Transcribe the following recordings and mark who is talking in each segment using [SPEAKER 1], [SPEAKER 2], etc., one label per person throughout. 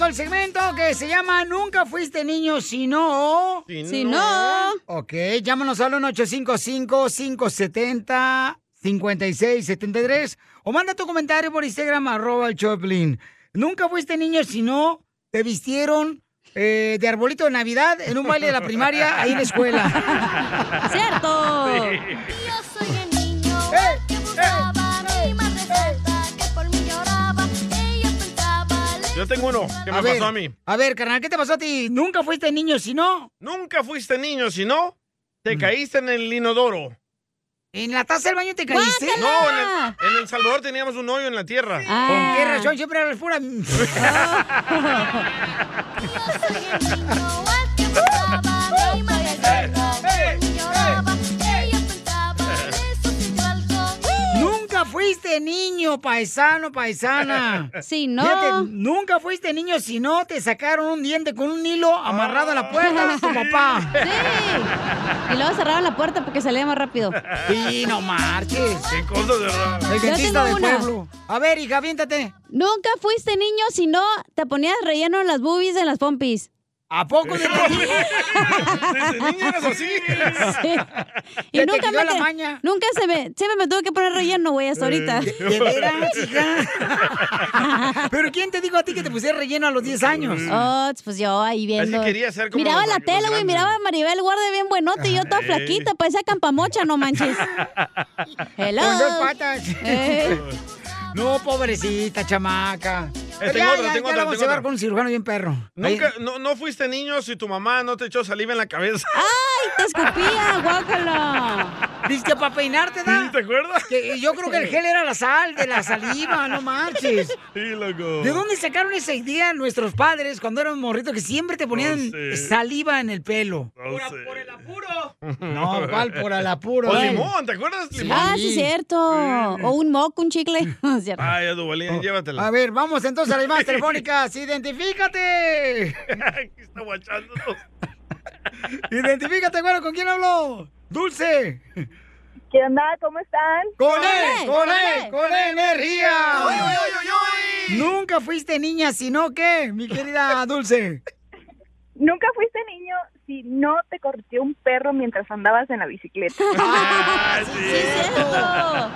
[SPEAKER 1] al segmento que se llama Nunca fuiste niño, si no.
[SPEAKER 2] Si Si no.
[SPEAKER 1] Ok, llámanos al 1-855-570-5673 o manda tu comentario por Instagram, arroba el Choplin. Nunca fuiste niño, si no, te vistieron eh, de arbolito de Navidad en un baile de la primaria ahí en la escuela.
[SPEAKER 2] ¡Cierto!
[SPEAKER 3] Yo soy el niño que buscaba, nadie más resalta, que por mí lloraba, ella pensaba, le
[SPEAKER 4] Yo tengo uno que me
[SPEAKER 1] ver,
[SPEAKER 4] pasó a mí.
[SPEAKER 1] A ver, carnal, ¿qué te pasó a ti? Nunca fuiste niño, si no.
[SPEAKER 4] Nunca fuiste niño, si no, te caíste en el inodoro.
[SPEAKER 1] ¿En la taza del Mm. baño te caíste?
[SPEAKER 4] No, en el, en El Salvador teníamos un hoyo en la tierra.
[SPEAKER 2] Ah.
[SPEAKER 1] Ah. ¿Con qué razón siempre hablas pura?
[SPEAKER 3] buscaba, nadie más resalta, que por mí lloraba, ella pensaba, le sucedió algo.
[SPEAKER 1] Nunca fuiste niño, paisano, paisana.
[SPEAKER 2] Si no.
[SPEAKER 1] Fíjate, nunca fuiste niño si no te sacaron un diente con un hilo amarrado a la puerta
[SPEAKER 2] Ah.
[SPEAKER 1] de tu papá.
[SPEAKER 2] Sí. Y luego cerraron la puerta porque salía más rápido.
[SPEAKER 1] Sí, no marches.
[SPEAKER 4] Qué cosa de
[SPEAKER 1] El
[SPEAKER 2] Yo
[SPEAKER 1] dentista del
[SPEAKER 2] tengo una.
[SPEAKER 1] pueblo. A ver, hija, aviéntate.
[SPEAKER 2] Nunca fuiste niño si no te ponías relleno en las boobies, en las pompis.
[SPEAKER 1] ¿A poco de
[SPEAKER 4] Desde niño eras así.
[SPEAKER 2] Sí. Y
[SPEAKER 1] Ya te
[SPEAKER 2] nunca
[SPEAKER 1] quitó
[SPEAKER 2] me
[SPEAKER 1] la
[SPEAKER 2] cre-
[SPEAKER 1] maña. Eh,
[SPEAKER 2] nunca se me siempre me tuve que poner relleno, güey, hasta ahorita.
[SPEAKER 1] ¿De veras, hija? ¿Pero quién te dijo a ti que te pusiera relleno a los 10 años?
[SPEAKER 2] Oh, pues yo ahí viendo.
[SPEAKER 4] quería ser como
[SPEAKER 2] miraba
[SPEAKER 4] los-
[SPEAKER 2] la
[SPEAKER 4] los
[SPEAKER 2] tele, güey,
[SPEAKER 4] grandes.
[SPEAKER 2] miraba a Maribel Guardia bien buenote y yo toda
[SPEAKER 4] Ey.
[SPEAKER 2] flaquita, parecía campamocha, no manches. Hello.
[SPEAKER 1] Con dos patas.
[SPEAKER 2] Eh.
[SPEAKER 1] No, pobrecita chamaca. Pero
[SPEAKER 4] Eh, tengo
[SPEAKER 1] ya,
[SPEAKER 4] otra,
[SPEAKER 1] ya,
[SPEAKER 4] tengo
[SPEAKER 1] ya
[SPEAKER 4] otra,
[SPEAKER 1] la
[SPEAKER 4] tengo
[SPEAKER 1] vamos a llevar
[SPEAKER 4] otra.
[SPEAKER 1] con un cirujano bien perro.
[SPEAKER 4] Nunca, no, no fuiste niño si tu mamá no te echó saliva en la cabeza.
[SPEAKER 2] ¡Ay, te escupía, guácala!
[SPEAKER 1] Dice que para peinarte,
[SPEAKER 4] ¿Sí,
[SPEAKER 1] ¿da?
[SPEAKER 4] ¿Te acuerdas?
[SPEAKER 1] Que yo creo que el gel era la sal de la saliva, no marches.
[SPEAKER 4] Sí, loco.
[SPEAKER 1] ¿De dónde sacaron esa idea nuestros padres cuando eran morritos que siempre te ponían
[SPEAKER 4] sé.
[SPEAKER 1] saliva en el pelo?
[SPEAKER 4] No sé.
[SPEAKER 1] No, ¿cuál? Por al apuro.
[SPEAKER 4] O
[SPEAKER 1] eh.
[SPEAKER 4] limón, ¿te acuerdas? Limón.
[SPEAKER 2] Ah, sí, cierto. O un moco, un chicle. No, es cierto.
[SPEAKER 4] Ay, Duvalín, llévatela.
[SPEAKER 1] Oh, A ver, vamos entonces a las más telefónicas. ¡Identifícate!
[SPEAKER 4] Aquí está guachándonos.
[SPEAKER 1] ¡Identifícate, bueno, ¿con quién habló? ¡Dulce!
[SPEAKER 5] ¿Qué onda? ¿Cómo están?
[SPEAKER 1] ¡Con
[SPEAKER 2] Con
[SPEAKER 1] él!
[SPEAKER 2] él,
[SPEAKER 1] ¡Con
[SPEAKER 2] con
[SPEAKER 1] él!
[SPEAKER 2] él.
[SPEAKER 1] ¡Con energía! Nunca fuiste niña, sino que, mi querida Dulce.
[SPEAKER 5] Nunca fuiste niño si no te corrió un perro mientras andabas en la bicicleta.
[SPEAKER 4] Ah,
[SPEAKER 2] Sí,
[SPEAKER 4] sí.
[SPEAKER 2] es cierto.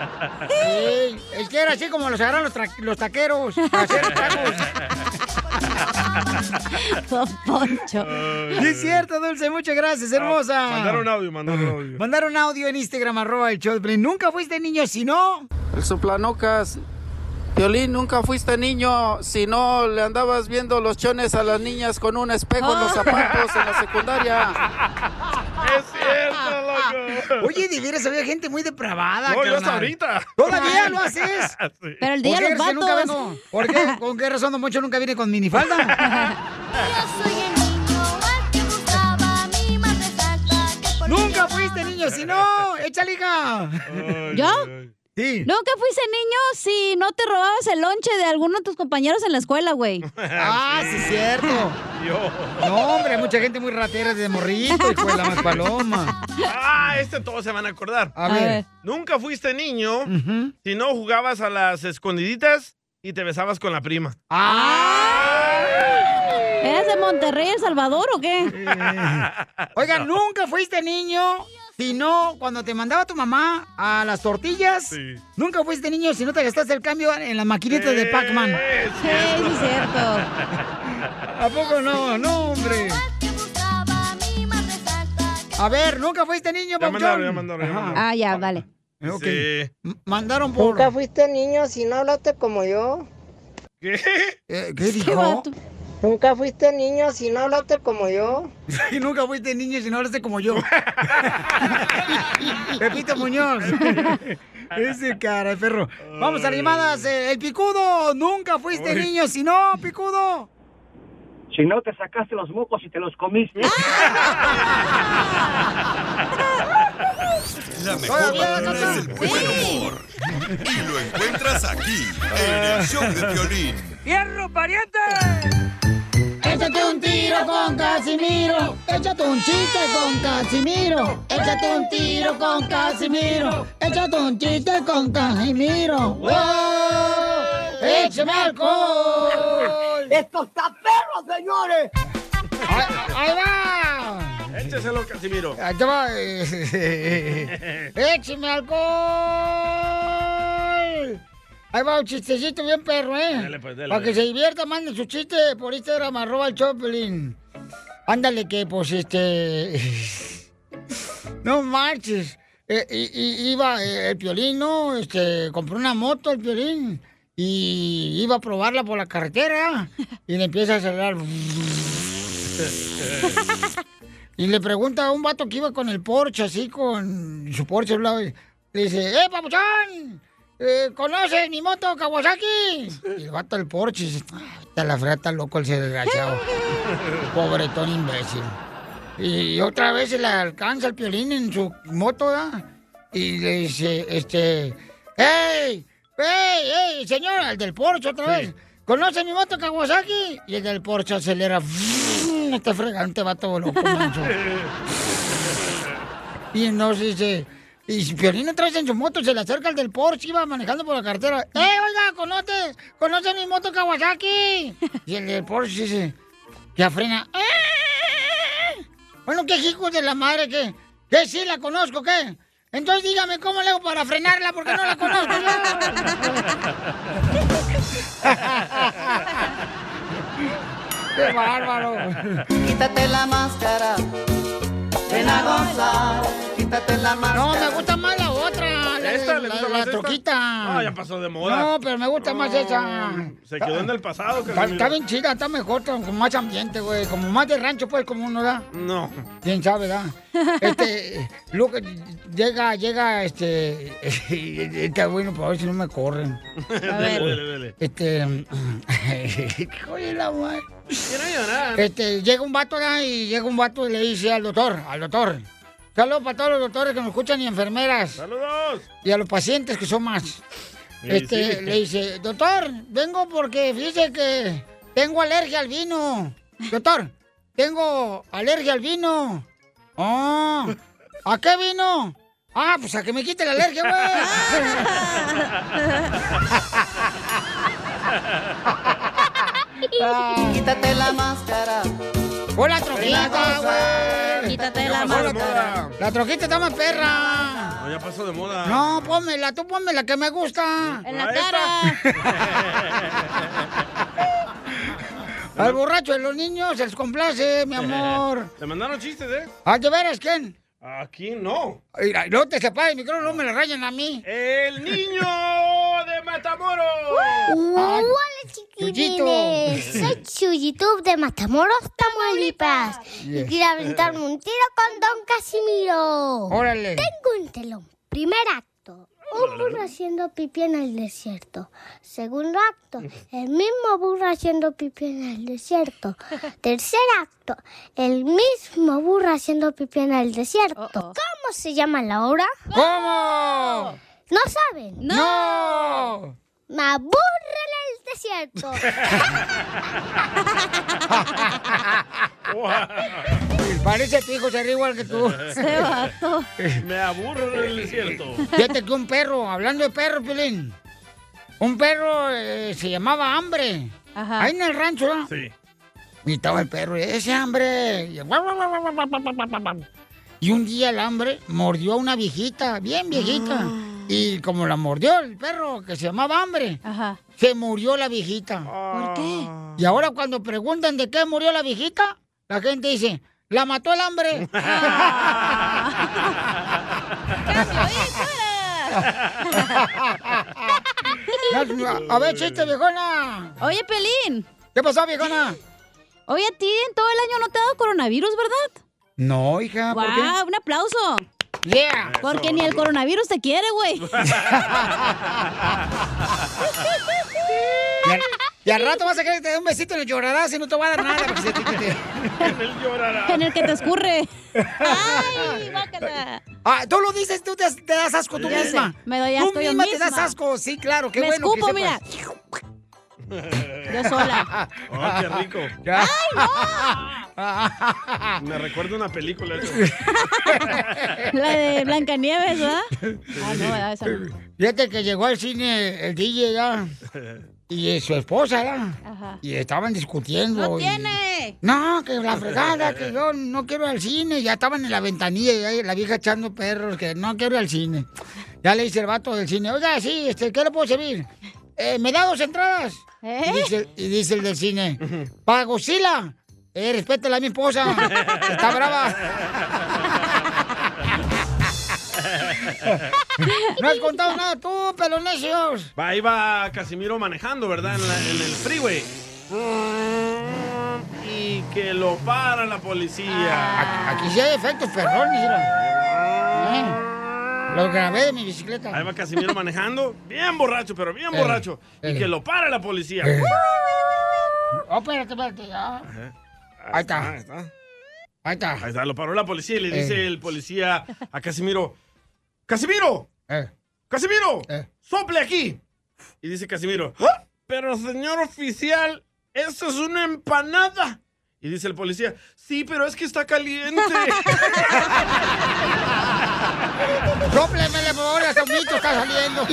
[SPEAKER 1] Sí, es que era así como los agarran los, tra- los taqueros. para hacer tacos.
[SPEAKER 2] Don Poncho.
[SPEAKER 1] Sí, es cierto, Dulce. Muchas gracias, hermosa.
[SPEAKER 4] Mandaron Ah, audio, mandaron audio.
[SPEAKER 1] Mandaron audio en Instagram, arroba el show de Piolín. Nunca fuiste niño, si no.
[SPEAKER 6] El soplanocas. Violín, nunca fuiste niño, si no le andabas viendo los chones a las niñas con un espejo
[SPEAKER 1] Ah.
[SPEAKER 6] en los zapatos en la secundaria.
[SPEAKER 4] Es cierto, loco.
[SPEAKER 1] Oye, de veras había gente muy depravada.
[SPEAKER 4] No, yo
[SPEAKER 1] carnal.
[SPEAKER 4] hasta ahorita.
[SPEAKER 1] ¿Todavía lo haces?
[SPEAKER 4] Sí.
[SPEAKER 2] Pero el
[SPEAKER 1] ¿Por
[SPEAKER 2] día
[SPEAKER 1] qué
[SPEAKER 2] de los
[SPEAKER 1] crees que nunca
[SPEAKER 2] vatos.
[SPEAKER 1] vengo? ¿Por qué? ¿Con qué razón Don Moncho nunca viene con minifalda?
[SPEAKER 3] Yo soy el niño al que buscaba, mi más resalta, que por mí
[SPEAKER 1] Nunca
[SPEAKER 3] lloraba.
[SPEAKER 1] fuiste niño, si no. Échale, hija.
[SPEAKER 4] Ay,
[SPEAKER 2] ¿Yo?
[SPEAKER 4] ay, ay.
[SPEAKER 1] Sí.
[SPEAKER 2] Nunca fuiste niño si no te robabas el lonche de alguno de tus compañeros en la escuela, güey.
[SPEAKER 1] Ah, sí, es cierto.
[SPEAKER 4] Yo.
[SPEAKER 1] No, hombre, mucha gente muy ratera de morrito y fue la más paloma.
[SPEAKER 4] Ah, este todos se van a acordar.
[SPEAKER 1] A ver.
[SPEAKER 4] Nunca fuiste niño
[SPEAKER 1] Ujú.
[SPEAKER 4] si no jugabas a las escondiditas y te besabas con la prima.
[SPEAKER 1] ¡Ah!
[SPEAKER 2] ¿Eres de Monterrey, El Salvador o qué?
[SPEAKER 1] Oiga, nunca fuiste niño, sino cuando te mandaba tu mamá a las tortillas.
[SPEAKER 4] Sí.
[SPEAKER 1] Nunca fuiste niño si no te gastaste el cambio en las maquinitas de Pac-Man.
[SPEAKER 4] Eh,
[SPEAKER 2] Sí, sí, es cierto.
[SPEAKER 1] ¿A poco no? No, hombre.
[SPEAKER 3] Al que buscaba, mi más resalta, que
[SPEAKER 1] A ver, nunca fuiste niño,
[SPEAKER 4] Ya mandaron, ya
[SPEAKER 1] Papuchón?
[SPEAKER 4] mandaron, ya
[SPEAKER 1] Ajá.
[SPEAKER 4] mandaron.
[SPEAKER 2] Ah, ya, vale.
[SPEAKER 1] Ok.
[SPEAKER 4] sí.
[SPEAKER 1] M- Mandaron por.
[SPEAKER 7] Nunca fuiste niño si no hablaste como yo.
[SPEAKER 4] ¿Qué?
[SPEAKER 1] Eh, ¿Qué
[SPEAKER 2] Qué
[SPEAKER 1] dijo?
[SPEAKER 2] vato.
[SPEAKER 7] Nunca fuiste niño si no hablaste como yo.
[SPEAKER 1] Y nunca fuiste niño si no hablaste como yo. Pepito Muñoz. Ese cara de perro. Vamos a las llamadas. eh, El picudo. Nunca fuiste
[SPEAKER 4] Ay.
[SPEAKER 1] niño si no, picudo.
[SPEAKER 8] Si no, te sacaste los mocos y te los comiste.
[SPEAKER 9] La mejor
[SPEAKER 1] Todavía la
[SPEAKER 9] vacuna es el
[SPEAKER 1] canción.
[SPEAKER 9] buen
[SPEAKER 2] Sí.
[SPEAKER 9] humor. Y lo encuentras aquí, en el show de violín.
[SPEAKER 1] ¡Hierro, pariente! Échate un tiro con Casimiro. Échate un chiste con Casimiro. Échate un tiro con Casimiro. Échate un chiste con Casimiro. ¡Wow! ¡Écheme alcohol!
[SPEAKER 3] ¡Estos taperos, señores!
[SPEAKER 1] ¡Ahí, ahí va!
[SPEAKER 4] Échaselo, Casimiro.
[SPEAKER 1] Ahí te va. eh. ¡Écheme alcohol! Ahí va un chistecito bien perro, ¿eh?
[SPEAKER 4] Dale, pues, dale,
[SPEAKER 1] Para que
[SPEAKER 4] dale.
[SPEAKER 1] se divierta, manden su chiste por Instagram, arroba el Choplin. Ándale que, pues, este... no marches. Eh, i- i- iba eh, el Piolín, ¿no? Este, compró una moto el Piolín. Y iba a probarla por la carretera. Y le empieza a acelerar. Y le pregunta a un vato que iba con el Porsche, así, con su Porsche a un lado, y Le dice, ¡eh, papuchón! eh, ¿Conoces mi moto Kawasaki? Y el vato del Porsche dice, "Ah, está la frega, está loco el ser desgraciado. Pobretón imbécil. Y otra vez se le alcanza el piolín en su moto, ¿da? Y le dice, este, ¡Ey! ¡Ey! ¡Ey! Señor, el del Porsche otra vez. ¿Conoce mi moto Kawasaki? Y el del Porsche acelera. Este fregante vato loco, mancho. Y entonces dice, y Piolín otra vez en su moto, se le acerca el del Porsche, iba manejando por la carretera. ¡Eh, oiga, conoce, conoce mi moto Kawasaki! Y el del Porsche dice, ya frena. ¡Ah! Bueno, qué hijos de la madre, que, que sí la conozco, ¿qué? Entonces dígame cómo le hago para frenarla, porque no la conozco. ¡Qué bárbaro!
[SPEAKER 3] Quítate la máscara. Ven a gozar. Quítate la máscara.
[SPEAKER 1] No, me gusta más la otra. La,
[SPEAKER 4] ¿Esta? ¿Le
[SPEAKER 1] la-
[SPEAKER 4] gusta
[SPEAKER 1] la
[SPEAKER 4] más esta?
[SPEAKER 1] troquita.
[SPEAKER 4] No, ya pasó de moda.
[SPEAKER 1] No, pero me gusta más esa.
[SPEAKER 4] Se quedó en el pasado,
[SPEAKER 1] Está,
[SPEAKER 4] Casimiro.
[SPEAKER 1] está bien chida, está mejor, está con más ambiente, güey. Como más de rancho, pues, como uno da.
[SPEAKER 4] No.
[SPEAKER 1] Quién sabe, da. Este, luego llega, llega, este. Está bueno, para ver si no me corren.
[SPEAKER 4] dele, dele, dele.
[SPEAKER 1] Este. Oye, la madre. Este, llega un vato acá y llega un vato y le dice al doctor, al doctor. Saludos para todos los doctores que nos escuchan y enfermeras.
[SPEAKER 4] ¡Saludos!
[SPEAKER 1] Y a los pacientes que son más.
[SPEAKER 4] Sí,
[SPEAKER 1] Este,
[SPEAKER 4] sí.
[SPEAKER 1] le dice, doctor, vengo porque fíjese que tengo alergia al vino. Doctor, tengo alergia al vino. Oh, ¿a qué vino? Ah, pues a que me quite la alergia, güey.
[SPEAKER 3] Quítate la máscara.
[SPEAKER 1] Hola,
[SPEAKER 3] Ven a
[SPEAKER 1] troquita,
[SPEAKER 3] gozar.
[SPEAKER 1] güey.
[SPEAKER 2] Quítate
[SPEAKER 4] Ya
[SPEAKER 2] la
[SPEAKER 4] pasó de
[SPEAKER 2] mano.
[SPEAKER 4] moda.
[SPEAKER 1] La troquita está más perra.
[SPEAKER 4] No, ya pasó de moda.
[SPEAKER 1] No, pónmela, tú pónmela que me gusta.
[SPEAKER 2] En la
[SPEAKER 4] Ahí está.
[SPEAKER 2] cara.
[SPEAKER 1] Al borracho de los niños se les complace, mi amor.
[SPEAKER 4] Te mandaron chistes, ¿eh?
[SPEAKER 1] ¿A de veras quién?
[SPEAKER 4] Aquí no.
[SPEAKER 1] Mira, no te separes, el micrófono, no me lo rayan a mí.
[SPEAKER 4] El niño de Matamoros.
[SPEAKER 1] Ay,
[SPEAKER 10] Hola chiquitines, soy Chuyitub de Matamoros, Tamaulipas y
[SPEAKER 1] Yes.
[SPEAKER 10] quiero aventarme un tiro con Don Casimiro.
[SPEAKER 1] órale.
[SPEAKER 10] Tengo un telón. Primer acto, un burro haciendo pipí en el desierto. Segundo acto, el mismo burro haciendo pipí en el desierto. Tercer acto, el mismo burro haciendo pipí en el desierto.
[SPEAKER 2] Oh, oh.
[SPEAKER 10] ¿Cómo se llama la obra?
[SPEAKER 1] ¿Cómo?
[SPEAKER 10] No saben.
[SPEAKER 1] ¡No!
[SPEAKER 10] La burra en el desierto.
[SPEAKER 1] Parece tu hijo, se ríe igual que tú.
[SPEAKER 2] Ese vato.
[SPEAKER 4] Me aburro en el desierto.
[SPEAKER 1] Fíjate que un perro, hablando de perro, Pilín. Un perro eh, se llamaba Hambre.
[SPEAKER 2] Ajá.
[SPEAKER 1] Ahí en el rancho, ¿no?
[SPEAKER 4] Sí.
[SPEAKER 1] Y estaba el perro, ese hambre. Y, guau, guau, guau, guau, guau, guau, guau, guau, guau. Y un día el hambre mordió a una viejita, bien viejita.
[SPEAKER 2] Ah.
[SPEAKER 1] Y como la mordió el perro, que se llamaba hambre,
[SPEAKER 2] Ajá.
[SPEAKER 1] se murió la viejita.
[SPEAKER 2] ¿Por qué?
[SPEAKER 1] Y ahora cuando preguntan de qué murió la viejita, la gente dice, la mató el hambre. A- a ver, chiste, viejona.
[SPEAKER 2] Oye, Pelín.
[SPEAKER 1] ¿Qué pasó, viejona?
[SPEAKER 2] Oye, a ti en todo el año no te ha dado coronavirus, ¿verdad?
[SPEAKER 1] No, hija, Ah, ¿por
[SPEAKER 2] ¡Guau! ¡Un aplauso!
[SPEAKER 1] qué? Yeah.
[SPEAKER 2] Porque ni el coronavirus te quiere, güey.
[SPEAKER 1] Y al, y al rato vas a querer que te dé un besito y le llorarás y no te va a dar nada. porque se te quite.
[SPEAKER 4] Él llorará.
[SPEAKER 2] En el que te escurre. ¡Ay, bácala!
[SPEAKER 1] Ah, tú lo dices, tú te, te das asco tú
[SPEAKER 2] Ya sé,
[SPEAKER 1] misma.
[SPEAKER 2] me doy
[SPEAKER 1] Tú
[SPEAKER 2] asco yo
[SPEAKER 1] misma te das
[SPEAKER 2] misma.
[SPEAKER 1] asco, sí, claro, qué
[SPEAKER 2] Me
[SPEAKER 1] bueno
[SPEAKER 2] escupo,
[SPEAKER 1] que
[SPEAKER 2] mira.
[SPEAKER 1] sepas.
[SPEAKER 2] Yo sola.
[SPEAKER 4] Oh, qué rico.
[SPEAKER 1] Ya.
[SPEAKER 4] Me recuerda una película. eso.
[SPEAKER 2] La de Blancanieves, ¿verdad? Ah, no, ¿verdad? Esa no.
[SPEAKER 1] Fíjate que llegó al cine el DJ ya y eh, su esposa ya.
[SPEAKER 2] Ajá.
[SPEAKER 1] Y estaban discutiendo.
[SPEAKER 2] ¡No
[SPEAKER 1] y-
[SPEAKER 2] tiene!
[SPEAKER 1] No, que la fregada, que yo no quiero ir al cine. Ya estaban en la ventanilla y ahí la vieja echando perros, que no quiero ir al cine. Ya le dice el vato del cine, oiga, sí, este, ¿qué le puedo servir? "Eh, ¿Me da dos entradas?
[SPEAKER 2] ¿Eh?
[SPEAKER 1] Y, dice, y dice el del cine, para Godzilla, eh, respétela a mi esposa, está brava. No has contado nada tú, pelonesios.
[SPEAKER 4] Va, ahí va Casimiro manejando, ¿verdad? En, la- en el freeway. Y que lo para la policía.
[SPEAKER 1] Ah. Aquí sí hay efectos perrones, mira. Eh, Lo grabé de mi bicicleta.
[SPEAKER 4] Ahí va Casimiro manejando, bien borracho, pero bien
[SPEAKER 1] Eh,
[SPEAKER 4] borracho.
[SPEAKER 1] eh.
[SPEAKER 4] Y que lo para la policía.
[SPEAKER 1] Eh. Oh, espérate, espérate. ah.
[SPEAKER 4] Ajá. Ah,
[SPEAKER 1] Ahí está.
[SPEAKER 4] Ahí está.
[SPEAKER 1] Ahí está.
[SPEAKER 4] Ahí está, lo paró la policía y le
[SPEAKER 1] Eh.
[SPEAKER 4] dice el policía a Casimiro, ¡Casimiro!
[SPEAKER 1] Eh.
[SPEAKER 4] ¡Casimiro!
[SPEAKER 1] Eh.
[SPEAKER 4] ¡Sople aquí! Y dice Casimiro, "Ah, pero señor oficial, eso es una empanada. Y dice el policía, sí, pero es que está caliente.
[SPEAKER 1] Sóplemele, por favor, hasta un mito está saliendo.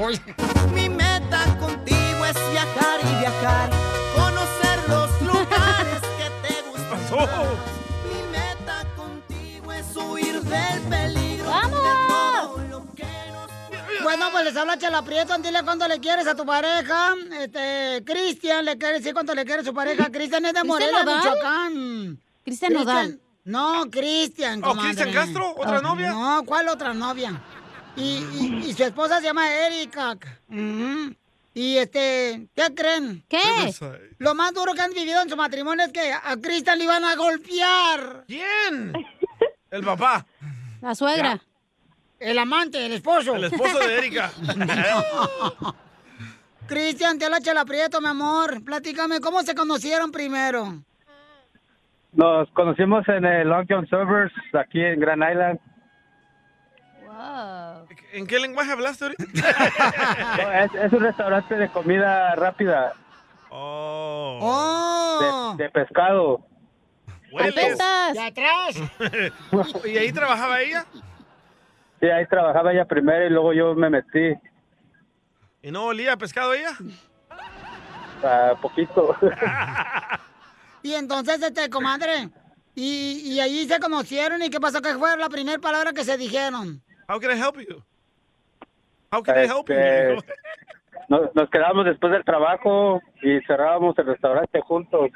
[SPEAKER 1] Oye,
[SPEAKER 3] Mi meta contigo es viajar y viajar, conocer los lugares que te
[SPEAKER 4] Pasó.
[SPEAKER 3] gustan. Mi meta contigo es huir del peligro.
[SPEAKER 2] ¡Vamos!
[SPEAKER 3] de todo lo que nos
[SPEAKER 1] Bueno, pues les habla Chela Prieto, dile cuánto le quieres a tu pareja. Este, Cristian, le quiere decir cuánto le quiere a su pareja. Cristian es de
[SPEAKER 2] ¿Cristian
[SPEAKER 1] Morelia,
[SPEAKER 2] Nodal?
[SPEAKER 3] Mm.
[SPEAKER 1] Michoacán.
[SPEAKER 2] Cristian Nodal.
[SPEAKER 1] Cristian- No, Cristian,
[SPEAKER 4] Oh,
[SPEAKER 1] comadre.
[SPEAKER 4] ¿Cristian Castro? ¿Otra novia?
[SPEAKER 1] No, ¿cuál otra novia? Y, y- y su esposa se llama Erika. Ujú. Y este, ¿qué creen?
[SPEAKER 2] ¿Qué?
[SPEAKER 1] Lo más duro que han vivido en su matrimonio es que a Cristian le iban a golpear.
[SPEAKER 4] ¿Quién? El papá,
[SPEAKER 2] La suegra.
[SPEAKER 1] El amante, el esposo.
[SPEAKER 4] el esposo de Erika.
[SPEAKER 1] Cristian, te la chela prieto, mi amor. Platícame, ¿cómo se conocieron primero?
[SPEAKER 11] Nos conocimos en el Long John Servers, aquí en Grand Island.
[SPEAKER 2] Wow.
[SPEAKER 4] ¿En qué lenguaje hablaste ahorita?
[SPEAKER 11] No, es, es un restaurante de comida rápida,
[SPEAKER 4] Oh.
[SPEAKER 11] de,
[SPEAKER 1] ¡Oh!
[SPEAKER 11] de pescado.
[SPEAKER 4] hueles.
[SPEAKER 2] Apestas.
[SPEAKER 1] ¡De atrás!
[SPEAKER 4] ¿Y ahí trabajaba ella?
[SPEAKER 11] Sí, ahí trabajaba ella primero y luego yo me metí
[SPEAKER 4] ¿Y no olía a pescado ella?
[SPEAKER 11] a poquito.
[SPEAKER 1] Y entonces, este, comadre, y, y ahí se conocieron y qué pasó, que fue la primera palabra que se dijeron.
[SPEAKER 4] How can I help you? How can I help
[SPEAKER 11] Este,
[SPEAKER 4] you?
[SPEAKER 11] Nos, nos quedábamos después del trabajo y cerrábamos el restaurante juntos.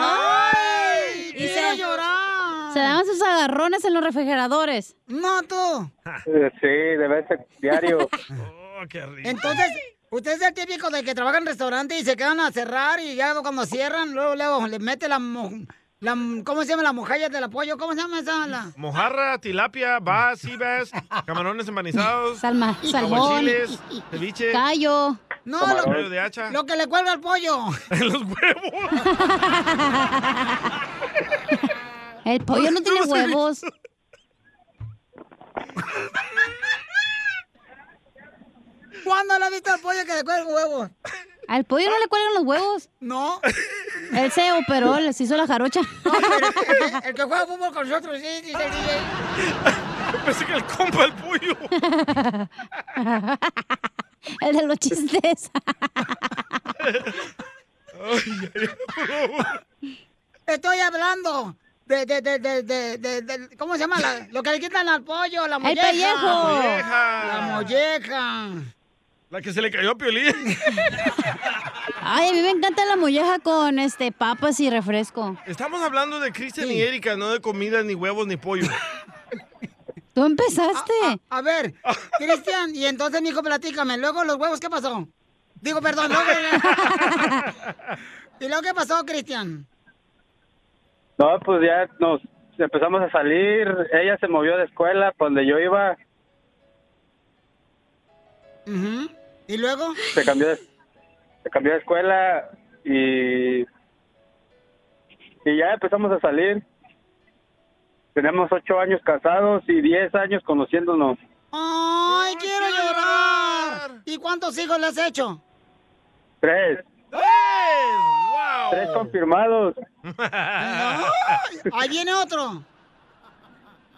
[SPEAKER 4] ¡Ay!
[SPEAKER 1] Y
[SPEAKER 2] se-
[SPEAKER 1] se llorar.
[SPEAKER 2] Se daban sus agarrones en los refrigeradores.
[SPEAKER 1] No, tú.
[SPEAKER 4] Ah.
[SPEAKER 11] Eh, Sí, de vez en diario.
[SPEAKER 4] Oh, qué rico.
[SPEAKER 1] Entonces, usted es el típico de que trabaja en restaurante y se quedan a cerrar y ya cuando cierran, luego, luego le mete la, mo- la ¿cómo se llama? La mojalla del apoyo, ¿cómo se llama esa? La-
[SPEAKER 4] Mojarra, tilapia, vas, ibas, camarones empanizados,
[SPEAKER 2] Salma, salmón,
[SPEAKER 4] aguachiles, ceviche,
[SPEAKER 2] callo.
[SPEAKER 1] No, lo,
[SPEAKER 4] camarón de hacha,
[SPEAKER 1] lo que le cuelga al pollo.
[SPEAKER 4] los huevos.
[SPEAKER 2] El pollo no tiene huevos.
[SPEAKER 1] ¿Cuándo le ha visto al pollo que le cuelga huevos?
[SPEAKER 2] Al pollo no le cuelgan los huevos.
[SPEAKER 1] No.
[SPEAKER 2] Él se operó, les hizo la jarocha.
[SPEAKER 1] El, que juega fútbol con nosotros, sí, dice el DJ.
[SPEAKER 4] Pensé que el compa el pollo.
[SPEAKER 2] El de los chistes.
[SPEAKER 1] Estoy hablando de, de, de, de, de, de- de- ¿cómo se llama? La- lo que le quitan al pollo, la molleja.
[SPEAKER 2] pellejo.
[SPEAKER 1] La
[SPEAKER 4] Vieja.
[SPEAKER 1] molleja.
[SPEAKER 4] La que se le cayó a Piolín.
[SPEAKER 2] Ay, a mí me encanta la molleja con este papas y refresco.
[SPEAKER 4] Estamos hablando de Cristian y Erika, no de comida, ni huevos, ni pollo.
[SPEAKER 2] Tú empezaste.
[SPEAKER 1] A ver, Cristian, y entonces, mijo, platícame. Luego, los huevos, ¿qué pasó? Digo, perdón, luego. ¿Y luego qué pasó, Cristian?
[SPEAKER 11] No, pues ya nos empezamos a salir. Ella se movió de escuela pa' donde yo iba.
[SPEAKER 1] Ujú. ¿Y luego?
[SPEAKER 11] Se cambió de, se cambió de escuela y, y ya empezamos a salir. Tenemos ocho años casados y diez años conociéndonos.
[SPEAKER 1] ¡Ay, quiero llorar! ¿Y cuántos hijos le has hecho?
[SPEAKER 11] Tres.
[SPEAKER 4] ¡Tres! ¡Wow!
[SPEAKER 1] Oh.
[SPEAKER 11] Tres confirmados.
[SPEAKER 1] Ahí viene otro.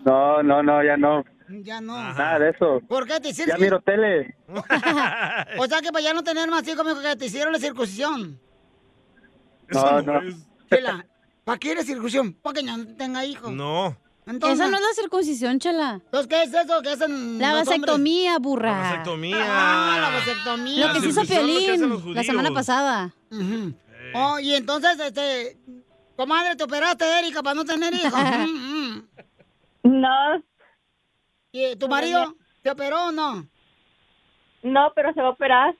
[SPEAKER 11] No, no, no, ya no.
[SPEAKER 1] Ya no.
[SPEAKER 11] Nada de eso.
[SPEAKER 1] ¿Por qué te hicieron?
[SPEAKER 11] Ya miro tele.
[SPEAKER 1] o sea que para ya no tener más hijos, mijo, que te hicieron la circuncisión.
[SPEAKER 11] No, no.
[SPEAKER 1] Chela, ¿para qué la circuncisión? Para que no tenga hijos.
[SPEAKER 4] No.
[SPEAKER 1] Entonces,
[SPEAKER 2] Esa no es la circuncisión, chela.
[SPEAKER 1] Entonces, ¿qué es eso que hacen
[SPEAKER 2] La
[SPEAKER 1] los hombres?
[SPEAKER 2] vasectomía, burra.
[SPEAKER 4] La vasectomía.
[SPEAKER 1] Ah, la vasectomía.
[SPEAKER 2] Lo que se hizo Piolín la semana pasada.
[SPEAKER 1] Ujú. Oh, y entonces, este, comadre, te operaste, Erika, para no tener hijos.
[SPEAKER 5] No.
[SPEAKER 1] ¿Y tu marido te operó o no?
[SPEAKER 5] No, pero se va a operar.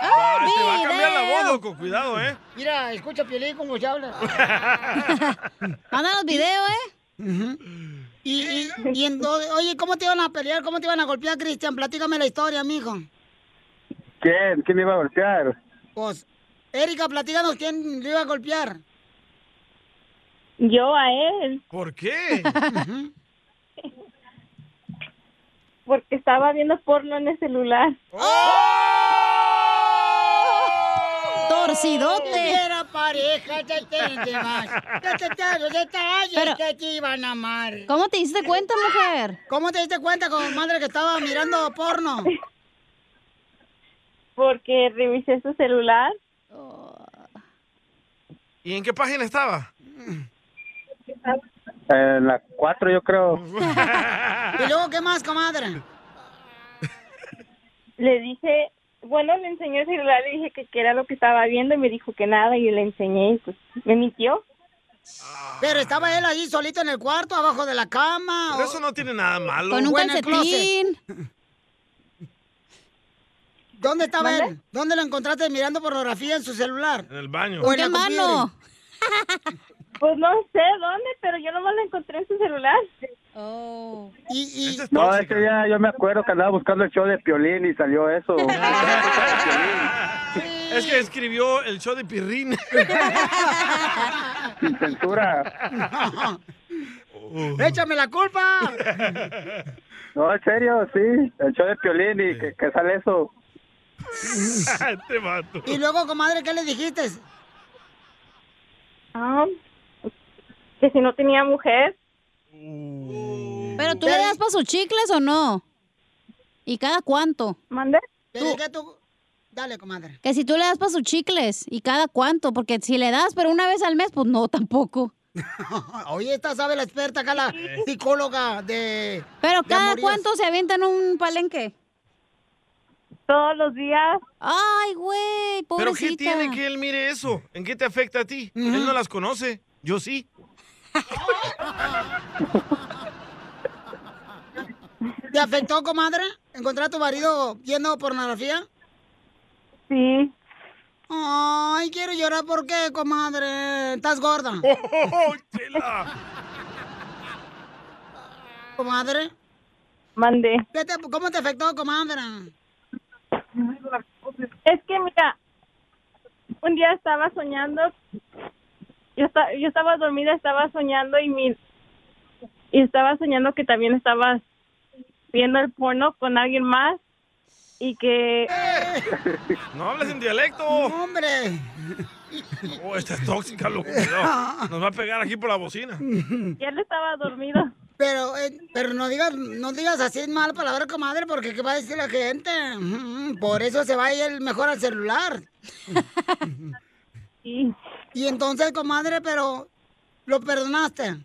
[SPEAKER 4] Ah, te va a cambiar la voz, loco. Cuidado, ¿eh?
[SPEAKER 1] Mira, escucha Piolín como se habla.
[SPEAKER 2] Manda los videos, ¿eh?
[SPEAKER 1] Y, y, y entonces, oye, ¿cómo te iban a pelear? ¿Cómo te iban a golpear, Cristian? Platícame la historia, mijo.
[SPEAKER 11] ¿Quién? ¿Quién me iba a golpear?
[SPEAKER 1] Pues, Erika, platícanos quién le iba a golpear.
[SPEAKER 5] Yo a él,
[SPEAKER 4] ¿Por qué?
[SPEAKER 5] porque estaba viendo porno en el celular.
[SPEAKER 2] Torcidote.
[SPEAKER 1] Si era pareja, te entiende más. Ya te trago detalles
[SPEAKER 2] Pero-
[SPEAKER 1] que te iban a amar.
[SPEAKER 2] ¿Cómo te diste cuenta, mujer?
[SPEAKER 1] ¿Cómo te diste cuenta, comadre, que estaba mirando porno?
[SPEAKER 5] Porque revisé su celular.
[SPEAKER 4] ¿Y en qué página estaba?
[SPEAKER 11] En la cuatro, yo creo.
[SPEAKER 4] Pues,
[SPEAKER 1] ¿Y luego qué más, comadre?
[SPEAKER 5] Le dije, bueno, le enseñé el celular, le dije que, que era lo que estaba viendo y me dijo que nada y le enseñé y pues me mintió.
[SPEAKER 1] Pero estaba él ahí solito en el cuarto, abajo de la cama.
[SPEAKER 4] Pero eso no tiene nada malo.
[SPEAKER 1] Con un calcetín. ¿Dónde estaba
[SPEAKER 4] ¿Mande?
[SPEAKER 1] él? ¿Dónde lo encontraste mirando pornografía en su celular?
[SPEAKER 4] En el baño.
[SPEAKER 1] ¿O en la computer?
[SPEAKER 5] Pues no sé dónde, pero yo nomás la encontré en su celular.
[SPEAKER 2] Oh.
[SPEAKER 1] Y,
[SPEAKER 11] No, ese día yo me acuerdo que andaba buscando el show de Piolín y salió eso.
[SPEAKER 4] Es que escribió el show de Pirrín.
[SPEAKER 11] Sin censura.
[SPEAKER 1] ¡Échame la culpa!
[SPEAKER 11] No, en serio, sí. El show de Piolín y que, que sale eso.
[SPEAKER 4] Te mato.
[SPEAKER 1] y luego, comadre, ¿qué le dijiste?
[SPEAKER 5] Ah, que si no tenía mujer.
[SPEAKER 2] ¿Pero tú le das para sus chicles o no? ¿Y cada cuánto?
[SPEAKER 5] ¿Mande?
[SPEAKER 1] Pero que tú... Dale, comadre.
[SPEAKER 2] Que si tú le das para sus chicles y cada cuánto, porque si le das pero una vez al mes, pues no, tampoco.
[SPEAKER 1] Oye, esta sabe la experta acá, la psicóloga de...
[SPEAKER 2] Pero
[SPEAKER 1] de
[SPEAKER 2] cada
[SPEAKER 1] amoríos.
[SPEAKER 2] cuánto se avientan un palenque.
[SPEAKER 5] Todos los días.
[SPEAKER 2] Ay, güey,
[SPEAKER 4] ¿Pero qué
[SPEAKER 2] pobrecita.
[SPEAKER 4] tiene que él mire eso? ¿En qué te afecta a ti? Él no las conoce. Yo sí.
[SPEAKER 1] ¿Te afectó, comadre? ¿Encontrar a tu marido viendo pornografía?
[SPEAKER 5] Sí.
[SPEAKER 1] Ay, quiero llorar. ¿Por qué, comadre? ¿Estás gorda? ¿Comadre?
[SPEAKER 5] Mandé.
[SPEAKER 1] ¿Qué te- ¿Cómo te afectó, comadre?
[SPEAKER 5] Es que mira, un día estaba soñando, yo, esta- yo estaba dormida, estaba soñando y mi y estaba soñando que también estabas viendo el porno con alguien más y que
[SPEAKER 4] ¡Eh! No hables en dialecto.
[SPEAKER 1] ¡Hombre!
[SPEAKER 4] Oh, esta es tóxica, loco. Cuidado. Nos va a pegar aquí por la bocina.
[SPEAKER 5] ya él estaba dormido.
[SPEAKER 1] Pero, eh, pero no digas, no digas así en mal palabra, comadre, porque ¿qué va a decir la gente? Mm, Por eso se va a ir el mejor al celular.
[SPEAKER 5] Sí.
[SPEAKER 1] Y entonces, comadre, pero lo perdonaste.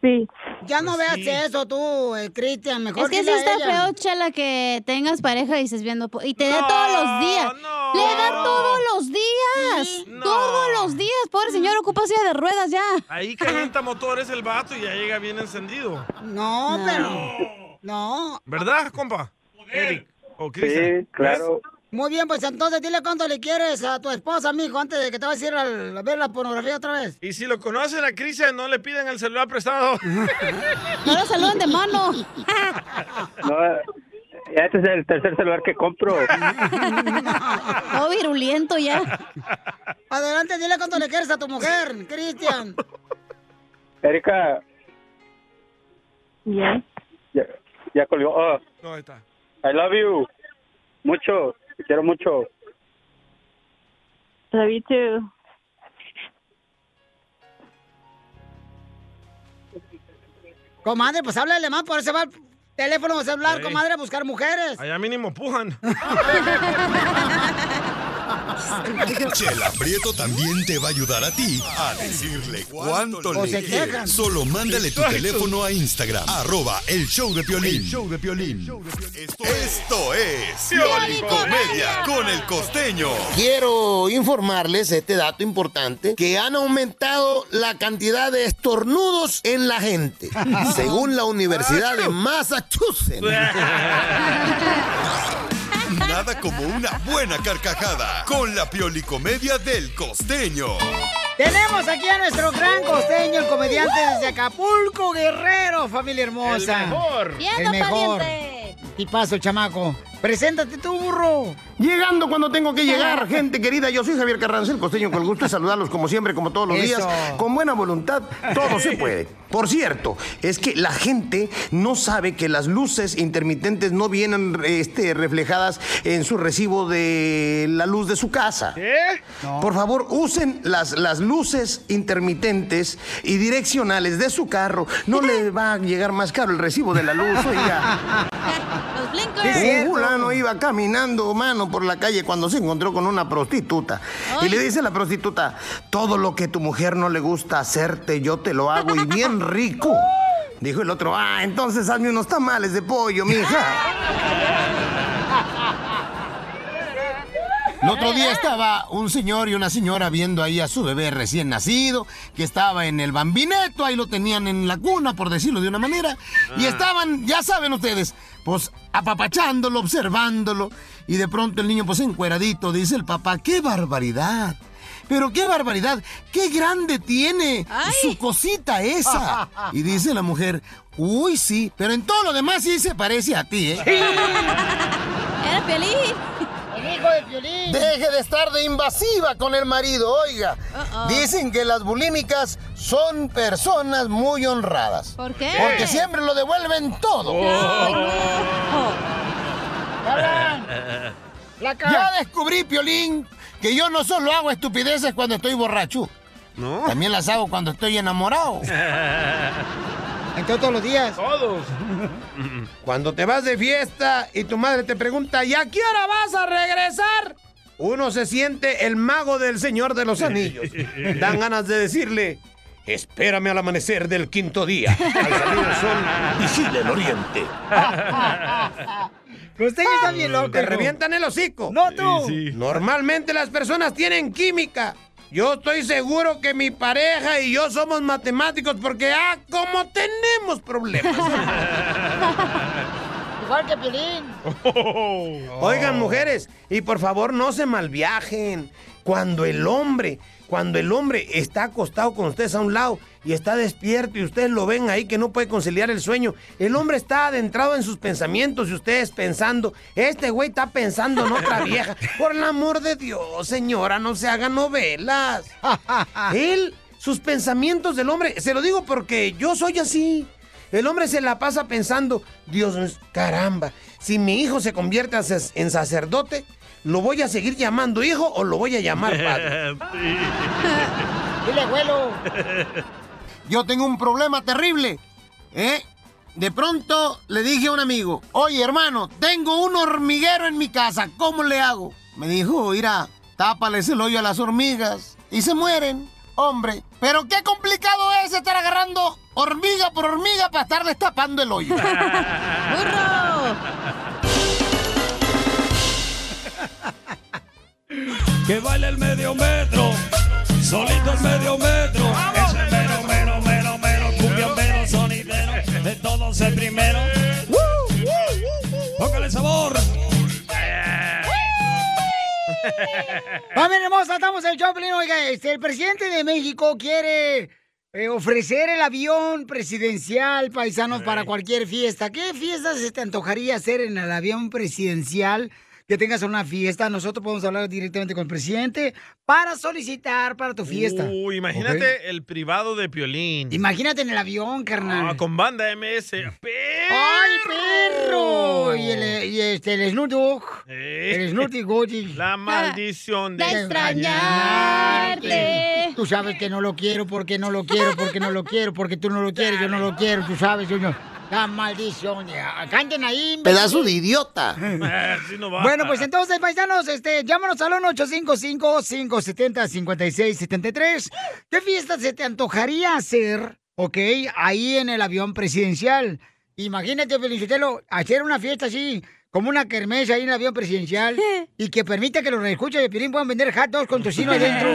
[SPEAKER 5] Sí.
[SPEAKER 1] Ya no
[SPEAKER 2] Pues
[SPEAKER 1] veas
[SPEAKER 2] sí.
[SPEAKER 1] eso tú, eh, Cristian, mejor
[SPEAKER 2] Es que sí
[SPEAKER 1] dile a
[SPEAKER 2] está
[SPEAKER 1] ella.
[SPEAKER 2] feo, chala, que tengas pareja y estés viendo... po- Y te da todos los días. ¡Le da todos los días! ¡Todos los días! Pobre señor, ocupa silla de ruedas ya.
[SPEAKER 4] Ahí calienta motores el vato y ya llega bien encendido.
[SPEAKER 1] No, pero... No.
[SPEAKER 4] ¿Verdad, compa? Eric. O Cristian.
[SPEAKER 11] Sí, claro.
[SPEAKER 1] Muy bien, pues entonces dile cuánto le quieres a tu esposa, mijo, antes de que te vayas a ir al- a ver la pornografía otra vez.
[SPEAKER 4] Y si lo conocen a Cristian, no le pidan el celular prestado.
[SPEAKER 2] No lo saludan de mano.
[SPEAKER 11] No, eh, este es el tercer celular que compro.
[SPEAKER 2] Todo virulento ya.
[SPEAKER 1] Adelante, dile cuánto le quieres a tu mujer, Cristian.
[SPEAKER 11] Erika,
[SPEAKER 5] Bien.
[SPEAKER 11] ya, ya colgó. Oh,
[SPEAKER 4] No, ahí está.
[SPEAKER 11] I love you. Mucho. Te quiero mucho.
[SPEAKER 5] Love you too.
[SPEAKER 12] Comadre, pues háblale más, por eso va el teléfono celular,
[SPEAKER 4] Ey.
[SPEAKER 12] comadre, a buscar mujeres.
[SPEAKER 4] Allá mínimo pujan.
[SPEAKER 9] Chela Prieto también te va a ayudar a ti a decirle cuánto
[SPEAKER 12] O
[SPEAKER 9] le
[SPEAKER 12] se
[SPEAKER 9] quieres.
[SPEAKER 12] quejan.
[SPEAKER 9] Solo mándale tu
[SPEAKER 12] Exacto.
[SPEAKER 9] teléfono a Instagram, arroba el show de Piolín. show de Esto es Pioli Comedia con el costeño.
[SPEAKER 13] Quiero informarles este dato importante que han aumentado la cantidad de estornudos en la gente, según la Universidad de Massachusetts.
[SPEAKER 9] Nada como una buena carcajada con la Pioli Comedia del costeño.
[SPEAKER 12] Tenemos aquí a nuestro gran costeño, el comediante
[SPEAKER 1] ¡Woo!
[SPEAKER 12] desde Acapulco, Guerrero, familia hermosa.
[SPEAKER 1] El mejor.
[SPEAKER 12] El
[SPEAKER 1] Viendo,
[SPEAKER 12] mejor.
[SPEAKER 1] Y paso, el chamaco. Preséntate tú, burro.
[SPEAKER 14] Llegando cuando tengo que llegar, gente querida, yo soy Javier Carranza, el costeño, con el gusto de saludarlos como siempre, como todos los
[SPEAKER 15] Eso.
[SPEAKER 14] días, con buena voluntad, todo se puede. Por cierto, es que la gente no sabe que las luces intermitentes no vienen este, reflejadas en su recibo de la luz de su casa. Por favor, usen las, las luces intermitentes y direccionales de su carro. No le va a llegar más caro el recibo de la luz, oiga.
[SPEAKER 2] Los
[SPEAKER 14] Un
[SPEAKER 2] blinkers.
[SPEAKER 14] fulano iba caminando, mano, por la calle cuando se encontró con una prostituta. Y le dice la prostituta, todo lo que tu mujer no le gusta hacerte, yo te lo hago y bien rico. Dijo el otro, ah, entonces hazme unos tamales de pollo, mija.
[SPEAKER 13] El otro día estaba un señor y una señora viendo ahí a su bebé recién nacido, que estaba en el bambineto, ahí lo tenían en la cuna, por decirlo de una manera, y
[SPEAKER 15] Ah.
[SPEAKER 13] estaban, ya saben ustedes, pues apapachándolo, observándolo, y de pronto el niño pues encueradito, dice el papá, qué barbaridad. Pero qué barbaridad, qué grande tiene su cosita esa. Y dice la mujer, uy sí, pero en todo lo demás sí se parece a ti, ¿eh?
[SPEAKER 2] Era Piolín.
[SPEAKER 1] El hijo de Piolín.
[SPEAKER 13] Deje de estar de invasiva con el marido, oiga.
[SPEAKER 2] Uh-oh.
[SPEAKER 13] Dicen que las bulímicas son personas muy honradas.
[SPEAKER 2] ¿Por qué?
[SPEAKER 13] Porque siempre lo devuelven todo. Ya descubrí, Piolín, que yo no solo hago estupideces cuando estoy borracho. También las hago cuando estoy enamorado.
[SPEAKER 1] Entonces todos los días.
[SPEAKER 4] Todos.
[SPEAKER 14] Cuando te vas de fiesta y tu madre te pregunta, ¿y a qué hora vas a regresar? Uno se siente el mago del Señor de los Anillos. Dan ganas de decirle, espérame al amanecer del quinto día, al salir el sol vigila el oriente.
[SPEAKER 12] Usted está bien loco.
[SPEAKER 14] Te
[SPEAKER 12] hijo.
[SPEAKER 14] revientan el hocico.
[SPEAKER 12] No tú.
[SPEAKER 14] Normalmente las personas tienen química. Yo estoy seguro que mi pareja y yo somos matemáticos porque, ah, como tenemos problemas.
[SPEAKER 1] Igual que Piolín.
[SPEAKER 12] Oh.
[SPEAKER 14] Oigan, mujeres, y por favor no se malviajen. Cuando el hombre, cuando el hombre está acostado con ustedes a un lado y está despierto y ustedes lo ven ahí que no puede conciliar el sueño, el hombre está adentrado en sus pensamientos y ustedes pensando, este güey está pensando en otra vieja. Por el amor de Dios, señora, no se hagan novelas. Él, sus pensamientos del hombre, se lo digo porque yo soy así. El hombre se la pasa pensando, Dios, mío, caramba, si mi hijo se convierte a sac- en sacerdote, ¿lo voy a seguir llamando hijo o lo voy a llamar padre?
[SPEAKER 1] Dile, abuelo.
[SPEAKER 13] Yo tengo un problema terrible. ¿eh? De pronto le dije a un amigo, oye hermano, tengo un hormiguero en mi casa, ¿cómo le hago? Me dijo, mira, tápales el hoyo a las hormigas y se mueren. Hombre, pero qué complicado es estar agarrando hormiga por hormiga para estar destapando el hoyo.
[SPEAKER 3] Que baile el medio metro, solito el medio metro. Ese mero, mero, mero, mero, cumbia, mero, sonidero, de todos el primero. Póngale sabor.
[SPEAKER 1] Familia hermosa, estamos en el Choplin. Oiga, este, el presidente de México quiere eh, ofrecer el avión presidencial, paisanos, para cualquier fiesta. ¿Qué fiesta se te antojaría hacer en el avión presidencial que tengas una fiesta, nosotros podemos hablar directamente con el presidente para solicitar para tu fiesta.
[SPEAKER 4] Uy, imagínate
[SPEAKER 1] ¿Ok?
[SPEAKER 4] el privado de Piolín.
[SPEAKER 1] Imagínate en el avión, carnal.
[SPEAKER 4] Ah, con banda MS.
[SPEAKER 1] ¡Ay, perro! Y, el, y este, el Snoop Dogg. El Snoop Dogg.
[SPEAKER 4] Eh.
[SPEAKER 1] Ah,
[SPEAKER 4] La maldición de
[SPEAKER 1] extrañarte. Tú sabes que no lo quiero porque no lo quiero, porque no lo quiero, porque tú no lo quieres, yo no lo quiero, tú sabes, yo no. La maldición. de- Canten ahí. imbécil.
[SPEAKER 13] Pedazo de idiota.
[SPEAKER 1] Bueno, pues entonces, paisanos, este, llámanos al 1-855-570-5673. ¿Qué fiesta se te antojaría hacer, ok, ahí en el avión presidencial? Imagínate, Felicitelo, hacer una fiesta así, como una kermesa ahí en el avión presidencial, y que permita que los escuchas de Pirín puedan vender hot dogs con tocino adentro.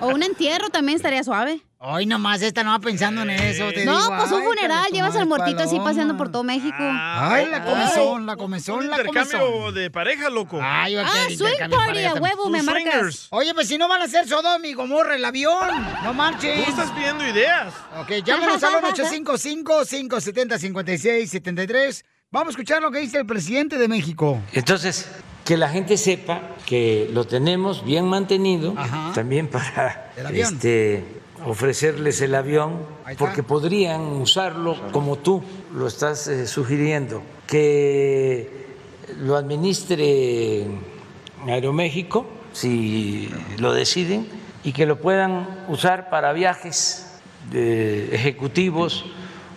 [SPEAKER 2] O un entierro también estaría suave.
[SPEAKER 1] Ay, nomás esta no va pensando en eso. te
[SPEAKER 2] no,
[SPEAKER 1] digo,
[SPEAKER 2] pues un
[SPEAKER 1] ay,
[SPEAKER 2] funeral, llevas al muertito así
[SPEAKER 1] paloma.
[SPEAKER 2] paseando por todo México.
[SPEAKER 1] Ay, la comezón, la comezón,
[SPEAKER 4] Un
[SPEAKER 1] la comezón.
[SPEAKER 4] intercambio de pareja, loco.
[SPEAKER 1] Ay, va a ser intercambio Ah, de pareja también.
[SPEAKER 4] Un swingers.
[SPEAKER 1] Oye, pues si no van a ser Sodom y Gomorra el avión. No marchen.
[SPEAKER 4] Tú estás pidiendo ideas.
[SPEAKER 1] Ok, llámanos al 855-570-5673. Vamos a escuchar lo que dice el presidente de México.
[SPEAKER 16] Entonces, que la gente sepa que lo tenemos bien mantenido, también para
[SPEAKER 1] El avión.
[SPEAKER 16] este, ofrecerles el avión, porque podrían usarlo como tú lo estás eh, sugiriendo, que lo administre Aeroméxico, si lo deciden, y que lo puedan usar para viajes de ejecutivos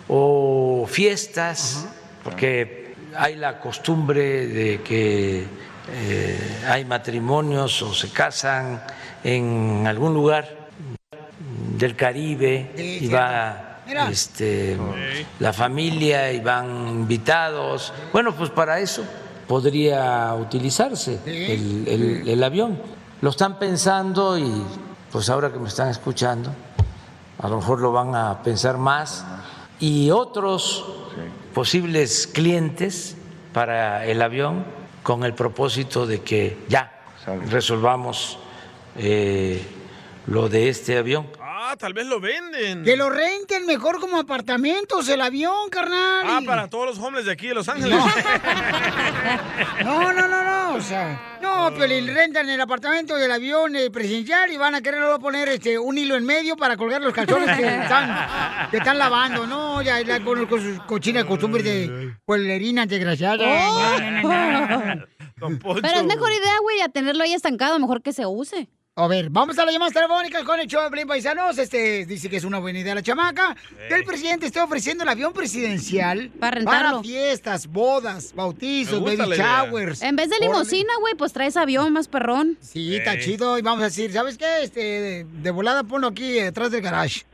[SPEAKER 16] o fiestas, porque hay la costumbre de que eh, hay matrimonios o se casan en algún lugar del Caribe
[SPEAKER 14] Sí,
[SPEAKER 16] y
[SPEAKER 14] cierto.
[SPEAKER 16] va
[SPEAKER 14] Mira.
[SPEAKER 16] este, la familia y van invitados. Bueno, pues para eso podría utilizarse el, el- el avión. Lo están pensando y pues ahora que me están escuchando, a lo mejor lo van a pensar más. Y otros posibles clientes para el avión con el propósito de que ya resolvamos eh, lo de este avión.
[SPEAKER 4] Ah, tal vez lo venden.
[SPEAKER 1] Que lo renten mejor como apartamentos el avión, carnal.
[SPEAKER 4] Ah,
[SPEAKER 1] Y-
[SPEAKER 4] para todos los hombres de aquí de Los Ángeles.
[SPEAKER 1] No, no, no, no, o sea, no, pero le rentan el apartamento del avión eh, presidencial y van a querer luego poner este, un hilo en medio para colgar los calzones que están, que están lavando, ¿no? Ya, ya conozco sus cochinas costumbres de pueblerinas desgraciadas.
[SPEAKER 2] Oh.
[SPEAKER 1] No, no, no, no.
[SPEAKER 2] Pero es mejor idea, güey, a tenerlo ahí estancado, mejor que se use.
[SPEAKER 1] A ver, vamos a las llamadas telefónicas con el show de Pelín Paisanos. Este dice que es una buena idea la chamaca. Que el presidente está ofreciendo el avión presidencial
[SPEAKER 2] Mm. Para rentarlo.
[SPEAKER 1] fiestas, bodas, bautizos,
[SPEAKER 2] Me gusta
[SPEAKER 1] baby
[SPEAKER 2] la idea.
[SPEAKER 1] showers.
[SPEAKER 2] En vez de
[SPEAKER 1] Órale.
[SPEAKER 2] limusina, güey, pues traes avión más perrón.
[SPEAKER 1] Sí, está chido. Y vamos a decir, ¿sabes qué? Este, de, de volada ponlo aquí eh, detrás del garage.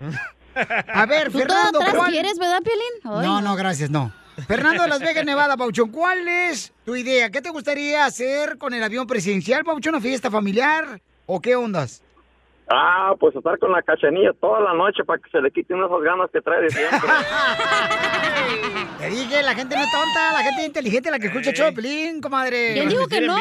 [SPEAKER 1] A ver,
[SPEAKER 2] Tú
[SPEAKER 1] Fernando,
[SPEAKER 2] todo atrás
[SPEAKER 1] ¿cuál?
[SPEAKER 2] quieres, ¿verdad, Piolín? Ay,
[SPEAKER 1] No, no, gracias, no. Fernando de Las Vegas, Nevada, Pauchón, ¿cuál es tu idea? ¿Qué te gustaría hacer con el avión presidencial, Pauchón? ¿Una fiesta familiar? ¿O qué ondas?
[SPEAKER 14] Ah, pues estar con la cachanilla toda la noche para que se le quiten esas ganas que trae de siempre.
[SPEAKER 1] Te dije, la gente no es tonta, la gente es inteligente, la que escucha el show de Pelín, comadre.
[SPEAKER 2] Yo digo que no.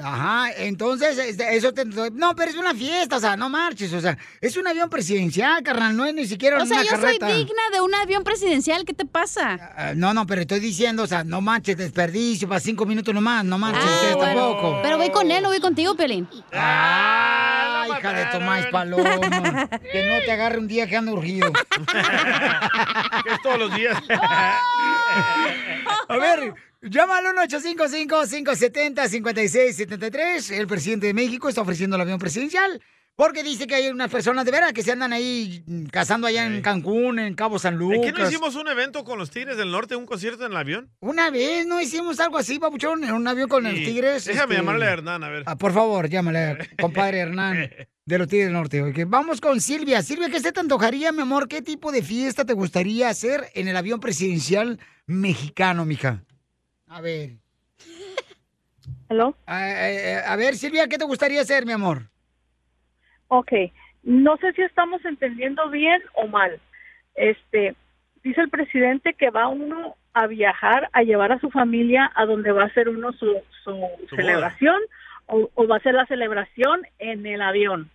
[SPEAKER 1] Ajá, entonces, este, eso te... No, pero es una fiesta, o sea, no marches, o sea, es un avión presidencial, carnal, no es ni siquiera
[SPEAKER 2] O sea,
[SPEAKER 1] una
[SPEAKER 2] yo
[SPEAKER 1] carreta.
[SPEAKER 2] soy digna de un avión presidencial, ¿qué te pasa?
[SPEAKER 1] Ah, No, no, pero estoy diciendo, o sea, no manches, desperdicio, para cinco minutos nomás, no manches,
[SPEAKER 2] Ah,
[SPEAKER 1] ustedes tampoco.
[SPEAKER 2] Pero voy con él o voy contigo, Piolín.
[SPEAKER 1] Ah, hija de Tomás Paloma, que no te agarre un día que ando urgido.
[SPEAKER 4] que es todos los días.
[SPEAKER 1] A ver, llama al 1-855-570-5673. El presidente de México está ofreciendo el avión presidencial. Porque dice que hay unas personas de veras que se andan ahí mm, cazando allá en Cancún, en Cabo San
[SPEAKER 4] ¿En
[SPEAKER 1] Lucas.
[SPEAKER 4] qué no hicimos un evento con los Tigres del Norte, un concierto en el avión?
[SPEAKER 1] Una vez no hicimos algo así, papuchón, en un avión con los
[SPEAKER 4] Sí.
[SPEAKER 1] tigres.
[SPEAKER 4] Déjame
[SPEAKER 1] este-
[SPEAKER 4] llamarle a Hernán, a ver.
[SPEAKER 1] Ah, por favor, llámale, compadre Hernán, de los Tigres del Norte. ok. Vamos con Silvia. Silvia, ¿qué se te antojaría, mi amor? ¿Qué tipo de fiesta te gustaría hacer en el avión presidencial mexicano, mija? A ver.
[SPEAKER 17] ¿Hello?
[SPEAKER 1] Ah, eh, a ver, Silvia, ¿qué te gustaría hacer, mi amor?
[SPEAKER 17] Ok, no sé si estamos entendiendo bien o mal. Este, dice el presidente que va uno a viajar, a llevar a su familia a donde va a hacer uno su, su
[SPEAKER 8] Su
[SPEAKER 17] celebración o, o va a hacer la celebración en el avión.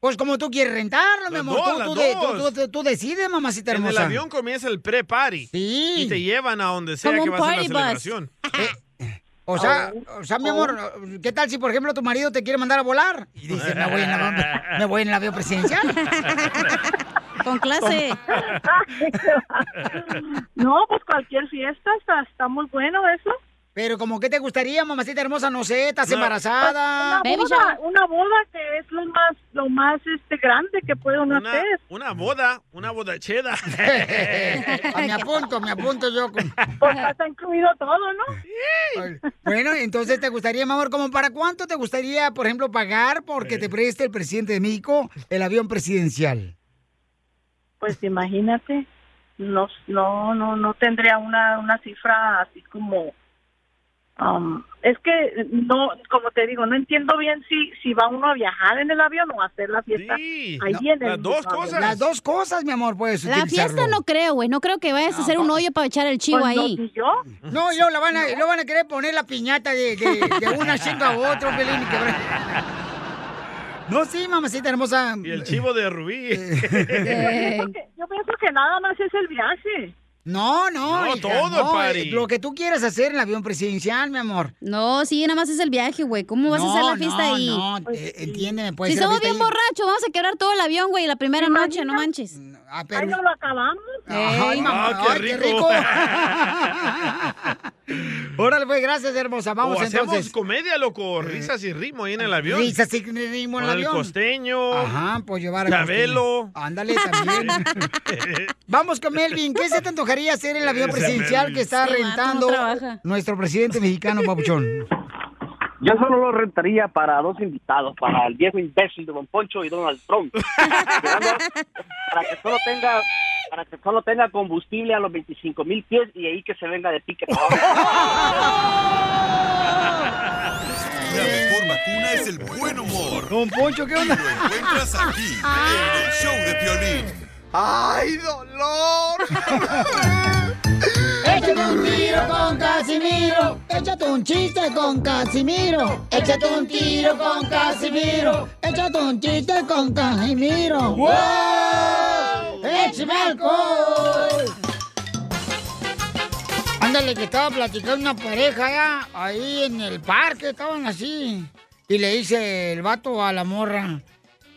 [SPEAKER 1] Pues como tú quieres rentarlo, mi
[SPEAKER 4] Las
[SPEAKER 1] amor.
[SPEAKER 4] dos,
[SPEAKER 1] tú,
[SPEAKER 4] las
[SPEAKER 1] tú de- tú-
[SPEAKER 4] dos.
[SPEAKER 1] tú- tú decides, mamacita
[SPEAKER 4] En el
[SPEAKER 1] hermosa.
[SPEAKER 4] avión comienza el pre-party.
[SPEAKER 1] Sí.
[SPEAKER 4] Y te llevan a donde sea
[SPEAKER 1] Como
[SPEAKER 4] que
[SPEAKER 1] un
[SPEAKER 4] vas a hacer la
[SPEAKER 1] party bus. Oh.
[SPEAKER 4] celebración.
[SPEAKER 1] Eh, O
[SPEAKER 17] Ah,
[SPEAKER 1] sea, o sea, mi amor,
[SPEAKER 17] Oh.
[SPEAKER 1] eh, ¿qué tal si, por ejemplo, tu marido te quiere mandar a volar? Y dices, me voy en, la, me voy en el avión presidencial.
[SPEAKER 2] Con clase.
[SPEAKER 5] No, pues cualquier fiesta está, está muy bueno eso.
[SPEAKER 1] Pero como que te gustaría, mamacita hermosa, no sé, estás embarazada.
[SPEAKER 5] Una boda, una boda que es lo más, lo más este grande que puede uno
[SPEAKER 4] Una,
[SPEAKER 5] hacer.
[SPEAKER 4] una boda, una bodacheda.
[SPEAKER 1] me apunto, me apunto yo. Con...
[SPEAKER 5] Pues, está incluido todo, ¿no?
[SPEAKER 1] Bueno, entonces te gustaría, mi amor, como para cuánto te gustaría, por ejemplo, pagar porque te preste el presidente de México el avión presidencial?
[SPEAKER 5] Pues imagínate, no, no, no, no tendría una, una cifra así como um, es que no, como te digo, no entiendo bien si, si va uno a viajar en el avión o a hacer la fiesta ahí
[SPEAKER 1] No,
[SPEAKER 5] en el mismo avión.
[SPEAKER 1] Las dos cosas, mi amor, puedes
[SPEAKER 2] La fiesta no creo, güey. No creo que vayas a hacer un hoyo para echar el chivo
[SPEAKER 1] Pues no,
[SPEAKER 2] ahí.
[SPEAKER 1] ¿y No, yo la van a, lo van a querer poner la piñata de, de, de un asiento a otro, Pelín, y quebrar. No, sí, mamacita hermosa. Eh.
[SPEAKER 4] Y el chivo de Rubí.
[SPEAKER 5] Yo pienso que- yo pienso que nada más es el viaje.
[SPEAKER 1] No, no.
[SPEAKER 4] No,
[SPEAKER 1] hija,
[SPEAKER 4] todo, pari.
[SPEAKER 1] Lo que tú quieras hacer en el avión presidencial, mi amor.
[SPEAKER 2] No, sí, nada más es el viaje, güey. ¿Cómo vas a hacer la fiesta
[SPEAKER 1] no,
[SPEAKER 2] ahí?
[SPEAKER 1] No,
[SPEAKER 5] Pues
[SPEAKER 1] eh, entiéndeme, puede
[SPEAKER 2] si
[SPEAKER 1] ser la
[SPEAKER 2] somos
[SPEAKER 1] fiesta
[SPEAKER 2] bien
[SPEAKER 1] ahí.
[SPEAKER 2] borrachos, vamos a quebrar todo el avión, güey, la primera noche, no manches.
[SPEAKER 1] Ah, pero- Ahí no
[SPEAKER 5] lo acabamos.
[SPEAKER 1] Ay, mamá, ay, Ah, qué rico. Órale, pues, gracias, hermosa. Vamos
[SPEAKER 4] o hacemos
[SPEAKER 1] entonces.
[SPEAKER 4] comedia, loco, risas y ritmo ahí en el avión.
[SPEAKER 1] Risas y ritmo en el
[SPEAKER 4] Con
[SPEAKER 1] avión.
[SPEAKER 4] costeño.
[SPEAKER 1] Ajá, pues llevar al
[SPEAKER 4] Chabelo.
[SPEAKER 1] costeño. Ándale también. Vamos con Melvin. ¿Qué se te antojaría hacer en el avión
[SPEAKER 17] Ese
[SPEAKER 1] presidencial
[SPEAKER 17] Melvin.
[SPEAKER 1] que está
[SPEAKER 17] Ese vato no
[SPEAKER 1] rentando
[SPEAKER 17] trabaja.
[SPEAKER 1] nuestro presidente mexicano, Papuchón?
[SPEAKER 18] Yo solo lo rentaría para dos invitados, para el viejo imbécil de Don Poncho y Donald Trump. para que solo tenga para que solo tenga combustible a los 25 mil pies y ahí que se venga de pique. para
[SPEAKER 9] La mejor vacuna es el buen humor.
[SPEAKER 1] Don Poncho, ¿qué onda?
[SPEAKER 9] Lo encuentras aquí, en el show de Piolín.
[SPEAKER 3] ¡Ay,
[SPEAKER 1] dolor! Échate un tiro con Casimiro. Échate un chiste con Casimiro. Échate un tiro con Casimiro. Échate un chiste con Casimiro.
[SPEAKER 3] ¡Wow!
[SPEAKER 1] ¡Échame alcohol! Ándale, que estaba platicando una pareja ya, ahí en el parque, estaban así. Y le dice el vato a la morra,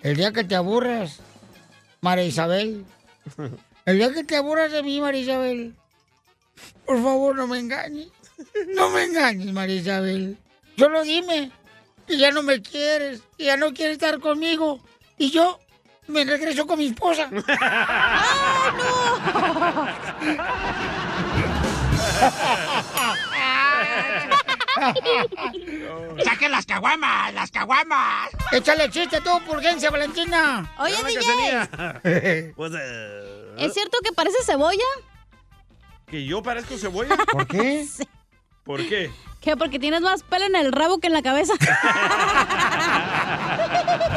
[SPEAKER 1] el día que te aburras, María Isabel, el día que te aburras de mí, María Isabel, por favor no me engañes, no me engañes, María Isabel. Solo dime que ya no me quieres, que ya no quieres estar conmigo. Y yo me regreso con mi esposa.
[SPEAKER 3] ¡Saquen las caguamas, las caguamas!
[SPEAKER 1] Échale chiste tú, Purgencia Valentina.
[SPEAKER 2] Oye,
[SPEAKER 3] Hola,
[SPEAKER 2] DJ.
[SPEAKER 4] Pues, eh,
[SPEAKER 2] ¿Es cierto que parece cebolla?
[SPEAKER 4] ¿Que yo parezco cebolla?
[SPEAKER 1] ¿Por qué?
[SPEAKER 4] ¿Por qué?
[SPEAKER 2] ¿Qué? Porque tienes más pelo en el rabo que en la cabeza.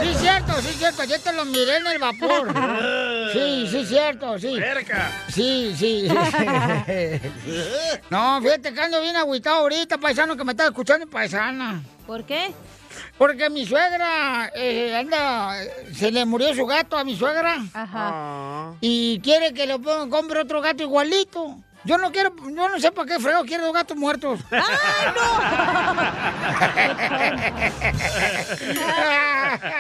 [SPEAKER 1] Sí, cierto, sí, cierto. Yo te lo miré en el vapor. Sí, sí, cierto, sí.
[SPEAKER 4] Cerca.
[SPEAKER 1] Sí, sí. No, fíjate que ando bien agüitado ahorita, paisano, que me está escuchando, paisana.
[SPEAKER 2] ¿Por qué?
[SPEAKER 1] Porque mi suegra eh, anda, eh, se le murió su gato a mi suegra. Ajá. Y quiere que le ponga- compre otro gato igualito. Yo no quiero, yo no sé para qué frego quiero gatos muertos. ¡Ay,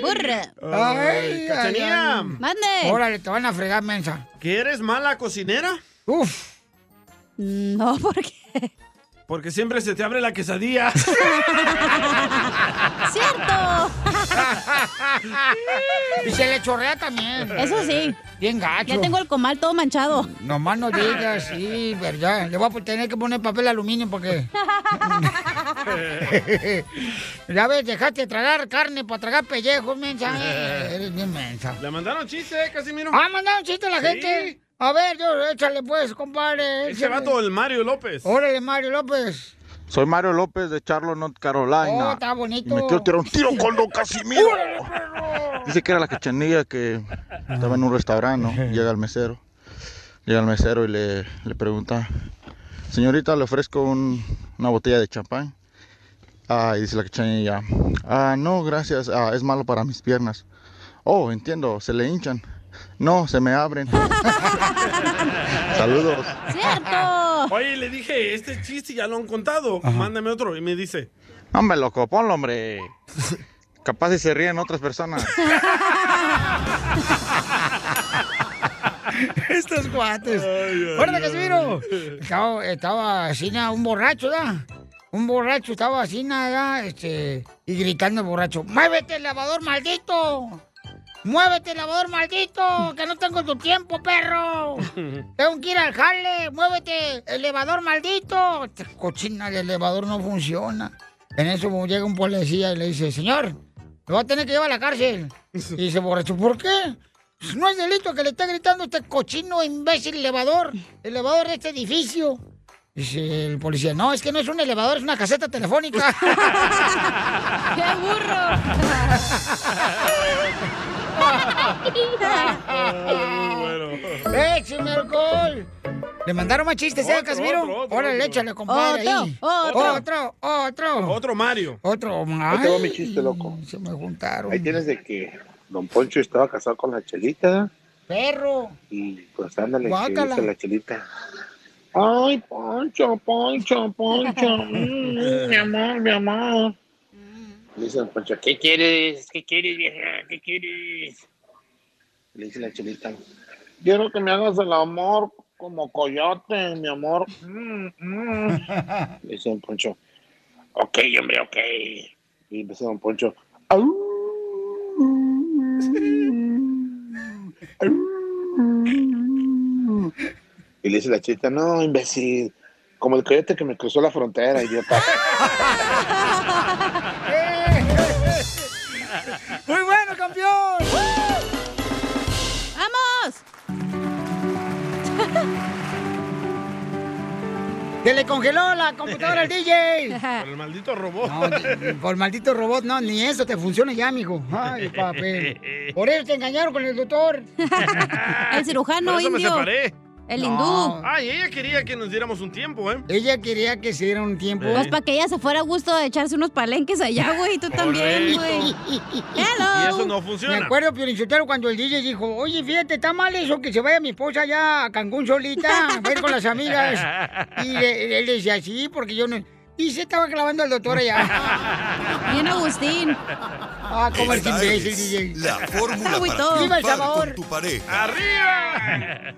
[SPEAKER 2] Burra.
[SPEAKER 4] Ay, Cachanía.
[SPEAKER 2] Mande.
[SPEAKER 1] Órale, te van a fregar, mensa.
[SPEAKER 4] ¿Que eres mala cocinera?
[SPEAKER 1] Uf.
[SPEAKER 2] No, ¿por qué?
[SPEAKER 4] Porque siempre se te abre la quesadilla.
[SPEAKER 2] ¡Cierto!
[SPEAKER 1] y se le chorrea también.
[SPEAKER 2] Eso sí.
[SPEAKER 1] Bien gacho.
[SPEAKER 2] Ya tengo el comal todo manchado.
[SPEAKER 1] Nomás no digas, sí, verdad. Le voy a tener que poner papel aluminio porque. ya ves, dejaste de tragar carne para tragar pellejos, mensa. Eh, Eres bien mensa.
[SPEAKER 4] Le mandaron chiste, eh, Casimiro.
[SPEAKER 1] Ah, mandaron chiste a la
[SPEAKER 4] Sí.
[SPEAKER 1] gente. A ver, yo, échale pues, compadre.
[SPEAKER 4] Ese
[SPEAKER 1] échale.
[SPEAKER 4] vato, el Mario López.
[SPEAKER 1] Órale, Mario López.
[SPEAKER 19] Soy Mario López de Charlotte, North
[SPEAKER 1] Oh,
[SPEAKER 19] Carolina.
[SPEAKER 1] está
[SPEAKER 19] y
[SPEAKER 1] bonito.
[SPEAKER 19] me quiero tirar un tiro con Don Casimiro. Dice que era la cachanilla que estaba en un restaurante, ¿no? Llega el mesero. Llega el mesero y le, le pregunta, señorita, le ofrezco un- una botella de champán. Ah, y dice la cachanilla, ah, no, gracias, ah, es malo para mis piernas. Oh, entiendo, se le hinchan. No, se me abren. Saludos.
[SPEAKER 2] ¡Cierto!
[SPEAKER 4] Oye, le dije, este chiste ya lo han contado, mándame otro. Y me dice,
[SPEAKER 19] Hombre, loco, ponlo, hombre. Capaz si se ríen otras personas.
[SPEAKER 20] Estos guates.
[SPEAKER 1] ¡Fuerte, Casimiro! Estaba, estaba así, na, un borracho, ¿verdad? Un borracho estaba así, nada, este, y gritando el borracho, ¡Muévete, lavador maldito! ¡Muévete, lavador maldito! ¡Que no tengo tu tiempo, perro! ¡Tengo que ir al jale! ¡Muévete, elevador maldito! Esta Cochina, el elevador no funciona. En eso llega un policía y le dice, señor, lo va a tener que llevar a la cárcel. Y dice, borracho, ¿por qué? Pues No es delito que le esté gritando este cochino imbécil elevador, elevador de este edificio. Dice el policía, no, es que no es un elevador, es una caseta telefónica.
[SPEAKER 21] ¡Qué
[SPEAKER 1] burro! ¡Écheme alcohol! Le mandaron más chistes, ¿eh,
[SPEAKER 20] Otro,
[SPEAKER 1] Casimiro?
[SPEAKER 20] otro, otro,
[SPEAKER 1] Órale,
[SPEAKER 20] otro.
[SPEAKER 1] échale, compadre.
[SPEAKER 20] Otro,
[SPEAKER 1] ahí.
[SPEAKER 20] otro.
[SPEAKER 1] otro, otro.
[SPEAKER 4] Otro Mario.
[SPEAKER 1] Otro
[SPEAKER 3] Ahí te va mi
[SPEAKER 1] Ay,
[SPEAKER 3] chiste, loco.
[SPEAKER 1] Se me juntaron.
[SPEAKER 3] Ahí tienes de que Don Poncho estaba casado con la Chelita
[SPEAKER 1] Perro.
[SPEAKER 3] y pues ándale, que
[SPEAKER 1] Guácala.
[SPEAKER 3] dice la Chelita. Ay, Poncho, Poncho, Poncho. mm, mm, mi amor, mi amor. Dice Don Poncho, ¿qué quieres? ¿Qué quieres, vieja? ¿Qué quieres? Le dice la Chelita. Quiero que me hagas el amor como coyote, mi amor. Mm, mm. Le dice Don Poncho. Ok, hombre, ok. Y empieza Don Poncho. "Au". Y le dice la chita, no, imbécil. Como el coyote que me cruzó la frontera, idiota.
[SPEAKER 1] ¡Muy bueno, campeón!
[SPEAKER 2] ¡Vamos!
[SPEAKER 1] ¡Se le congeló la computadora al DJ!
[SPEAKER 4] Por el maldito robot.
[SPEAKER 1] No, ni- por maldito robot, no, ni eso te funciona ya, mijo. Ay, papel. Por eso te engañaron con el doctor.
[SPEAKER 2] El cirujano
[SPEAKER 4] Por eso me
[SPEAKER 2] indio.
[SPEAKER 4] separé.
[SPEAKER 2] El
[SPEAKER 4] No.
[SPEAKER 2] hindú.
[SPEAKER 4] Ay, ella quería que nos diéramos un tiempo, ¿eh?
[SPEAKER 1] Ella quería que se diera un tiempo.
[SPEAKER 2] Pues para que ella se fuera a gusto de echarse unos palenques allá, güey. y Tú también, güey.
[SPEAKER 4] Y eso no funciona.
[SPEAKER 1] Me acuerdo, Piorinchotero, cuando el DJ dijo, oye, fíjate, está mal eso que se vaya mi esposa allá a Cancún solita, a ver con las amigas. Y le- le- él decía, sí, porque yo no... Y se estaba clavando al doctor allá.
[SPEAKER 2] Bien, Agustín.
[SPEAKER 1] Ah, como el
[SPEAKER 9] Esta
[SPEAKER 1] imbécil,
[SPEAKER 9] es
[SPEAKER 1] DJ.
[SPEAKER 9] La fórmula
[SPEAKER 1] Agüitó.
[SPEAKER 9] para
[SPEAKER 1] ¡Viva El
[SPEAKER 9] triunfar
[SPEAKER 1] Salvador!
[SPEAKER 9] con tu pareja.
[SPEAKER 4] ¡Arriba!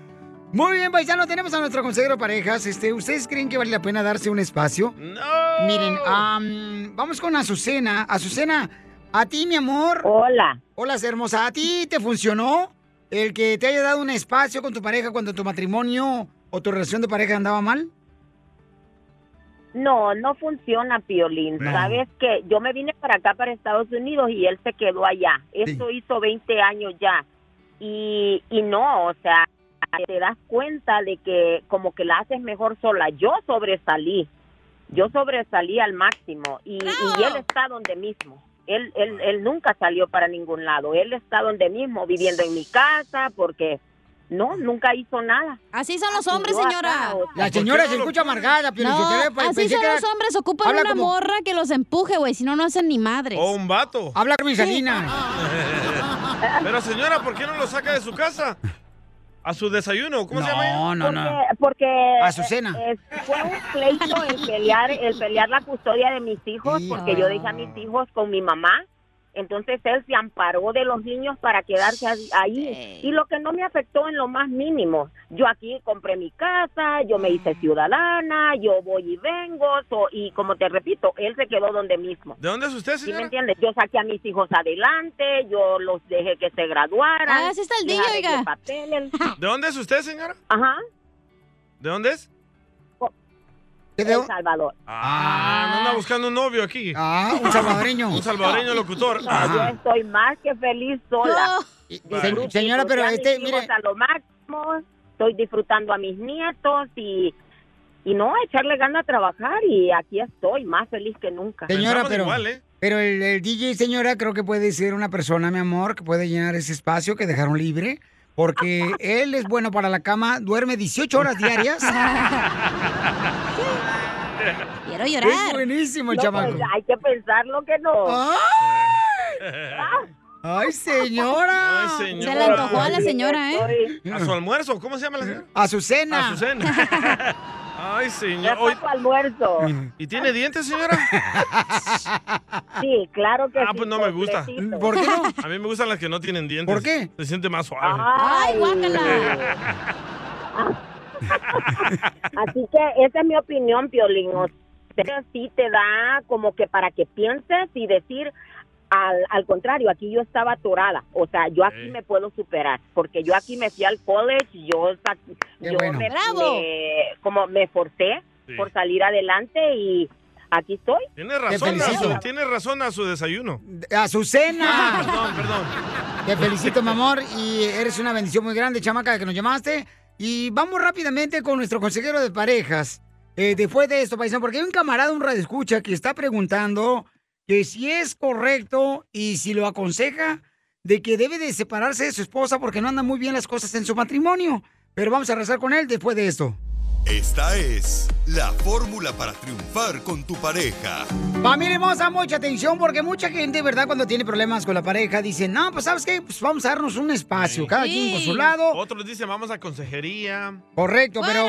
[SPEAKER 1] Muy bien, paisano, tenemos a nuestro consejero de parejas. Este, ¿Ustedes creen que vale la pena darse un espacio?
[SPEAKER 4] No.
[SPEAKER 1] Miren, am, vamos con Azucena. Azucena, a ti, mi amor.
[SPEAKER 22] Hola.
[SPEAKER 1] Hola, hermosa. ¿A ti te funcionó el que te haya dado un espacio con tu pareja cuando tu matrimonio o tu relación de pareja andaba mal?
[SPEAKER 22] No, no funciona, Piolín. Sabes que yo me vine para acá, para Estados Unidos, y él se quedó allá. Esto hizo 20 años ya. Y, y no, o sea, te das cuenta de que como que la haces mejor sola. Yo sobresalí. Yo sobresalí al máximo. Y, y él está donde mismo. Él, él, él nunca salió para ningún lado. Él está donde mismo, viviendo en mi casa, porque no, nunca hizo nada. Ah,
[SPEAKER 2] Así son los
[SPEAKER 22] pues,
[SPEAKER 2] hombres, señora.
[SPEAKER 1] La señora se escucha amargada, pero
[SPEAKER 2] No,
[SPEAKER 1] yo te veo,
[SPEAKER 2] así
[SPEAKER 1] pues, pensé
[SPEAKER 2] son
[SPEAKER 1] que era-
[SPEAKER 2] los hombres, ocupan
[SPEAKER 1] habla
[SPEAKER 2] una
[SPEAKER 1] como-
[SPEAKER 2] morra que los empuje, güey, si no, no hacen ni madres.
[SPEAKER 4] O Oh, un vato.
[SPEAKER 1] Habla con mi Salina. Ah.
[SPEAKER 4] Pero señora, ¿por qué no lo saca de su casa? ¿A su desayuno? ¿Cómo se llama? ella?
[SPEAKER 22] Eh, Porque- Porque
[SPEAKER 4] Azucena.
[SPEAKER 22] eh, eh, fue un pleito el pelear, el pelear la custodia de mis hijos, porque yo dejé a mis hijos con mi mamá. Entonces él se amparó de los niños para quedarse ahí- ahí. Y lo que no me afectó en lo más mínimo. Yo aquí compré mi casa, yo me
[SPEAKER 4] Mm.
[SPEAKER 22] hice ciudadana, yo voy y vengo. so- y como te repito, él se quedó donde mismo.
[SPEAKER 4] ¿De dónde es usted,
[SPEAKER 22] ¿Sí me
[SPEAKER 4] señora?
[SPEAKER 22] entiendes? Yo saqué a mis hijos adelante, yo los dejé que se graduaran.
[SPEAKER 4] Ah, así está el
[SPEAKER 22] les
[SPEAKER 4] niño,
[SPEAKER 22] arreglé
[SPEAKER 4] oiga.
[SPEAKER 22] papeles.
[SPEAKER 4] ¿De dónde es usted, señora?
[SPEAKER 22] Ajá.
[SPEAKER 4] ¿De dónde es?
[SPEAKER 22] El Salvador.
[SPEAKER 4] Ah, no anda buscando un novio aquí.
[SPEAKER 1] Ah, un salvadoreño.
[SPEAKER 4] un salvadoreño locutor.
[SPEAKER 22] Yo
[SPEAKER 4] Ah.
[SPEAKER 22] estoy más que feliz sola.
[SPEAKER 1] se- señora, pero
[SPEAKER 22] Disfruté a
[SPEAKER 1] este,
[SPEAKER 22] mis
[SPEAKER 1] mire-
[SPEAKER 22] hijos A lo máximo, estoy disfrutando a mis nietos y, y no, echarle ganas a trabajar y aquí estoy más feliz que nunca.
[SPEAKER 1] Señora, pero,
[SPEAKER 4] ¿eh?
[SPEAKER 1] pero el, el DJ, señora, creo que puede ser una persona, mi amor, que puede llenar ese espacio que dejaron libre. Porque él es bueno para la cama, duerme 18 horas diarias.
[SPEAKER 2] Quiero
[SPEAKER 1] Es buenísimo el
[SPEAKER 22] No,
[SPEAKER 1] chamaco. Ah,
[SPEAKER 22] pues, hay que pensar lo que no.
[SPEAKER 1] ¡Ay, señora!
[SPEAKER 4] Ay, señora.
[SPEAKER 2] Se le antojó a la señora, ¿eh?
[SPEAKER 4] ¿A su almuerzo? ¿Cómo se llama la señora?
[SPEAKER 1] Azucena.
[SPEAKER 4] Azucena. Ay,
[SPEAKER 22] Ya
[SPEAKER 4] señor.
[SPEAKER 22] está
[SPEAKER 4] Oye,
[SPEAKER 22] tu almuerzo.
[SPEAKER 4] ¿Y tiene dientes, señora?
[SPEAKER 22] Sí, claro que sí.
[SPEAKER 4] Ah, pues no me gusta.
[SPEAKER 22] completito.
[SPEAKER 4] A mí me gustan las que no tienen dientes. ¿Por qué? Se siente más suave.
[SPEAKER 22] Ay, Así que esa es mi opinión, Piolín. O sea, sí te da como que para que pienses y decir, al, al contrario, aquí yo estaba atorada. O sea, yo aquí
[SPEAKER 17] Ok.
[SPEAKER 22] me puedo superar, porque yo aquí me fui al college, yo, sa- yo
[SPEAKER 17] bueno.
[SPEAKER 22] me,
[SPEAKER 17] Bravo.
[SPEAKER 22] me- como me forcé
[SPEAKER 4] Sí.
[SPEAKER 22] por salir adelante y aquí estoy.
[SPEAKER 4] Tiene razón, a su, tiene razón a su desayuno.
[SPEAKER 1] Azucena.
[SPEAKER 4] Ah, Perdón, perdón.
[SPEAKER 1] Te felicito, mi amor, y eres una bendición muy grande, chamaca, que nos llamaste. Y vamos rápidamente con nuestro consejero de parejas. eh, después de esto, paisano, porque hay un camarada, un radioescucha, que está preguntando que si es correcto y si lo aconseja de que debe de separarse de su esposa porque no andan muy bien las cosas en su matrimonio. Pero vamos a rezar con él después de esto.
[SPEAKER 9] Esta es la fórmula para triunfar con tu pareja.
[SPEAKER 1] Familia hermosa, mucha atención porque mucha gente, ¿verdad? Cuando tiene problemas con la pareja, dicen, no, pues sabes qué, pues vamos a darnos un espacio, cada quien por su lado.
[SPEAKER 4] Otros dicen, vamos a consejería.
[SPEAKER 1] Correcto, pero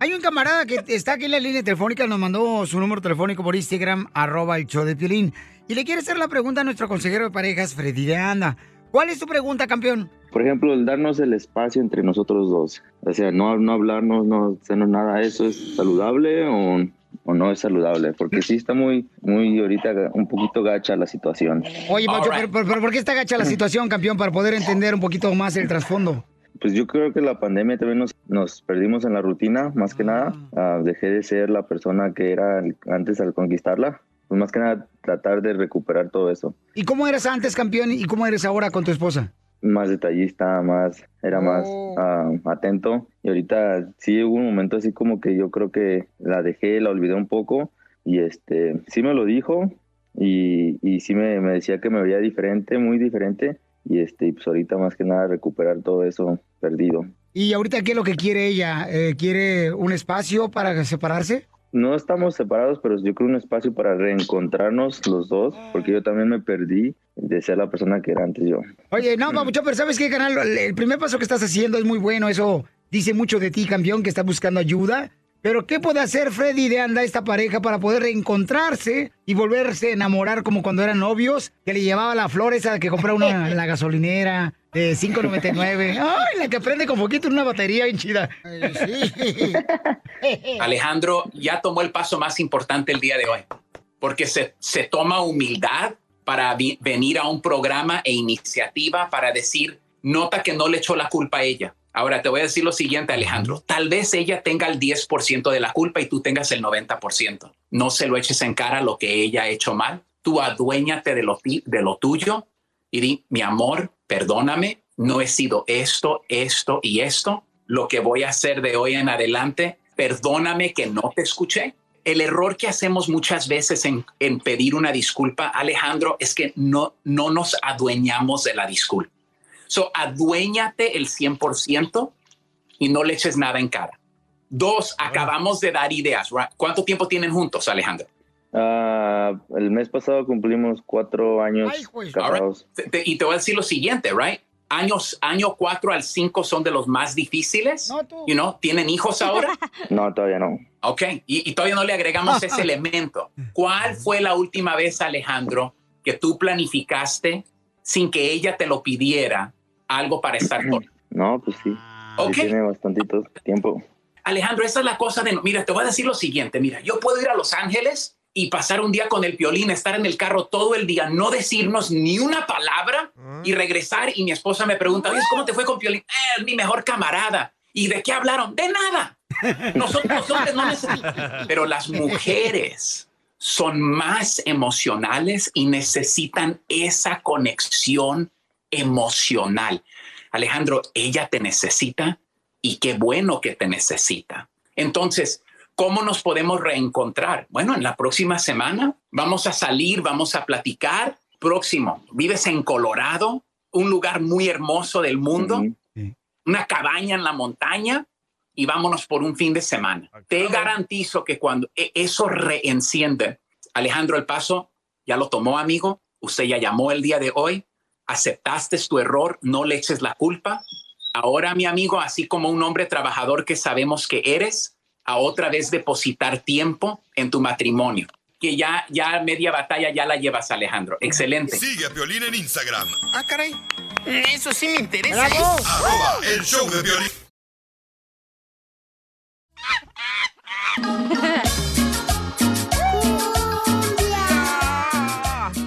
[SPEAKER 1] hay un camarada que está aquí en la línea telefónica, nos mandó su número telefónico por Instagram, arroba el show de Piolín. Y le quiere hacer la pregunta a nuestro consejero de parejas, Freddy de Anda. ¿Cuál es tu pregunta, campeón?
[SPEAKER 12] Por ejemplo, el darnos el espacio entre nosotros dos. O sea, no, no hablarnos, no hacernos nada. ¿Eso es saludable o, o no es saludable? Porque sí está muy, muy ahorita ga- un poquito gacha la situación.
[SPEAKER 1] Oye, Pacho, pues- pero, pero- pero ¿por qué está gacha la situación, campeón? Para poder entender un poquito más el trasfondo.
[SPEAKER 12] Pues yo creo que la pandemia también nos, nos perdimos en la rutina, más que nada. Ah, dejé de ser la persona que era al- antes al conquistarla. Pues más que nada tratar de recuperar todo eso.
[SPEAKER 1] ¿Y cómo eras antes, campeón, y cómo eres ahora con tu esposa?
[SPEAKER 12] más detallista, más, era más ah, atento. Y ahorita sí hubo un momento así como que yo creo que la dejé, la olvidé un poco. Y este, sí me lo dijo y, y sí me, me decía que me veía diferente, muy diferente. Y este, y pues ahorita más que nada recuperar todo eso perdido.
[SPEAKER 1] ¿Y ahorita qué es lo que quiere ella? Eh, ¿Quiere un espacio para separarse?
[SPEAKER 12] No estamos separados, pero yo creo un espacio para reencontrarnos los dos, porque yo también me perdí de ser la persona que era antes yo.
[SPEAKER 1] Oye, no, Papuchón, pero ¿sabes qué, canal? El primer paso que estás haciendo es muy bueno. Eso dice mucho de ti, campeón, que estás buscando ayuda. Pero ¿qué puede hacer Freddy de Anda, esta pareja, para poder reencontrarse y volverse a enamorar como cuando eran novios? Que le llevaba la flor esa que compraba una en la gasolinera de 5.99. Ay, la que prende con poquito en una batería bien chida.
[SPEAKER 23] Alejandro ya tomó el paso más importante el día de hoy, porque se, se toma humildad para vi- venir a un programa e iniciativa para decir, nota que no le echó la culpa a ella. Ahora te voy a decir lo siguiente, Alejandro, tal vez ella tenga el 10% de la culpa y tú tengas el 90%. No se lo eches en cara lo que ella ha hecho mal. Tú aduéñate de lo, ti- de lo tuyo y di, mi amor, perdóname, no he sido esto, esto y esto. Lo que voy a hacer de hoy en adelante, perdóname que no te escuché. El error que hacemos muchas veces en, en pedir una disculpa, Alejandro, es que no, no nos adueñamos de la disculpa. So, aduéñate el 100% y no le eches nada en cara. Dos, acabamos de dar ideas. right? ¿Cuánto tiempo tienen juntos, Alejandro?
[SPEAKER 12] Ah, el mes pasado cumplimos cuatro años casados.
[SPEAKER 23] Te- te- y te voy a decir lo siguiente, right? Años, año 4 al 5 son de los más difíciles. You know, ¿Tienen hijos ahora?
[SPEAKER 12] No, todavía no.
[SPEAKER 23] Ok, y, y todavía no le agregamos ese elemento. ¿Cuál fue la última vez, Alejandro, que tú planificaste sin que ella te lo pidiera algo para estar con?
[SPEAKER 12] No, pues sí.
[SPEAKER 23] Ok.
[SPEAKER 12] Sí tiene bastantito tiempo.
[SPEAKER 23] Alejandro, esa es la cosa de... no- Mira, te voy a decir lo siguiente. Mira, yo puedo ir a Los Ángeles y pasar un día con el violín, estar en el carro todo el día, no decirnos ni una palabra y regresar y mi esposa me pregunta, "Oye, ¿cómo te fue con violín? "Eh, es mi mejor camarada. ¿Y de qué hablaron? De nada. Nosotros los hombres no necesitamos... Pero las mujeres son más emocionales y necesitan esa conexión emocional. Alejandro, ella te necesita y qué bueno que te necesita. Entonces, ¿cómo nos podemos reencontrar? Bueno, en la próxima semana vamos a salir, vamos a platicar. Próximo, vives en Colorado, un lugar muy hermoso del mundo, una cabaña en la montaña y vámonos por un fin de semana. Te garantizo que cuando e- eso reenciende, Alejandro El Paso ya lo tomó, amigo, usted ya llamó el día de hoy, aceptaste tu error, no le eches la culpa. Ahora, mi amigo, así como un hombre trabajador que sabemos que eres, a otra vez depositar tiempo en tu matrimonio. Que ya, ya media batalla ya la llevas, Alejandro. Excelente.
[SPEAKER 9] Sigue a Piolín en Instagram.
[SPEAKER 3] Ah, caray. Eso sí me interesa.
[SPEAKER 9] Arroba el show de Piolín.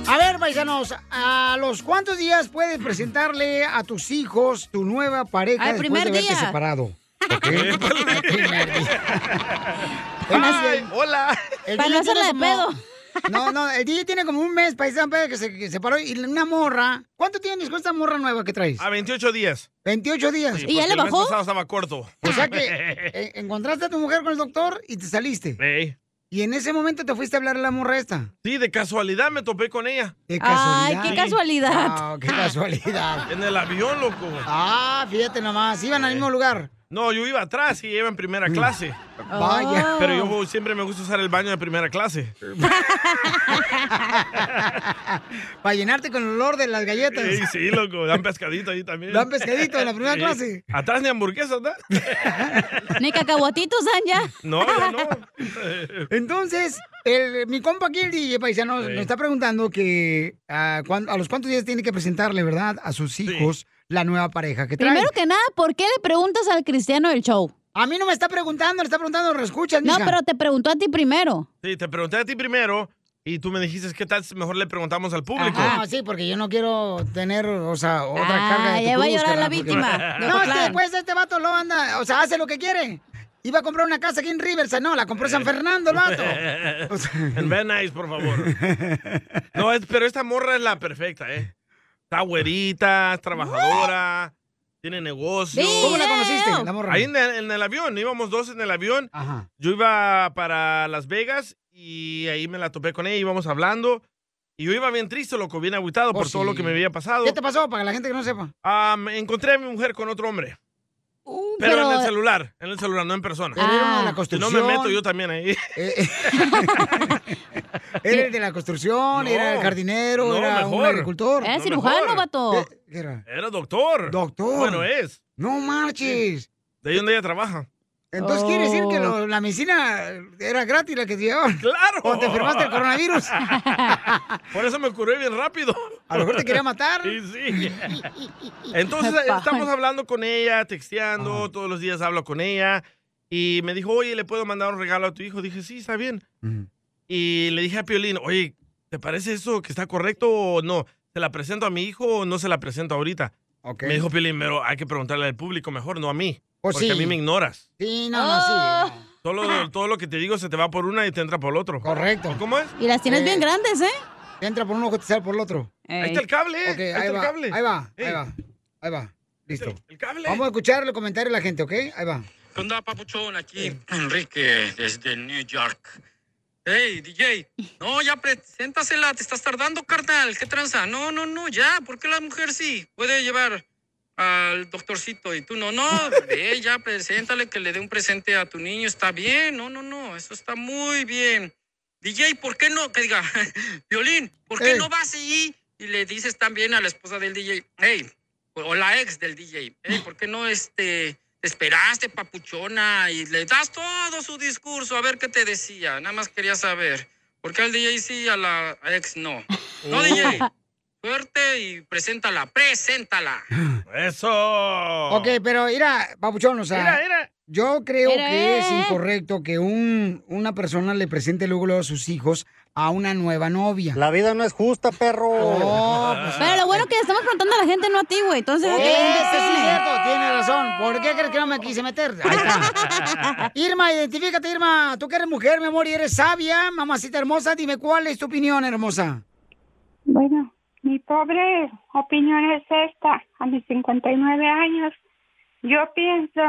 [SPEAKER 1] A ver, paisanos, ¿a los cuántos días puedes presentarle a tus hijos tu nueva pareja
[SPEAKER 2] Al
[SPEAKER 1] después
[SPEAKER 2] primer
[SPEAKER 1] de haberte
[SPEAKER 2] día.
[SPEAKER 1] separado? ¿Ok? Al primer día.
[SPEAKER 2] Ay,
[SPEAKER 1] hola.
[SPEAKER 2] Para no hacerla de pedo.
[SPEAKER 1] No, no, el DJ tiene como un mes, paisano, pero que se que se separó. Y una morra. ¿Cuánto tienes con esta morra nueva que traes?
[SPEAKER 4] A 28 días.
[SPEAKER 1] 28 días.
[SPEAKER 4] Sí,
[SPEAKER 2] pues,
[SPEAKER 4] porque El mes pasado estaba corto.
[SPEAKER 1] O sea que eh, encontraste a tu mujer con el doctor y te saliste. Y en ese momento te fuiste a hablar a la morra esta.
[SPEAKER 4] Sí, de casualidad me topé con ella.
[SPEAKER 1] Qué casualidad.
[SPEAKER 4] Sí.
[SPEAKER 1] Wow, qué casualidad.
[SPEAKER 4] En el avión, loco.
[SPEAKER 1] Ah, fíjate nomás, iban al mismo lugar. Mm.
[SPEAKER 4] No, yo iba atrás y iba en primera clase.
[SPEAKER 1] Vaya.
[SPEAKER 4] Pero yo siempre me gusta usar el baño de primera clase.
[SPEAKER 1] Para llenarte con el olor de las galletas.
[SPEAKER 4] Sí, sí, loco. Dan pescadito ahí también.
[SPEAKER 1] Dan pescadito en la primera
[SPEAKER 4] Sí.
[SPEAKER 1] clase.
[SPEAKER 4] Atrás ni hamburguesas, ¿no?
[SPEAKER 2] Ni cacahuatitos dan ya.
[SPEAKER 4] No, ya no.
[SPEAKER 1] Entonces, el- mi compa aquí, el DJ Paisano,
[SPEAKER 4] Sí.
[SPEAKER 1] nos está preguntando que ah, cuán- a los cuántos días tiene que presentarle, ¿verdad?, a sus hijos la nueva pareja que trae.
[SPEAKER 2] Primero que nada, ¿por qué le preguntas al cristiano del show?
[SPEAKER 1] A mí no me está preguntando, le está preguntando, escuchas,
[SPEAKER 2] No,
[SPEAKER 4] mija.
[SPEAKER 2] pero te preguntó a ti primero.
[SPEAKER 4] Sí, te pregunté a ti primero y tú me dijiste, ¿qué tal si mejor le preguntamos al público?
[SPEAKER 1] Ah, sí, porque yo no quiero tener, o sea, otra
[SPEAKER 4] Ah,
[SPEAKER 1] carga de tu
[SPEAKER 4] ya va a
[SPEAKER 1] cruz,
[SPEAKER 4] llorar la
[SPEAKER 1] carnal, porque-
[SPEAKER 4] víctima de
[SPEAKER 1] No, es que
[SPEAKER 4] Ocotlán.
[SPEAKER 1] después este vato lo anda, o sea, hace lo que quiere. Iba a comprar una casa aquí en Riverside, no, la compró en San Fernando el vato.
[SPEAKER 4] en Van Nuys, por favor. No, es- pero esta morra es la perfecta, ¿eh? Está güerita, es trabajadora, tiene negocio.
[SPEAKER 1] ¿Cómo la conociste, la morra?
[SPEAKER 4] Ahí en el, en el avión, íbamos dos en el avión. Yo iba para Las Vegas y ahí me la topé con ella, íbamos hablando. Y yo iba bien triste, loco, bien aguitado por todo lo que me había pasado.
[SPEAKER 1] ¿Qué Oh, te pasó? Para la gente que no sepa.
[SPEAKER 4] Ah, me encontré a mi mujer con otro hombre. Pero,
[SPEAKER 1] Uh, pero- eh,
[SPEAKER 4] en el celular, en el celular, no en persona.
[SPEAKER 1] Pero era uno
[SPEAKER 4] Si
[SPEAKER 1] de la
[SPEAKER 4] no me
[SPEAKER 1] construcción.
[SPEAKER 4] meto yo también ahí.
[SPEAKER 1] Era el de la construcción,
[SPEAKER 4] No.
[SPEAKER 1] era el jardinero, Eh,
[SPEAKER 4] No,
[SPEAKER 1] era un
[SPEAKER 4] mejor.
[SPEAKER 1] agricultor.
[SPEAKER 4] Era No, cirujano, mejor. vato.
[SPEAKER 1] ¿Qué- qué era?
[SPEAKER 4] Era doctor.
[SPEAKER 1] Doctor.
[SPEAKER 4] Bueno, es.
[SPEAKER 1] No marches.
[SPEAKER 4] De ahí donde ella trabaja.
[SPEAKER 1] Entonces quiere decir que lo- la medicina era gratis la que te llevaban.
[SPEAKER 4] Oh. ¡Claro!
[SPEAKER 1] O te enfermaste del coronavirus.
[SPEAKER 4] Oh. Por eso me curé bien rápido.
[SPEAKER 1] A lo mejor te quería matar.
[SPEAKER 4] Sí, sí. Entonces eh, estamos hablando con ella, texteando, todos los días hablo con ella. Y me dijo, oye, ¿le puedo mandar un regalo a tu hijo? Dije, sí, está bien.
[SPEAKER 1] Mm.
[SPEAKER 4] Y le dije a Piolín, oye, ¿te parece eso que está correcto o no? ¿Se la presento a mi hijo o no se la presento ahorita? Me dijo Piolín, pero hay que preguntarle al público mejor, no a mí.
[SPEAKER 1] Pues
[SPEAKER 4] porque
[SPEAKER 1] sí.
[SPEAKER 4] a mí me ignoras.
[SPEAKER 1] Sí, no, no, sí.
[SPEAKER 4] Todo, todo lo que te digo se te va por una y te entra por el otro.
[SPEAKER 1] Correcto.
[SPEAKER 4] ¿Cómo es?
[SPEAKER 2] Y las tienes bien grandes, ¿eh?
[SPEAKER 1] Te entra por un ojo y te sale por el otro.
[SPEAKER 4] Ahí está el cable.
[SPEAKER 1] Ok,
[SPEAKER 4] ahí,
[SPEAKER 1] ahí,
[SPEAKER 4] está
[SPEAKER 1] va,
[SPEAKER 4] el cable.
[SPEAKER 1] ahí va, ahí
[SPEAKER 4] Ey.
[SPEAKER 1] va, ahí va. Listo.
[SPEAKER 4] El cable.
[SPEAKER 1] Vamos a escuchar los comentarios de la gente, ¿ok? Ahí va.
[SPEAKER 24] ¿Qué onda, papuchón? Aquí Enrique desde New York. Hey, DJ. No, ya preséntasela, te estás tardando, carnal. ¿Qué tranza? No, no, no, ya. ¿Por qué la mujer sí puede llevar al doctorcito y tú no? No, ve, ya preséntale que le dé un presente a tu niño. Está bien. No, no, no. Eso está muy bien. DJ, ¿por qué no? Que diga, Violín, ¿por qué
[SPEAKER 25] Ey.
[SPEAKER 24] no vas ahí? Y le dices también a la esposa del DJ, hey, o la ex del DJ, hey, ¿por qué no este, te esperaste, papuchona? Y le das todo su discurso, a ver qué te decía. Nada más quería saber, ¿por qué al DJ sí y a la ex no? No, Oh. DJ, suerte y preséntala, preséntala.
[SPEAKER 4] Eso.
[SPEAKER 1] Ok, pero mira, papuchón, o sea.
[SPEAKER 24] Mira, mira.
[SPEAKER 1] Yo creo
[SPEAKER 24] Mira,
[SPEAKER 1] que es
[SPEAKER 24] eh, eh.
[SPEAKER 1] incorrecto que un, una persona le presente luego, luego a sus hijos a una nueva novia. Oh, La vida no es justa, perro. pues,
[SPEAKER 2] Pero lo bueno que le estamos preguntando a la gente, no a ti, güey. Entonces, aquí la gente
[SPEAKER 1] Este sí es
[SPEAKER 2] tiene.
[SPEAKER 1] cierto, tiene razón. ¿Por qué crees que no me quise meter? Ahí está. Irma, identifícate, Irma. Tú que eres mujer, mi amor, y eres sabia, mamacita hermosa, dime cuál es tu opinión, hermosa.
[SPEAKER 26] Bueno, mi pobre opinión es esta. A mis 59 años, yo pienso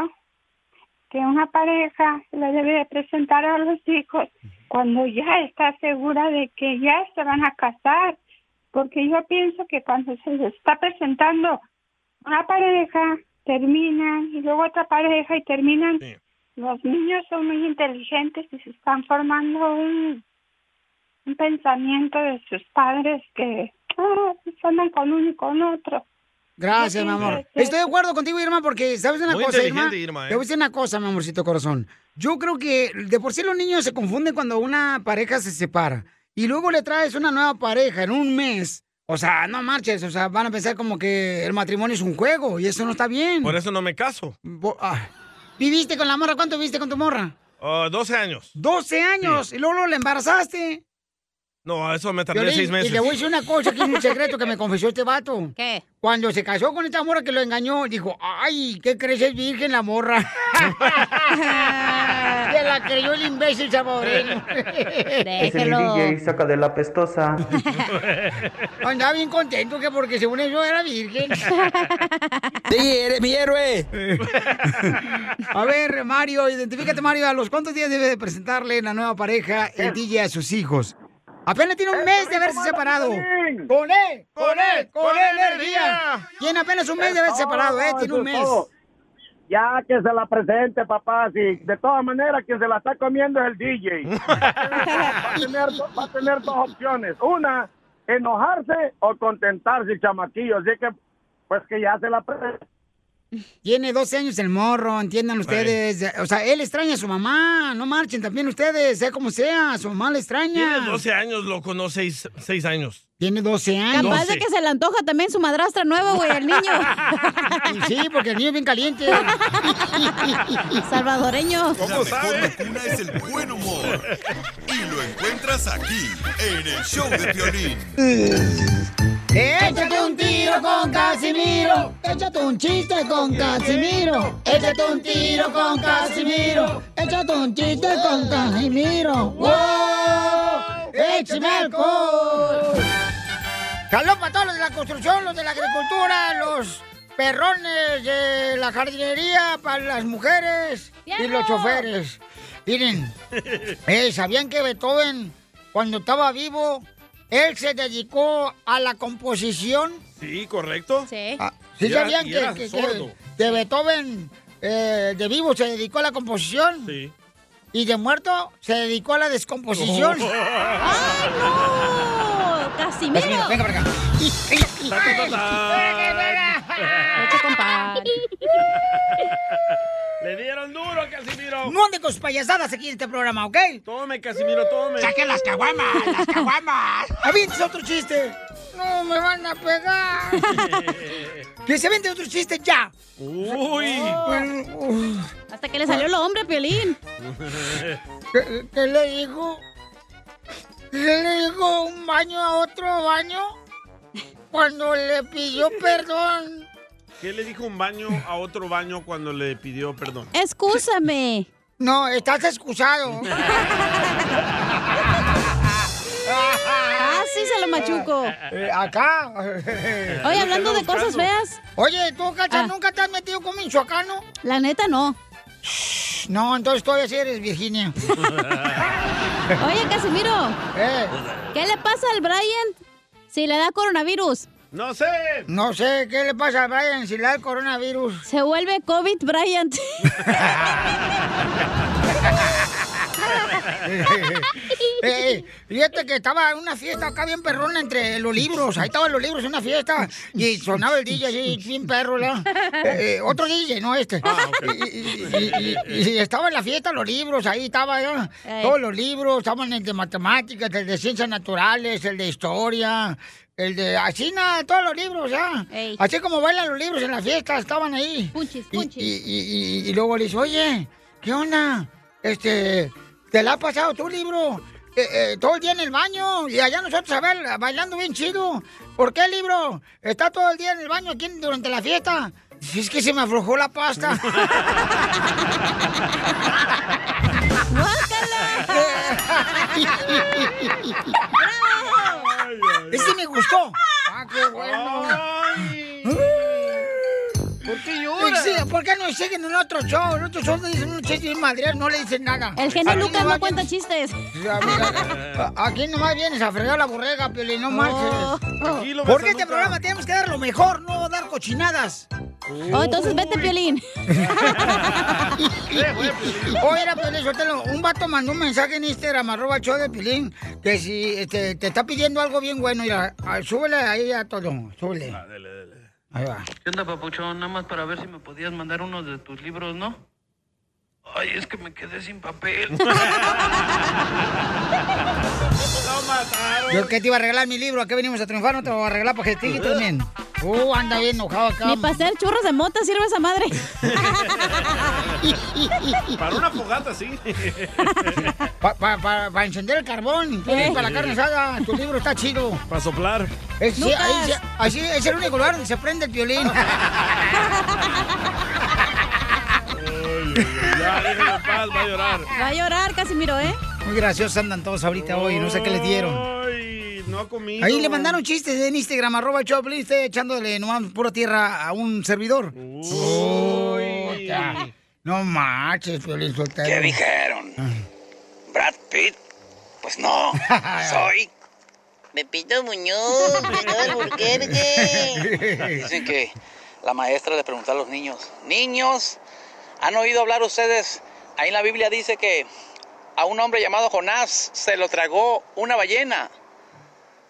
[SPEAKER 26] que una pareja le debe de presentar a los hijos cuando ya está segura de que ya se van a casar. Porque yo pienso que cuando se les está presentando una pareja, terminan y luego otra pareja y terminan. Los niños son muy inteligentes y se están formando un un pensamiento de sus padres que ah, pues andan con uno y con otro.
[SPEAKER 1] Gracias, mi amor. Estoy de acuerdo contigo, Irma, porque sabes una
[SPEAKER 4] Muy
[SPEAKER 1] cosa, Irma.
[SPEAKER 4] inteligente, Irma, ¿eh?
[SPEAKER 1] Te voy a decir una cosa, mi amorcito corazón. Yo creo que de por sí los niños se confunden cuando una pareja se separa y luego le traes una nueva pareja en un mes. O sea, no marches, o sea, van a pensar como que el matrimonio es un juego y eso no está bien.
[SPEAKER 4] Por e- eso no me caso.
[SPEAKER 1] Bo- ah. ¿Viviste con la morra? ¿Cuánto viviste con tu morra?
[SPEAKER 4] Ah, 12 años.
[SPEAKER 1] 12 años y luego, luego la embarazaste.
[SPEAKER 4] No, eso me tardé
[SPEAKER 1] Piolín,
[SPEAKER 4] 6 meses.
[SPEAKER 1] Y te voy a decir una cosa, que es un secreto que me confesó este vato.
[SPEAKER 2] ¿Qué?
[SPEAKER 1] Cuando se casó con esta morra que lo engañó, dijo, ay, ¿qué crees es virgen la morra? se la creyó el imbécil saboreño.
[SPEAKER 10] saca de la pestosa.
[SPEAKER 1] Andaba bien contento que porque según eso era virgen.
[SPEAKER 10] Sí, eres mi héroe.
[SPEAKER 1] A ver, Mario, identifícate, Mario, ¿a los cuántos días debe de presentarle la nueva pareja, el DJ, a sus hijos? Apenas tiene un mes de haberse separado. ¡Con él! ¡Con él! ¡Con él, energía! Tiene apenas un mes de haberse separado, ¿eh? Tiene un
[SPEAKER 25] Eso es
[SPEAKER 1] mes.
[SPEAKER 25] todo. Ya que se la presente, papá. Si de todas maneras, quien se la está comiendo es el DJ. va, a tener, do- va a tener dos opciones. Una, enojarse o contentarse, el chamaquillo. Así que, pues que ya se la presente.
[SPEAKER 1] Tiene 12 años el morro, entiendan ustedes. O sea, él extraña a su mamá. No marchen también ustedes, sea como sea. Su mamá le extraña.
[SPEAKER 4] Tienes 12 años, loco, no 6, años.
[SPEAKER 1] Tiene 12 años.
[SPEAKER 2] Capaz de que se le antoja también su madrastra nueva, güey, al niño.
[SPEAKER 1] Y sí, porque el niño es bien caliente.
[SPEAKER 2] Salvadoreño.
[SPEAKER 9] Una es el buen humor. Y lo encuentras aquí, en el show de Piolín.
[SPEAKER 1] Échate un tiro con Casimiro. Échate un chiste con Casimiro. Échate un tiro con Casimiro. Échate un chiste con Casimiro. ¡Wow! ¡Échame alcohol! Saludos para todos los de la construcción, los de la agricultura, los perrones de la jardinería, para las mujeres y los choferes. Miren, eh, ¿sabían que Beethoven, cuando estaba vivo, él se dedicó a la composición? Ah,
[SPEAKER 4] Sí, correcto.
[SPEAKER 2] Sí.
[SPEAKER 1] ¿Sí
[SPEAKER 4] Y era-
[SPEAKER 1] sabían
[SPEAKER 4] y
[SPEAKER 1] que,
[SPEAKER 4] era
[SPEAKER 1] que- que-
[SPEAKER 4] sordo.
[SPEAKER 1] que Beethoven eh, de vivo se dedicó a la composición?
[SPEAKER 4] Sí.
[SPEAKER 1] Y de muerto se dedicó a la descomposición.
[SPEAKER 4] Oh.
[SPEAKER 2] ¡Ay,
[SPEAKER 1] Ah,
[SPEAKER 2] no! ¡Casimiro!
[SPEAKER 1] Casimiro, venga para acá.
[SPEAKER 4] Le dieron duro, Casimiro.
[SPEAKER 1] No ande con sus payasadas aquí en este programa, ¿ok?
[SPEAKER 4] Tome, Casimiro, tome.
[SPEAKER 1] Saque las caguamas, las caguamas. Avientes otro chiste. No, me van a pegar. que se vende otro chiste ya.
[SPEAKER 4] Uy.
[SPEAKER 2] Hasta que le salió el hombre, Piolín.
[SPEAKER 1] ¿Qué, qué le dijo? ¿Qué le dijo un baño a otro baño? Cuando le pidió perdón.
[SPEAKER 4] ¿Qué le dijo un baño a otro baño cuando le pidió perdón?
[SPEAKER 2] Excúsame.
[SPEAKER 1] No, estás excusado.
[SPEAKER 2] Ah, sí, se lo machuco.
[SPEAKER 1] Eh, acá.
[SPEAKER 2] Oye, hablando de cosas feas.
[SPEAKER 1] Oye, tú, Cacha,
[SPEAKER 2] Ah.
[SPEAKER 1] nunca te has metido con michoacano.
[SPEAKER 2] La neta, no.
[SPEAKER 1] No, entonces todavía sí eres Virginia.
[SPEAKER 2] Oye, Casimiro.
[SPEAKER 1] Eh.
[SPEAKER 2] ¿Qué le pasa al Brian si le da coronavirus?
[SPEAKER 4] No sé.
[SPEAKER 1] No sé, ¿qué le pasa a Brian si le da el coronavirus?
[SPEAKER 2] Se vuelve COVID Brian.
[SPEAKER 1] Eh, eh, fíjate que estaba en una fiesta acá bien perrona entre los libros. Ahí estaban los libros en una fiesta. Y sonaba el DJ así, bien perro, ¿verdad? Eh, eh, otro DJ, no este.
[SPEAKER 2] Ah,
[SPEAKER 1] Y, y- este y estaba en la fiesta los libros, ahí estaba, ¿verdad?
[SPEAKER 3] Ey.
[SPEAKER 1] Todos los libros, estaban el de matemáticas, el de ciencias naturales, el de historia, el de... Así nada, todos los libros, ¿ya?
[SPEAKER 3] Ey.
[SPEAKER 1] Así como bailan los libros en la fiesta, estaban ahí. Y- Y, y- y- y luego le dice, oye, ¿qué onda? Este, ¿te la ha pasado tu libro? Eh, eh, todo el día en el baño y allá nosotros a ver, bailando bien chido. ¿Por qué libro? Está todo el día en el baño aquí durante la fiesta. Dice, Es que se me aflojó la pasta. Ese Este me gustó. Ah, qué bueno. ¿Por qué
[SPEAKER 3] llora?
[SPEAKER 1] ¿Por qué no siguen en otro show? En otro show dicen un chiste bien madre, no le dicen nada.
[SPEAKER 2] El genio
[SPEAKER 1] Aquí
[SPEAKER 2] Lucas
[SPEAKER 1] nomás
[SPEAKER 2] no cuenta chistes.
[SPEAKER 1] vienes- Aquí nomás vienes a fregar la borrega, Piolín,
[SPEAKER 2] Oh.
[SPEAKER 1] no marches.
[SPEAKER 2] Tranquilo,
[SPEAKER 1] Porque
[SPEAKER 2] Besanuca.
[SPEAKER 1] este programa tenemos que dar lo mejor, no dar cochinadas.
[SPEAKER 2] Oh, entonces vete, Piolín.
[SPEAKER 1] Oye, era Piolín Sotelo, un vato mandó un mensaje en Instagram, arroba el show de Piolín, que si este, te está pidiendo algo bien bueno, mira, a- súbele ahí a todo, súbele.
[SPEAKER 4] Dele, dele.
[SPEAKER 1] Ahí va.
[SPEAKER 24] ¿Qué onda, papuchón? Nada más para ver si me podías mandar uno de tus libros, ¿no? Ay, es que me quedé sin papel.
[SPEAKER 1] Yo que te iba a regalar mi libro, ¿a qué venimos a triunfar? No te voy a regalar porque ti también. Uh, anda bien enojado acá.
[SPEAKER 2] Ni para hacer churros de mota sirve esa madre.
[SPEAKER 4] Para una fogata, sí.
[SPEAKER 1] Para encender el carbón, tú eres para la carne asada, tu libro está chido.
[SPEAKER 4] Para soplar.
[SPEAKER 1] Es, sí,
[SPEAKER 4] Lucas.
[SPEAKER 1] ahí se- así es el único lugar donde se prende el violín.
[SPEAKER 4] Ya, déjenlo en paz, va a llorar.
[SPEAKER 2] Va a llorar, Casimiro, ¿eh?
[SPEAKER 1] Muy graciosos andan todos ahorita hoy, no sé qué les dieron.
[SPEAKER 4] Ay, no ha comido.
[SPEAKER 1] Ahí le mandaron chistes en Instagram, arroba el Choplin, usted echándole nomás pura tierra a un servidor. Uy, ya. No marches, Piolín Sotelo.
[SPEAKER 27] ¿Qué dijeron?
[SPEAKER 3] Ah.
[SPEAKER 27] ¿Brad Pitt? Pues no, soy.
[SPEAKER 28] Pepito Muñoz, Pepito del
[SPEAKER 27] Dicen que la maestra le preguntó a los niños: Niños, ¿han oído hablar ustedes? Ahí en la Biblia dice que a un hombre llamado Jonás se lo tragó una ballena.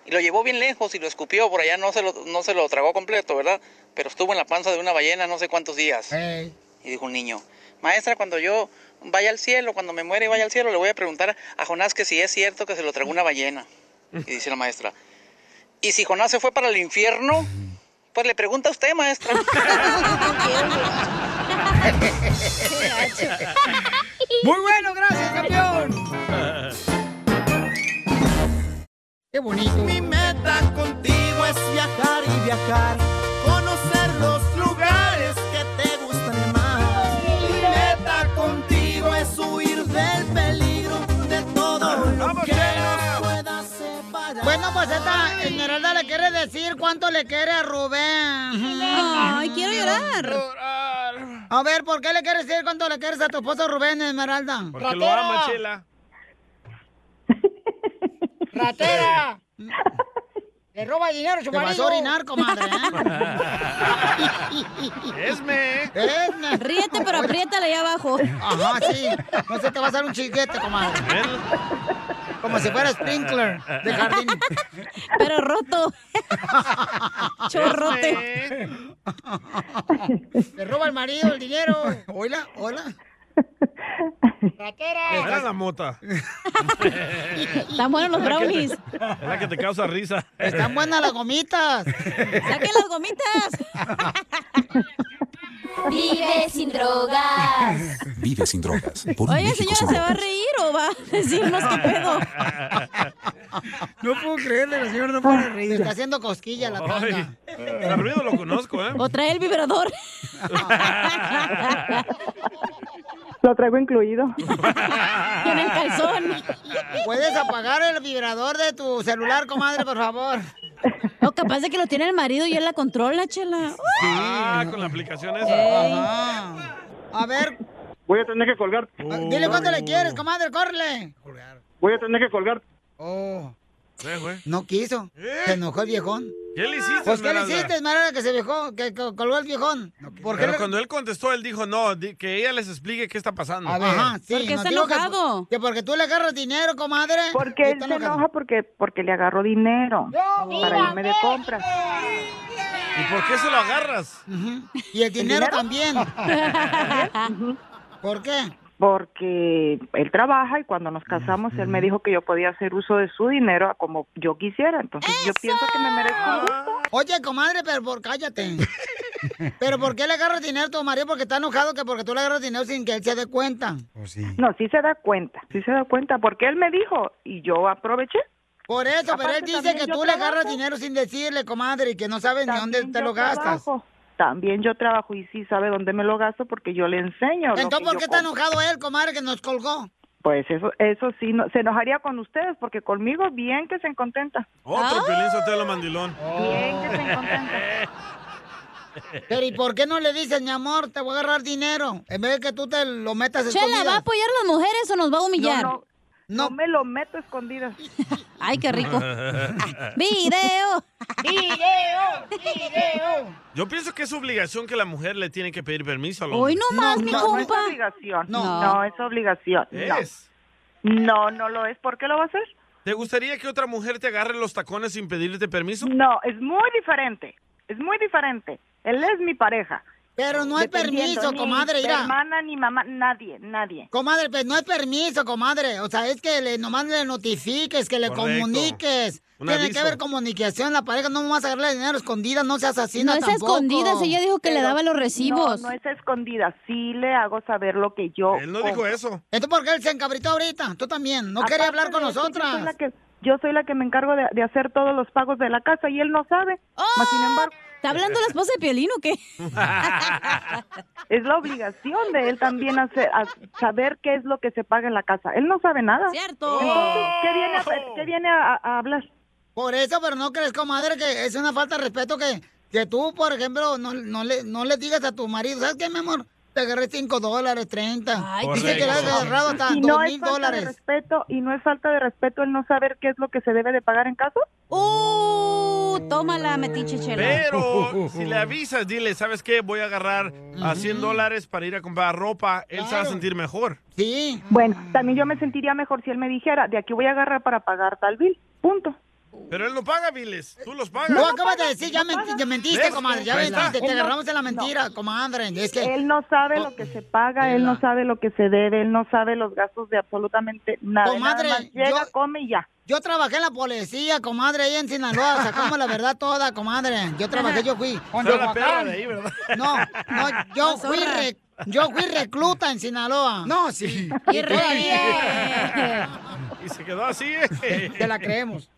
[SPEAKER 27] Y lo llevó bien lejos y lo escupió, por allá no se lo, no se lo tragó completo, ¿verdad? Pero estuvo en la panza de una ballena no sé cuántos días. Y dijo un niño, maestra, cuando yo vaya al cielo, cuando me muera y vaya al cielo, le voy a preguntar a Jonás que si es cierto que se lo tragó una ballena. Y dice la maestra, ¿y si Jonás se fue para el infierno? Pues le pregunta a usted, maestra.
[SPEAKER 1] Muy bueno, gracias, campeón. Qué bonito.
[SPEAKER 3] Mi meta contigo es viajar y viajar, conocer los lugares que te gustan más. Mi meta contigo es huir del peligro de todo lo que nos pueda separar.
[SPEAKER 1] Bueno, pues esta Esmeralda le quiere decir cuánto le quiere a Rubén.
[SPEAKER 2] Ay, quiero llorar.
[SPEAKER 1] A ver, ¿por qué le quieres decir cuánto le quieres a tu esposo Rubén, Esmeralda?
[SPEAKER 4] Porque lo ama, Chela.
[SPEAKER 1] ¡Ratera! Le roba dinero a su
[SPEAKER 29] Te vas a
[SPEAKER 1] marido.
[SPEAKER 29] orinar,
[SPEAKER 1] comadre.
[SPEAKER 2] ¿eh?
[SPEAKER 4] Esme.
[SPEAKER 1] Esme.
[SPEAKER 2] Ríete, pero apriétale ahí abajo.
[SPEAKER 1] Ajá, sí. No se te va a hacer un chiquete, comadre. Como si fuera sprinkler de jardín.
[SPEAKER 2] Pero roto.
[SPEAKER 1] Chorrote. Le roba el marido el dinero. Hola, hola. Eh, pues.
[SPEAKER 4] Era la mota.
[SPEAKER 2] Están buenos los brownies.
[SPEAKER 4] Es la que te causa risa.
[SPEAKER 1] Están buenas las gomitas.
[SPEAKER 2] ¡Saquen las gomitas!
[SPEAKER 30] Vive sin drogas.
[SPEAKER 23] Vive sin drogas. Por un
[SPEAKER 2] Oye,
[SPEAKER 23] México
[SPEAKER 2] señora,
[SPEAKER 23] sin
[SPEAKER 2] ¿se va a
[SPEAKER 23] drogas.
[SPEAKER 2] reír o va a decirnos qué pedo?
[SPEAKER 1] No puedo creerle, la
[SPEAKER 2] Ah.
[SPEAKER 1] señora no puede reír. Se está haciendo cosquilla la tanga.
[SPEAKER 4] El ruido lo conozco, ¿eh?
[SPEAKER 2] O trae el vibrador.
[SPEAKER 31] Lo traigo incluido.
[SPEAKER 2] En el calzón.
[SPEAKER 1] ¿Puedes apagar el vibrador de tu celular, comadre, por favor?
[SPEAKER 2] O capaz de que lo tiene el marido y él la controla, chela.
[SPEAKER 4] Ah, con la aplicación esa.
[SPEAKER 1] Eh,
[SPEAKER 2] Ey.
[SPEAKER 1] A ver,
[SPEAKER 32] Voy a tener que colgar.
[SPEAKER 1] dile cuánto le quieres, comadre, córrele.
[SPEAKER 32] Voy a tener que colgar.
[SPEAKER 1] Oh.
[SPEAKER 4] Eh, güey.
[SPEAKER 1] No quiso. Se enojó el viejón.
[SPEAKER 4] ¿Qué le hiciste,
[SPEAKER 1] Pues, ¿qué le
[SPEAKER 4] Esmeralda?
[SPEAKER 1] hiciste, Esmeralda, que se viejó, que co- colgó el viejón? ¿Por qué
[SPEAKER 4] Pero
[SPEAKER 1] le-
[SPEAKER 4] cuando él contestó, él dijo, no, di- que ella les explique qué está pasando.
[SPEAKER 1] A ver, Ah, sí, nos dijo que- Que, porque tú le agarras dinero, comadre.
[SPEAKER 17] Porque él se enoja porque, porque le agarró dinero para irme de compras.
[SPEAKER 4] ¿Y por qué se lo agarras?
[SPEAKER 1] Y el dinero,
[SPEAKER 17] dinero?
[SPEAKER 1] también. ¿Por qué?
[SPEAKER 17] Porque él trabaja y cuando nos casamos él me dijo que yo podía hacer uso de su dinero a como yo quisiera. Entonces yo pienso que me merezco un gusto.
[SPEAKER 1] Oye, comadre, pero por cállate. ¿Pero por qué le agarras dinero a tu marido? Porque está enojado que porque tú le agarras dinero sin que él se dé cuenta.
[SPEAKER 17] No, sí se da cuenta, sí se da cuenta porque él me dijo y yo aproveché.
[SPEAKER 1] Por eso, pero
[SPEAKER 17] Aparte,
[SPEAKER 1] él dice
[SPEAKER 17] también
[SPEAKER 1] que
[SPEAKER 17] yo
[SPEAKER 1] tú le
[SPEAKER 17] trabajo.
[SPEAKER 1] agarras dinero sin decirle, comadre, y que no sabes ni dónde te
[SPEAKER 17] yo
[SPEAKER 1] lo gastas.
[SPEAKER 17] trabajo. También yo trabajo y sí sabe dónde me lo gasto porque yo le enseño. lo
[SPEAKER 1] Entonces,
[SPEAKER 17] que
[SPEAKER 1] ¿por
[SPEAKER 17] yo
[SPEAKER 1] qué está
[SPEAKER 17] compro.
[SPEAKER 1] enojado él, comadre, que nos colgó?
[SPEAKER 17] Pues eso, eso sí, no- se enojaría con ustedes porque conmigo bien que se contenta.
[SPEAKER 4] Otro Piolín Sotelo mandilón.
[SPEAKER 1] Pero ¿y por qué no le dices, mi amor, te voy a agarrar dinero? En vez de que tú te lo metas en
[SPEAKER 2] Chela, ¿va a apoyar a las mujeres o nos va a humillar?
[SPEAKER 1] No, no,
[SPEAKER 17] me lo meto escondidas.
[SPEAKER 2] Ay, qué rico.
[SPEAKER 17] ¡Video!
[SPEAKER 1] ¡Video! ¡Video!
[SPEAKER 4] Yo pienso que es obligación que la mujer le tiene que pedir permiso al hombre.
[SPEAKER 17] Hoy No es obligación.
[SPEAKER 4] No.
[SPEAKER 17] No, es obligación. no.
[SPEAKER 4] Es.
[SPEAKER 17] No. no, lo es. ¿Por qué lo va a hacer?
[SPEAKER 4] ¿Te gustaría que otra mujer te agarre los tacones sin pedirte permiso?
[SPEAKER 17] No, es muy diferente. Es muy diferente. Él es mi pareja.
[SPEAKER 1] Pero no hay
[SPEAKER 17] Dependiendo,
[SPEAKER 1] permiso,
[SPEAKER 17] ni
[SPEAKER 1] comadre,
[SPEAKER 17] Mi
[SPEAKER 1] mira.
[SPEAKER 17] hermana ni mamá, nadie, nadie.
[SPEAKER 1] Comadre, pues no hay permiso, comadre. O sea, es que le, nomás le notifiques, que le
[SPEAKER 17] Correcto.
[SPEAKER 1] comuniques.
[SPEAKER 17] Un
[SPEAKER 1] Tiene
[SPEAKER 17] aviso.
[SPEAKER 1] que haber comunicación la pareja. No vas a darle dinero escondida, no seas asesina
[SPEAKER 2] No es a
[SPEAKER 1] tampoco.
[SPEAKER 2] escondidas, ella dijo que le daba los recibos.
[SPEAKER 17] No, no es escondida. Sí le hago saber lo que yo. Él
[SPEAKER 1] Entonces, ¿por qué él se encabritó ahorita? Tú también. No quería hablar con
[SPEAKER 17] Yo soy la
[SPEAKER 1] nosotras.
[SPEAKER 17] que, yo soy la que me encargo de, de hacer todos los pagos de la casa y él no sabe. Mas, sin embargo,
[SPEAKER 2] ¿Está hablando la esposa de Piolín o qué?
[SPEAKER 17] es la obligación de él también hacer, a saber qué es lo que se paga en la casa. Él no sabe nada.
[SPEAKER 2] Cierto.
[SPEAKER 17] Ah, Entonces, ¿qué viene a, qué viene a- a hablar?
[SPEAKER 1] ¡Oh! Por eso, pero no crees, comadre, que es una falta de respeto que, que tú, por ejemplo, no, no le, no le digas a tu marido, ¿sabes qué, mi amor? Te agarré 5 dólares, 30. Dice que le has agarrado hasta
[SPEAKER 17] Y
[SPEAKER 1] 2
[SPEAKER 17] no es
[SPEAKER 1] mil
[SPEAKER 17] falta de
[SPEAKER 1] dólares.
[SPEAKER 17] respeto y no es falta de respeto el no saber qué es lo que se debe de pagar en casa.
[SPEAKER 2] Uh, tómala, metiche chela.
[SPEAKER 4] Pero si le avisas, dile, ¿sabes qué? Voy a agarrar a 100 dólares para ir a comprar ropa. Él se va a sentir mejor.
[SPEAKER 1] Sí.
[SPEAKER 17] Bueno, también yo me sentiría mejor si él me dijera, de aquí voy a agarrar para pagar tal bill. Punto.
[SPEAKER 4] Pero él no paga biles, tú los pagas.
[SPEAKER 1] No, acabas de decir, ya, menti- ya mentiste,
[SPEAKER 4] ¿Ves?
[SPEAKER 1] comadre, ya
[SPEAKER 4] Ahí está.
[SPEAKER 1] mentiste, te
[SPEAKER 4] Él no-
[SPEAKER 1] agarramos en la mentira, comadre. Es que Oh.
[SPEAKER 17] Él no sabe lo que se paga, él no sabe lo que se debe, él no sabe los gastos de absolutamente nada.
[SPEAKER 1] Comadre,
[SPEAKER 17] Nada más llega,
[SPEAKER 1] yo-
[SPEAKER 17] come y ya.
[SPEAKER 1] Yo trabajé en la policía, comadre, ahí en Sinaloa, sacamos la verdad toda, comadre. Yo trabajé, yo fui.
[SPEAKER 4] Pero la perra de ahí, ¿verdad?
[SPEAKER 1] No, no, yo fui re- yo fui recluta en Sinaloa. No, sí.
[SPEAKER 4] Y re- Y se quedó así, ¿eh?
[SPEAKER 1] Te la creemos.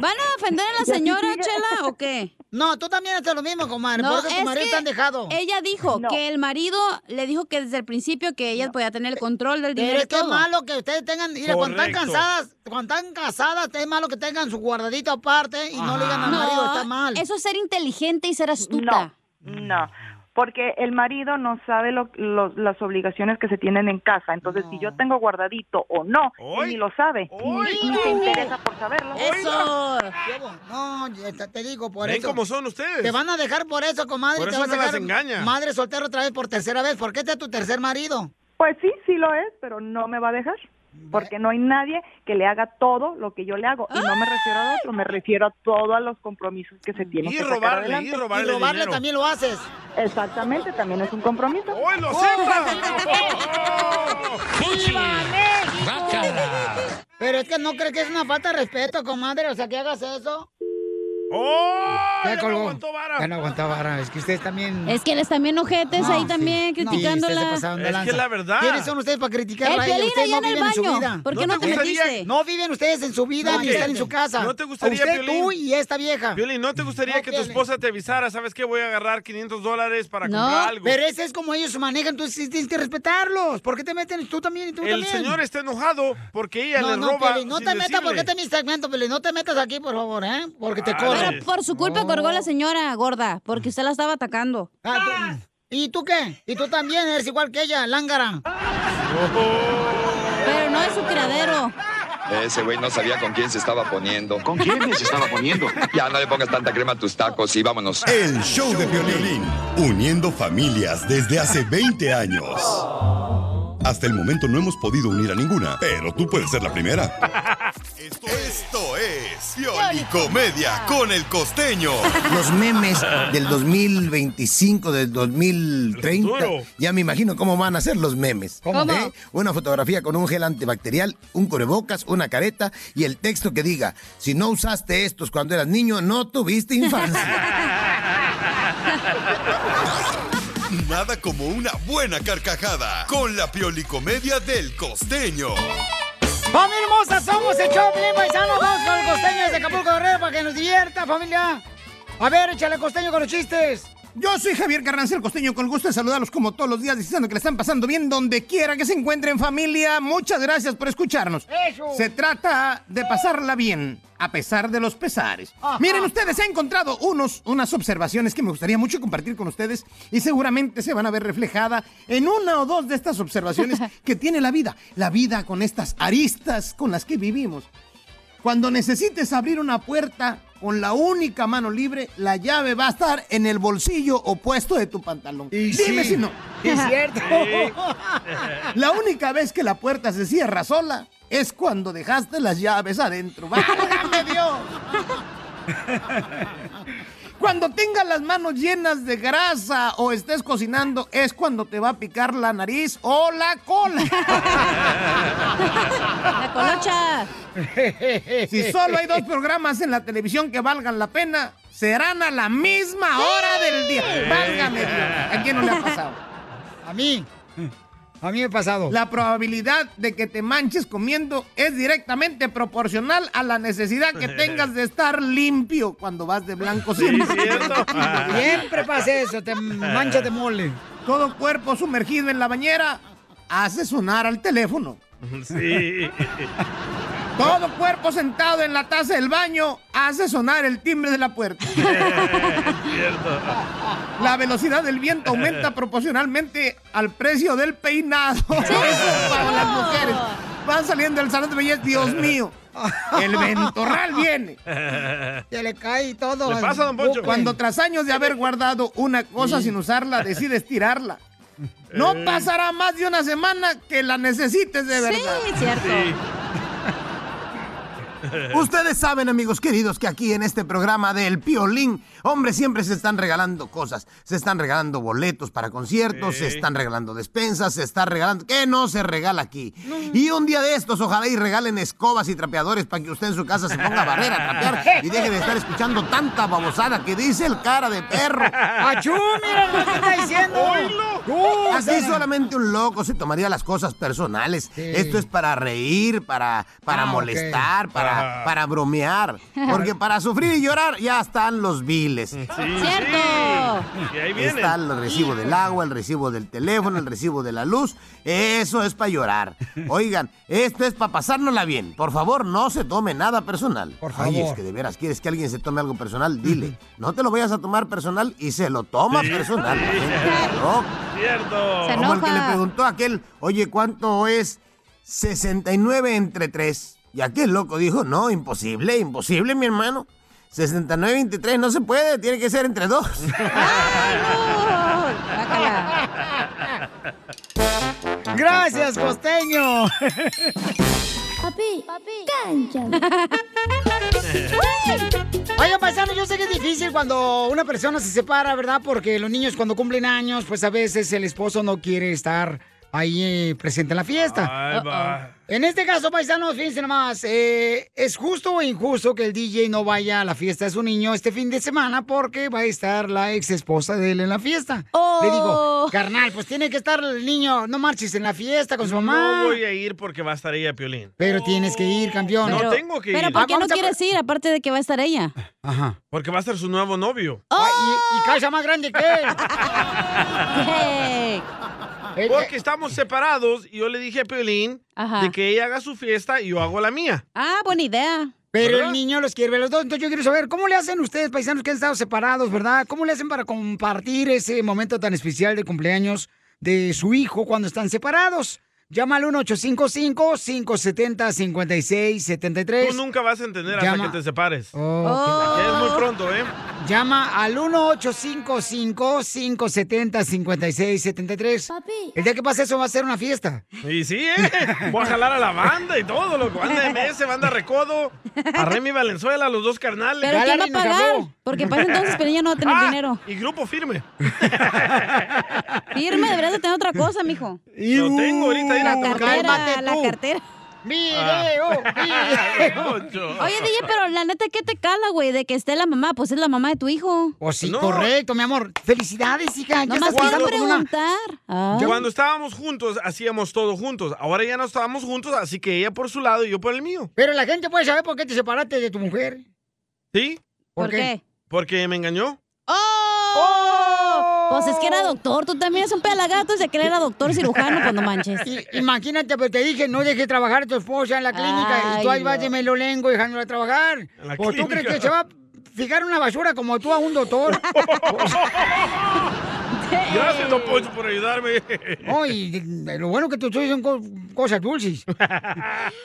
[SPEAKER 2] ¿Van a ofender a la señora, Chela, o qué?
[SPEAKER 1] No, tú también haces lo mismo, comadre.
[SPEAKER 2] No,
[SPEAKER 1] por eso
[SPEAKER 2] es
[SPEAKER 1] tu marido
[SPEAKER 2] que
[SPEAKER 1] te han dejado.
[SPEAKER 2] Ella dijo
[SPEAKER 1] No.
[SPEAKER 2] que el marido le dijo que desde el principio que ella podía tener el control del dinero.
[SPEAKER 1] Pero es
[SPEAKER 2] y
[SPEAKER 1] que es
[SPEAKER 2] todo.
[SPEAKER 1] malo que ustedes tengan, mira, cuando están
[SPEAKER 2] Correcto.
[SPEAKER 1] cansadas, cuando están casadas, es malo que tengan su guardadito aparte y no le digan al
[SPEAKER 2] No,
[SPEAKER 1] marido, está mal.
[SPEAKER 2] Eso es ser inteligente y ser
[SPEAKER 17] astuta.
[SPEAKER 1] Mm.
[SPEAKER 17] No, porque el marido no sabe lo- lo- las obligaciones que se tienen en casa. Entonces, si yo tengo guardadito o no, él ni lo sabe. Ni se interesa por saberlo.
[SPEAKER 1] Eso. No, ya te- te digo por
[SPEAKER 4] Ven
[SPEAKER 1] eso.
[SPEAKER 4] cómo son ustedes.
[SPEAKER 1] Te van a dejar por eso, comadre.
[SPEAKER 4] Por
[SPEAKER 1] te
[SPEAKER 4] eso
[SPEAKER 1] van a
[SPEAKER 4] no las
[SPEAKER 1] dejar
[SPEAKER 4] engaña.
[SPEAKER 1] Madre soltera otra vez por tercera vez. ¿Por qué este es tu tercer marido?
[SPEAKER 17] Pues sí, sí lo es, pero no me va a dejar. Porque no hay nadie que le haga todo lo que yo le hago. Y no me refiero a otro, me refiero a todos los compromisos que se tienen.
[SPEAKER 1] Y
[SPEAKER 17] que sacar
[SPEAKER 1] robarle,
[SPEAKER 17] adelante.
[SPEAKER 1] y robarle Y robarle dinero. también lo haces.
[SPEAKER 17] Exactamente, también es un compromiso.
[SPEAKER 4] ¡Hoy lo
[SPEAKER 1] Pero es que no crees que es una falta de respeto, comadre. O sea, que hagas eso.
[SPEAKER 4] ¡Oh!
[SPEAKER 1] Ya, colgó. Ya no aguantó vara. Es que ustedes también.
[SPEAKER 2] Es que les también ojetes ahí también criticándola.
[SPEAKER 4] Es que la verdad.
[SPEAKER 1] ¿Quiénes son ustedes para
[SPEAKER 2] El
[SPEAKER 1] criticarla? a ella?
[SPEAKER 2] Piolín
[SPEAKER 1] Ustedes
[SPEAKER 2] allá
[SPEAKER 1] no
[SPEAKER 2] en el
[SPEAKER 1] viven en su
[SPEAKER 2] baño.
[SPEAKER 1] vida.
[SPEAKER 2] ¿Por qué no te metiste?
[SPEAKER 1] No viven ustedes en su vida
[SPEAKER 4] ¿No
[SPEAKER 1] y
[SPEAKER 4] te-
[SPEAKER 1] están en su casa.
[SPEAKER 4] ¿No te gustaría,
[SPEAKER 1] A usted,
[SPEAKER 4] Piolín?
[SPEAKER 1] tú y esta vieja.
[SPEAKER 4] Violín, ¿no te gustaría
[SPEAKER 1] No,
[SPEAKER 4] que tu
[SPEAKER 1] Piolín.
[SPEAKER 4] esposa te avisara? ¿Sabes qué? Voy a agarrar 500 dólares para comprar
[SPEAKER 1] No,
[SPEAKER 4] algo.
[SPEAKER 1] pero ese es como ellos manejan, entonces sí tienes que respetarlos. ¿Por qué te meten tú también y tú
[SPEAKER 4] El
[SPEAKER 1] también?
[SPEAKER 4] señor está enojado porque ella
[SPEAKER 1] no,
[SPEAKER 4] le
[SPEAKER 1] no,
[SPEAKER 4] roba.
[SPEAKER 1] Piolín, no
[SPEAKER 4] sin
[SPEAKER 1] te metas
[SPEAKER 4] decirle.
[SPEAKER 1] porque este es mi segmento, Piolín. No te metas aquí, por favor, ¿eh? Porque te
[SPEAKER 4] Vale.
[SPEAKER 1] corren.
[SPEAKER 4] Pero
[SPEAKER 2] Por su culpa colgó la señora gorda, porque usted la estaba atacando.
[SPEAKER 1] Ah, tú- ¿Y tú qué? ¿Y tú también eres igual que ella, lángara?
[SPEAKER 2] Pero no es su criadero.
[SPEAKER 13] Ese güey no sabía con quién se estaba poniendo. ¿Con quién se estaba poniendo? Ya no le pongas tanta crema a tus tacos y vámonos.
[SPEAKER 9] El show de violín. Uniendo familias desde hace 20 años. Hasta el momento no hemos podido unir a ninguna, pero tú puedes ser la primera.
[SPEAKER 13] Esto es
[SPEAKER 9] Comedia con el costeño.
[SPEAKER 16] Los memes del 2025, del 2030, ya me imagino cómo van a ser los memes.
[SPEAKER 3] ¿Cómo?
[SPEAKER 16] ¿Eh? Una fotografía con un gel antibacterial, un cubrebocas, una careta y el texto que diga, si no usaste estos cuando eras niño, no tuviste infancia.
[SPEAKER 9] Nada como una buena carcajada con la piolicomedia del costeño.
[SPEAKER 1] ¡Familia hermosa! ¡Somos el show, Piolín Paisano! ¡Vamos con el costeño de Acapulco Guerrero para que nos divierta, familia! A ver, échale costeño con los chistes.
[SPEAKER 14] Yo soy Javier Carranza, el costeño, con el gusto de saludarlos como todos los días, diciendo que le están pasando bien donde quiera que se encuentren, familia. Muchas gracias por escucharnos.
[SPEAKER 3] ¡Eso!
[SPEAKER 14] Se trata de pasarla bien, a pesar de los pesares.
[SPEAKER 3] Ajá.
[SPEAKER 14] Miren ustedes, he encontrado unos, unas observaciones que me gustaría mucho compartir con ustedes y seguramente se van a ver reflejada en una o dos de estas observaciones que tiene la vida. La vida con estas aristas con las que vivimos. Cuando necesites abrir una puerta con la única mano libre, la llave va a estar en el bolsillo opuesto de tu pantalón. Dime
[SPEAKER 3] sí,
[SPEAKER 14] si no.
[SPEAKER 3] es cierto.
[SPEAKER 14] Sí. La única vez que la puerta se cierra sola es cuando dejaste las llaves adentro. ¡Válgame Dios! Cuando tengas las manos llenas de grasa o estés cocinando, es cuando te va a picar la nariz o la cola.
[SPEAKER 2] La colocha.
[SPEAKER 14] Si solo hay dos programas en la televisión que valgan la pena, serán a la misma hora del día. Válgame Dios. ¿A quién no le ha pasado?
[SPEAKER 1] A mí. A mí me ha pasado.
[SPEAKER 14] La probabilidad de que te manches comiendo es directamente proporcional a la necesidad que tengas de estar limpio cuando vas de blanco.
[SPEAKER 1] Siempre pasa eso, te manchas de mole.
[SPEAKER 14] Todo cuerpo sumergido en la bañera hace sonar al teléfono.
[SPEAKER 4] Sí.
[SPEAKER 14] Todo cuerpo sentado en la taza del baño hace sonar el timbre de la puerta.
[SPEAKER 4] Cierto.
[SPEAKER 14] La velocidad del viento aumenta proporcionalmente al precio del peinado. Eso para las mujeres. Van saliendo del salón de belleza, Dios mío. El ventorral viene.
[SPEAKER 1] Se le cae todo.
[SPEAKER 4] ¿Le pasa, don Poncho?
[SPEAKER 14] Cuando tras años de haber guardado una cosa sin usarla, decides tirarla.
[SPEAKER 4] Eh.
[SPEAKER 14] No pasará más de una semana que la necesites de verdad.
[SPEAKER 2] Sí, cierto.
[SPEAKER 14] Ustedes saben, amigos queridos, que aquí en este programa del Piolín, hombre, siempre se están regalando cosas. Se están regalando boletos para conciertos, se están regalando despensas, se está regalando... ¿Qué no se regala aquí? Y un día de estos, ojalá y regalen escobas y trapeadores para que usted en su casa se ponga a barrer, a trapear y deje de estar escuchando tanta babosada que dice el cara de perro.
[SPEAKER 1] ¡Achú, mira lo que está diciendo!
[SPEAKER 4] ¡Oilo!
[SPEAKER 1] ¡Tú!
[SPEAKER 14] Así solamente un loco se tomaría las cosas personales. Esto es para reír, para, para
[SPEAKER 1] Ah, ok.
[SPEAKER 14] molestar, para,
[SPEAKER 4] Ah.
[SPEAKER 14] para bromear. Porque para sufrir y llorar ya están los biles.
[SPEAKER 4] Sí,
[SPEAKER 2] Cierto.
[SPEAKER 4] sí. Y ahí viene.
[SPEAKER 14] Está el recibo del agua, el recibo del teléfono, el recibo de la luz. Eso es para llorar. Oigan, esto es para pasárnosla bien. Por favor, no se tome nada personal. Por Ay,
[SPEAKER 1] favor.
[SPEAKER 14] es que de veras, ¿quieres que alguien se tome algo personal? Dile, no te lo vayas a tomar personal y se lo toma
[SPEAKER 4] Sí.
[SPEAKER 14] personal.
[SPEAKER 4] Sí.
[SPEAKER 14] La gente está loca.
[SPEAKER 4] Cierto.
[SPEAKER 2] Se
[SPEAKER 14] Como el que le
[SPEAKER 2] enoja.
[SPEAKER 14] preguntó a aquel, oye, ¿cuánto es 69 entre 3? Y aquel loco dijo, no, imposible, imposible, mi hermano. 69 entre 3 no se puede, tiene que ser entre 2.
[SPEAKER 2] Guácala.
[SPEAKER 1] Gracias, costeño.
[SPEAKER 33] Papi, papi, cánchan.
[SPEAKER 1] Oigan, paisano, yo sé que es difícil cuando una persona se separa, ¿verdad? Porque los niños cuando cumplen años, pues a veces el esposo no quiere estar ahí eh, presente en la fiesta.
[SPEAKER 4] Ahí va.
[SPEAKER 1] En este caso, paisanos, fíjense nomás, eh, es justo o injusto que el DJ no vaya a la fiesta de su niño este fin de semana porque va a estar la ex esposa de él en la fiesta. Le
[SPEAKER 4] Oh.
[SPEAKER 1] digo, carnal, pues tiene que estar el niño, no marches en la fiesta con su mamá.
[SPEAKER 4] No voy a ir porque va a estar ella, Piolín.
[SPEAKER 1] Pero tienes que ir, campeón.
[SPEAKER 4] No tengo que ir.
[SPEAKER 2] Pero ¿por qué
[SPEAKER 1] Ah,
[SPEAKER 2] no
[SPEAKER 1] vamos a-
[SPEAKER 2] quieres ir? Aparte de que va a estar ella. ¡Oh!
[SPEAKER 1] Ajá.
[SPEAKER 4] Porque va a estar su nuevo novio.
[SPEAKER 1] Ah, Y, y casa más grande que él.
[SPEAKER 2] Hey.
[SPEAKER 1] Eh,
[SPEAKER 4] Porque
[SPEAKER 1] eh,
[SPEAKER 4] estamos separados y yo le dije a Piolín
[SPEAKER 2] Ajá.
[SPEAKER 4] de que ella haga su fiesta y yo hago la mía.
[SPEAKER 2] Ah, buena idea.
[SPEAKER 1] Pero
[SPEAKER 4] ¿verdad?
[SPEAKER 1] el niño los quiere ver los dos. Entonces yo quiero saber, ¿cómo le hacen ustedes, paisanos que han estado separados, verdad? ¿Cómo le hacen para compartir ese momento tan especial de cumpleaños de su hijo cuando están separados? Llama al 1-855-570-5673.
[SPEAKER 4] Tú nunca vas a entender hasta
[SPEAKER 1] Llama.
[SPEAKER 4] que te separes.
[SPEAKER 1] Oh,
[SPEAKER 4] Que Es muy pronto, ¿eh?
[SPEAKER 1] ok. Llama al 1-855-570-5673. El día que pase eso va a ser una fiesta.
[SPEAKER 4] Y sí, ¿eh? Voy a jalar a la banda y todo, loco. Banda MS, banda Recodo, a Remy Valenzuela, los dos carnales.
[SPEAKER 2] Pero
[SPEAKER 1] Ya
[SPEAKER 2] ¿quién va a
[SPEAKER 1] Larry nos
[SPEAKER 2] pagar?
[SPEAKER 1] habló.
[SPEAKER 2] Porque pasa entonces, pero ella no va a tener
[SPEAKER 4] Ah,
[SPEAKER 2] dinero.
[SPEAKER 4] Y grupo firme.
[SPEAKER 2] Firme, deberías de tener otra cosa, mijo.
[SPEAKER 4] Lo tengo ahorita. mira,
[SPEAKER 2] La
[SPEAKER 4] te-
[SPEAKER 2] cartera,
[SPEAKER 1] cálmate
[SPEAKER 2] la
[SPEAKER 1] tú.
[SPEAKER 2] cartera.
[SPEAKER 1] ¡Video!
[SPEAKER 2] Ah.
[SPEAKER 1] ¡Video!
[SPEAKER 4] Poncho.
[SPEAKER 2] Oye, DJ, pero la neta, ¿qué te cala, güey? De que esté la mamá, pues es la mamá de tu hijo.
[SPEAKER 1] O Oh, sí,
[SPEAKER 4] No.
[SPEAKER 1] correcto, mi amor. Felicidades, hija. Ya
[SPEAKER 2] Nomás
[SPEAKER 1] estás
[SPEAKER 2] quiero
[SPEAKER 1] pensando como una-
[SPEAKER 2] preguntar. Ah.
[SPEAKER 4] Cuando estábamos juntos, hacíamos todo juntos. Ahora ya no estábamos juntos, así que ella por su lado y yo por el mío.
[SPEAKER 1] Pero la gente puede saber por qué te separaste de tu mujer.
[SPEAKER 4] ¿Sí?
[SPEAKER 2] ¿Por qué?
[SPEAKER 4] Porque me engañó.
[SPEAKER 2] ¡Oh! Pues es que era doctor, tú también eres un pelagato, se que él era doctor cirujano, cuando manches.
[SPEAKER 1] I- imagínate, pero te dije, no dejes trabajar a tu esposa en la clínica. y tú
[SPEAKER 2] Ay,
[SPEAKER 1] ahí vas
[SPEAKER 2] no.
[SPEAKER 1] de melolengo dejándola trabajar.
[SPEAKER 4] la
[SPEAKER 1] ¿O tú
[SPEAKER 4] clínica.
[SPEAKER 1] crees que se va a fijar una basura como tú a un doctor?
[SPEAKER 4] Gracias, Don Poncho, por ayudarme.
[SPEAKER 1] No, y de- de lo bueno que tú estoy son co- cosas dulces. ok.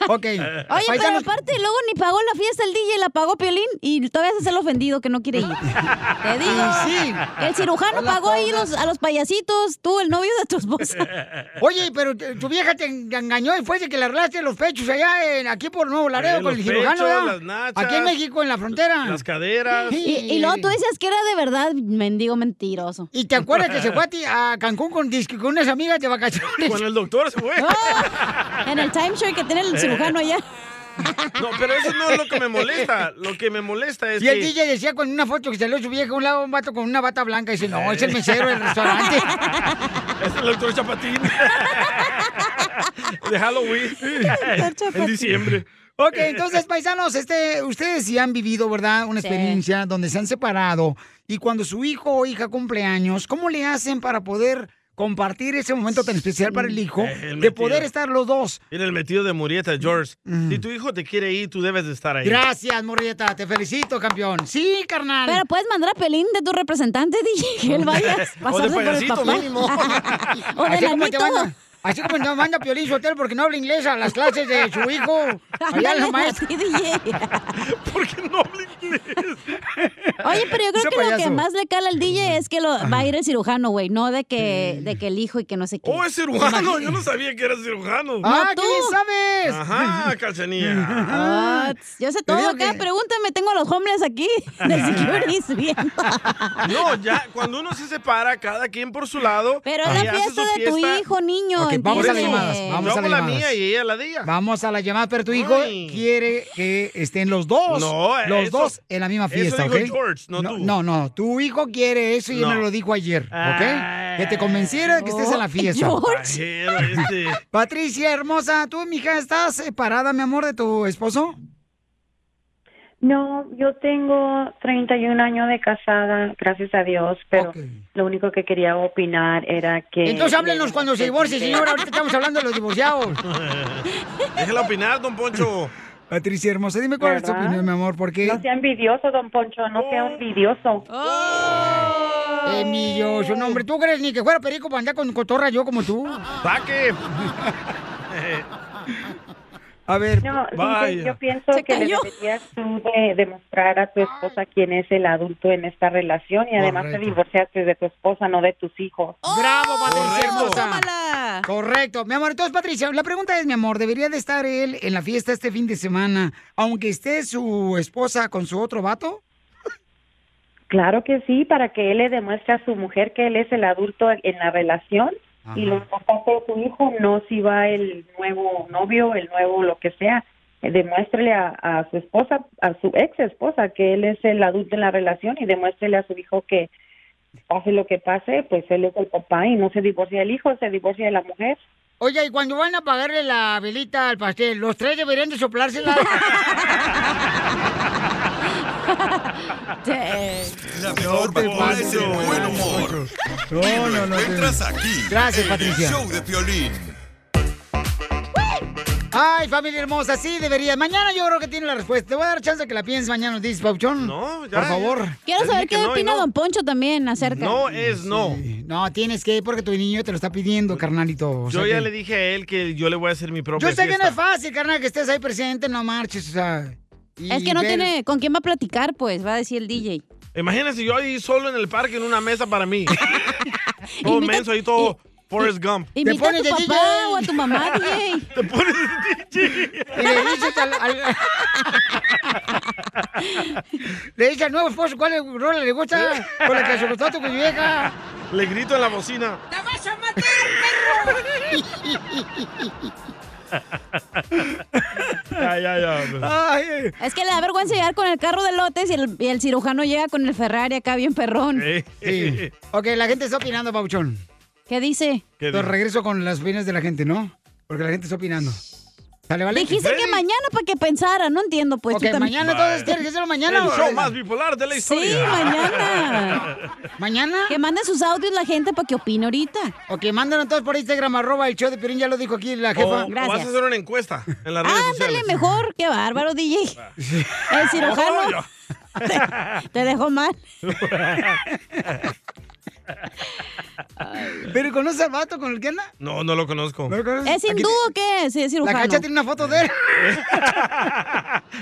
[SPEAKER 2] Oye, pero
[SPEAKER 1] paisanos,
[SPEAKER 2] aparte, luego ni pagó la fiesta el DJ, la pagó Piolín y todavía se hace el ofendido que no quiere ir. Te digo,
[SPEAKER 1] Y sí.
[SPEAKER 2] el cirujano
[SPEAKER 1] Hola,
[SPEAKER 2] pagó ahí
[SPEAKER 1] Paula.
[SPEAKER 2] los- a los payasitos, tú, el novio de tu esposa.
[SPEAKER 1] Oye, pero te- tu vieja te en- te engañó después de que le arreglaste los pechos allá en, aquí por Nuevo Laredo
[SPEAKER 4] Eh,
[SPEAKER 1] con el
[SPEAKER 4] los
[SPEAKER 1] cirujano,
[SPEAKER 4] pechos,
[SPEAKER 1] ¿verdad?
[SPEAKER 4] las nachas,
[SPEAKER 1] Aquí en México, en la frontera.
[SPEAKER 4] las caderas.
[SPEAKER 2] Y, y luego tú dices que era de verdad, mendigo mentiroso.
[SPEAKER 1] ¿Y te acuerdas que se fue a, ti- a Cancún con, disque- con unas amigas de vacaciones?
[SPEAKER 4] Con el doctor se fue.
[SPEAKER 2] Oh, en el timeshare que tiene el cirujano allá.
[SPEAKER 4] No, pero eso no es lo que me molesta. Lo que me molesta es
[SPEAKER 1] Y el
[SPEAKER 4] que...
[SPEAKER 1] DJ decía con una foto que salió su vieja a un lado un vato con una bata blanca. Dice, no, es el mesero del restaurante.
[SPEAKER 4] Es el doctor Chapatín. De Halloween. en diciembre.
[SPEAKER 1] Ok, entonces, paisanos, este, ustedes sí han vivido, ¿verdad? Una
[SPEAKER 4] Sí.
[SPEAKER 1] experiencia donde se han separado y cuando su hijo o hija cumple años, ¿cómo le hacen para poder compartir ese momento tan especial para el hijo
[SPEAKER 4] Eh, el
[SPEAKER 1] de
[SPEAKER 4] metido.
[SPEAKER 1] poder estar los dos?
[SPEAKER 4] Mira el metido de Murieta, George. Si tu hijo te quiere ir, tú debes de estar ahí.
[SPEAKER 1] Mm. Gracias, Morrieta, te felicito, campeón. Sí, carnal.
[SPEAKER 2] Pero puedes mandar a Pelín de tu representante, DJ, que él vaya a
[SPEAKER 1] O
[SPEAKER 2] pasarse
[SPEAKER 1] de
[SPEAKER 2] por el
[SPEAKER 1] payasito
[SPEAKER 2] papá.
[SPEAKER 1] mínimo.
[SPEAKER 2] o de
[SPEAKER 1] así como te
[SPEAKER 2] nanito.
[SPEAKER 1] manda, así como te manda Piolín Sotelo porque no habla inglés a las clases de su hijo. Allá
[SPEAKER 2] Ándale,
[SPEAKER 1] la maestra.
[SPEAKER 2] así, DJ. Oye, pero yo creo
[SPEAKER 1] Ese
[SPEAKER 2] que lo que
[SPEAKER 1] payaso.
[SPEAKER 2] más le cala al DJ es que lo, va a ir el cirujano, güey, no de que, de que el hijo y que no sé qué.
[SPEAKER 4] Oh, es cirujano. Yo no sabía que era cirujano.
[SPEAKER 2] Ah, ¿qué bien
[SPEAKER 1] sabes?
[SPEAKER 4] Ajá, calzanía.
[SPEAKER 2] Ah, tss, yo sé todo
[SPEAKER 4] digo
[SPEAKER 2] acá,
[SPEAKER 4] que-
[SPEAKER 2] pregúntame, tengo a los homeless aquí de securities viendo.
[SPEAKER 4] No, ya, cuando uno se separa, cada quien por su lado.
[SPEAKER 2] Pero es la
[SPEAKER 4] y hace
[SPEAKER 2] fiesta
[SPEAKER 4] su
[SPEAKER 2] de tu
[SPEAKER 4] fiesta.
[SPEAKER 2] hijo, niño.
[SPEAKER 1] Ok, vamos a las
[SPEAKER 2] entiende.
[SPEAKER 1] llamadas. Vamos
[SPEAKER 4] Yo
[SPEAKER 1] a
[SPEAKER 4] hago
[SPEAKER 1] las
[SPEAKER 4] la
[SPEAKER 1] llamadas.
[SPEAKER 4] mía y ella la de ella.
[SPEAKER 1] Vamos a la llamada, pero tu hijo quiere que estén los dos.
[SPEAKER 4] No,
[SPEAKER 1] los
[SPEAKER 4] eso-
[SPEAKER 1] dos en la misma
[SPEAKER 4] eso
[SPEAKER 1] fiesta,
[SPEAKER 4] dijo
[SPEAKER 1] ¿ok?
[SPEAKER 4] George, no tú.
[SPEAKER 1] No, no, tu hijo quiere eso y él
[SPEAKER 4] No.
[SPEAKER 1] me lo dijo ayer, ¿ok? que te convenciera de que estés en la fiesta.
[SPEAKER 4] Pajero este.
[SPEAKER 1] Patricia, hermosa, ¿tú, mija, estás separada, mi amor, de tu esposo?
[SPEAKER 5] No, yo tengo 31 años de casada, gracias a Dios, pero lo único que quería opinar era que...
[SPEAKER 1] Entonces háblenos cuando se divorcie, señora. Ahorita estamos hablando de los divorciados.
[SPEAKER 4] Déjela opinar, don Poncho.
[SPEAKER 1] Patricia hermosa, dime cuál es tu
[SPEAKER 5] ¿Verdad?
[SPEAKER 1] opinión, mi amor, porque...
[SPEAKER 5] No sea envidioso, don Poncho, no
[SPEAKER 4] Oh.
[SPEAKER 5] sea envidioso.
[SPEAKER 1] Emilioso, Oh. no, hombre, ¿tú crees ni que fuera perico para andar con cotorra yo como tú?
[SPEAKER 4] ¡Saque!
[SPEAKER 1] A ver,
[SPEAKER 5] No, sí, yo, yo pienso
[SPEAKER 2] Se
[SPEAKER 5] que le
[SPEAKER 2] cayó.
[SPEAKER 5] deberías tú de- demostrar a tu esposa quién es el adulto en esta relación y además te
[SPEAKER 1] Correcto.
[SPEAKER 5] divorciaste de tu esposa, no de tus hijos.
[SPEAKER 1] Oh, ¡Bravo, Patricia hermosa! Correcto. Mi amor, entonces, Patricia, la pregunta es, mi amor, ¿debería de estar él en la fiesta este fin de semana, aunque esté su esposa con su otro vato?
[SPEAKER 5] Claro que sí, para que él le demuestre a su mujer que él es el adulto en la relación y los papás de tu hijo no si va el nuevo novio, el nuevo lo que sea. Eh, Demuéstrele a, a su esposa, a su ex esposa, que él es el adulto en la relación y demuéstrele a su hijo que pase lo que pase, pues él es el papá y no se divorcia del hijo, se divorcia de la mujer.
[SPEAKER 1] Oye, ¿y cuando van a pagarle la velita al pastel, los tres deberían de soplársela?
[SPEAKER 9] La mejor vacuna es el buen humor. y lo encuentras aquí.
[SPEAKER 1] Gracias,
[SPEAKER 9] en
[SPEAKER 1] Patricia.
[SPEAKER 9] El show de Piolín.
[SPEAKER 1] Ay, familia hermosa, sí debería. Mañana yo creo que tiene la respuesta. Te voy a dar chance de que la pienses mañana, nos dices, Pauchón. No,
[SPEAKER 4] ya,
[SPEAKER 1] Por favor.
[SPEAKER 4] ya.
[SPEAKER 2] Quiero saber qué opina Don Poncho también acerca.
[SPEAKER 4] No es no. Pues,
[SPEAKER 1] No, tienes que, porque tu niño te lo está pidiendo, carnalito. O
[SPEAKER 4] Yo
[SPEAKER 1] sea
[SPEAKER 4] ya
[SPEAKER 1] que-
[SPEAKER 4] le dije a él que yo le voy a hacer mi propia
[SPEAKER 1] Yo sé que no
[SPEAKER 4] fiesta.
[SPEAKER 1] es fácil, carnal, que estés ahí presente, no marches, o sea. y
[SPEAKER 2] Es que no
[SPEAKER 1] ver-
[SPEAKER 2] tiene con quién va a platicar, pues, va a decir el DJ.
[SPEAKER 4] Imagínense yo ahí solo en el parque en una mesa para mí. todo
[SPEAKER 2] Invita-
[SPEAKER 4] menso ahí, todo Forrest Gump.
[SPEAKER 2] Invita a tu papá o a tu mamá, DJ.
[SPEAKER 4] Te pones de DJ.
[SPEAKER 1] Y le dices al, al- le dices al nuevo esposo cuál es- rola le gusta con la que se gustó tu vieja.
[SPEAKER 4] Le grito en la bocina.
[SPEAKER 1] ¡La vas a matar, perro!
[SPEAKER 4] Ay, ay, ay.
[SPEAKER 2] Es que le da vergüenza llegar con el carro de lotes y el, y el cirujano llega con el Ferrari acá bien perrón.
[SPEAKER 4] Eh.
[SPEAKER 1] Sí. Ok, la gente está opinando, Pauchón.
[SPEAKER 2] ¿Qué dice?
[SPEAKER 1] Entonces regreso con las opiniones de la gente, ¿no? Porque la gente está opinando. ¿Sale, vale?
[SPEAKER 2] Dijiste que mañana para que pensara, no entiendo, pues.
[SPEAKER 1] Ok, mañana, entonces, ¿quieres que sea mañana
[SPEAKER 4] El
[SPEAKER 1] o-
[SPEAKER 4] show más bipolar de la historia.
[SPEAKER 2] mañana.
[SPEAKER 1] ¿Mañana?
[SPEAKER 2] Que mande sus audios la gente para que opine ahorita.
[SPEAKER 1] Ok, mándanos todos por Instagram, arroba el show de Pirín, ya lo dijo aquí la
[SPEAKER 4] O,
[SPEAKER 1] jefa.
[SPEAKER 4] o vas a hacer una encuesta en las redes
[SPEAKER 2] Oh, Ándale
[SPEAKER 4] sociales.
[SPEAKER 2] mejor, qué bárbaro, DJ. El
[SPEAKER 4] Ah.
[SPEAKER 2] cirujano te dejó mal.
[SPEAKER 1] ¿Pero conoces al vato con el que anda?
[SPEAKER 4] No, no lo conozco.
[SPEAKER 2] ¿Es hindú o qué? Sí, es cirujano.
[SPEAKER 1] La cacha tiene una foto de él.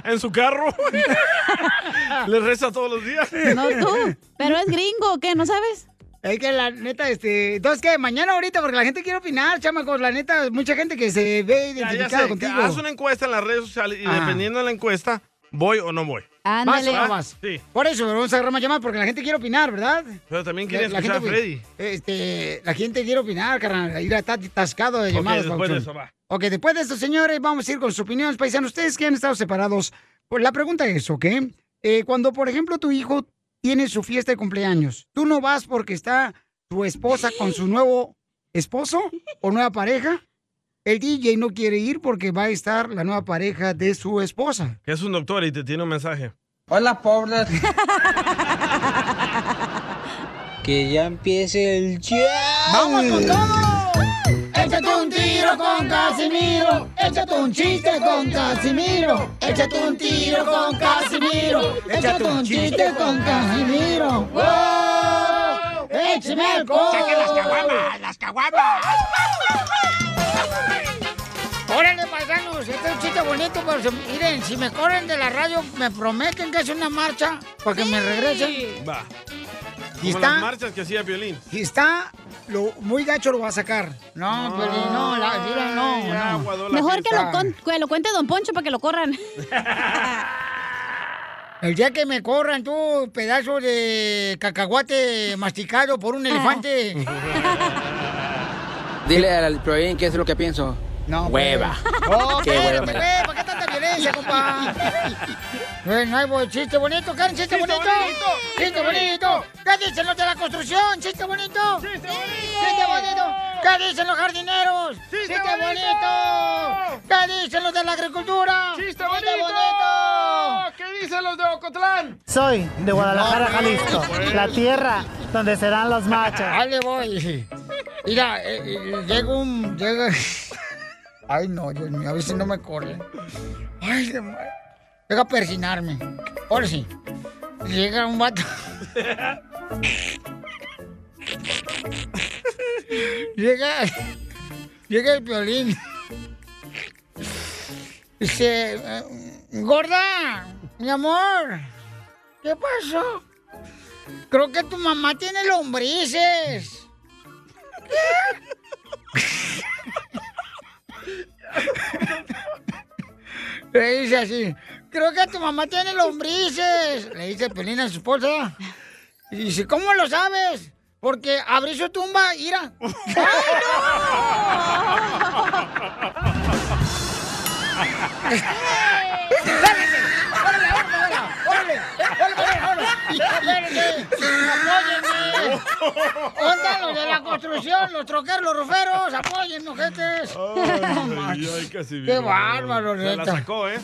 [SPEAKER 4] en su carro. Le reza todos los días.
[SPEAKER 2] No tú. ¿Pero es gringo o qué? ¿No sabes?
[SPEAKER 1] Es que la neta, este. Entonces, ¿qué? Mañana ahorita, porque la gente quiere opinar, chamacos. La neta, mucha gente que se ve
[SPEAKER 4] Ya, ya
[SPEAKER 1] identificada
[SPEAKER 4] sé,
[SPEAKER 1] contigo.
[SPEAKER 4] Haz una encuesta en las redes sociales y
[SPEAKER 1] Ah.
[SPEAKER 4] dependiendo de la encuesta, voy o no voy.
[SPEAKER 1] Ándale. Vas o no
[SPEAKER 4] ¿Ah?
[SPEAKER 1] vas.
[SPEAKER 4] Sí.
[SPEAKER 1] Por eso, vamos a agarrar más llamadas porque la gente quiere opinar, ¿verdad?
[SPEAKER 4] Pero también quieren
[SPEAKER 1] La- la
[SPEAKER 4] escuchar a
[SPEAKER 1] gente,
[SPEAKER 4] Freddy.
[SPEAKER 1] pues, Este, la gente quiere opinar, carnal. Ir está atascado de
[SPEAKER 4] Ok,
[SPEAKER 1] llamadas.
[SPEAKER 4] después de
[SPEAKER 1] Pabuchón.
[SPEAKER 4] eso, va.
[SPEAKER 1] Ok, después de esto, señores, vamos a ir con sus opiniones, paisanos. Ustedes que han estado separados, pues la pregunta es, ¿ok? Eh, cuando, por ejemplo, tu hijo tiene su fiesta de cumpleaños, ¿tú no vas porque está tu esposa con su nuevo esposo o nueva pareja? El DJ no quiere ir porque va a estar la nueva pareja de su esposa.
[SPEAKER 4] Que es un doctor y te tiene un mensaje.
[SPEAKER 34] Hola, pobres. que ya empiece el
[SPEAKER 1] ¡Vamos con todo! Échate un tiro con Casimiro, échate un chiste con Casimiro, échate un tiro con Casimiro, échate un chiste con Casimiro. ¡Wow! ¡Échame alcohol!
[SPEAKER 3] ¡Saquen las caguamas,
[SPEAKER 1] las caguamas! Órale, paisanos, este es un chiste bonito, pero se- miren, si me corren de la radio, me prometen que es una marcha para que me regresen.
[SPEAKER 4] Va.
[SPEAKER 1] ¿Y
[SPEAKER 4] Como
[SPEAKER 1] está?
[SPEAKER 4] las marchas que hacía Violín.
[SPEAKER 1] Si está lo, muy gacho, lo va a sacar. No,
[SPEAKER 4] No,
[SPEAKER 1] pero no, la, mira, no,
[SPEAKER 4] ya
[SPEAKER 1] no.
[SPEAKER 4] aguadó
[SPEAKER 2] Mejor que lo, con- que lo cuente Don Poncho para que lo corran.
[SPEAKER 1] El día que me corran tú, pedazo de cacahuate masticado por un
[SPEAKER 2] Ah.
[SPEAKER 1] elefante.
[SPEAKER 34] Dile al Proin qué es lo que pienso.
[SPEAKER 1] No. pues.
[SPEAKER 34] Hueva.
[SPEAKER 1] ¡Oh,
[SPEAKER 34] Qué hueva,
[SPEAKER 1] espérate,
[SPEAKER 34] me
[SPEAKER 1] güey! ¿Por qué tanta violencia, compa? Bueno, pues, ahí voy. Chiste bonito, Karen, chiste, bonito. Chiste bonito. ¿Qué dicen los de la construcción? Chiste bonito. Chiste bonito. ¿Qué dicen los jardineros? Chiste, bonito. ¿Qué dicen los de la agricultura? Chiste bonito. ¿Qué dicen los de Ocotlán?
[SPEAKER 22] Soy de Guadalajara,
[SPEAKER 1] No,
[SPEAKER 22] Jalisco,
[SPEAKER 1] pues.
[SPEAKER 22] la tierra donde serán las machas.
[SPEAKER 1] Ahí le voy. Mira, eh, eh, llega un. Llega... Ay, no, Dios mío, a veces no me corre. Ay, de madre. Llega a persinarme. Ahora sí. Llega un vato. Llega. Llega el violín. Dice. eh, Gorda, mi amor. ¿Qué pasó? Creo que tu mamá tiene lombrices. Le dice así, creo que tu mamá tiene lombrices. Le dice Pelina a su esposa. Y dice, ¿cómo lo sabes? Porque abrí su tumba, ira. ¡Órale! ¡Espérense! ¡Apóyenme! ¡Onda los de la construcción, los troqueros, los ruferos! ¡Apóyenme, ojetes! No
[SPEAKER 4] Ay,
[SPEAKER 1] manches.
[SPEAKER 4] ay, casi
[SPEAKER 1] ¡Qué
[SPEAKER 4] bien.
[SPEAKER 1] bárbaro,
[SPEAKER 4] Se la
[SPEAKER 1] neta.
[SPEAKER 4] sacó, ¿eh?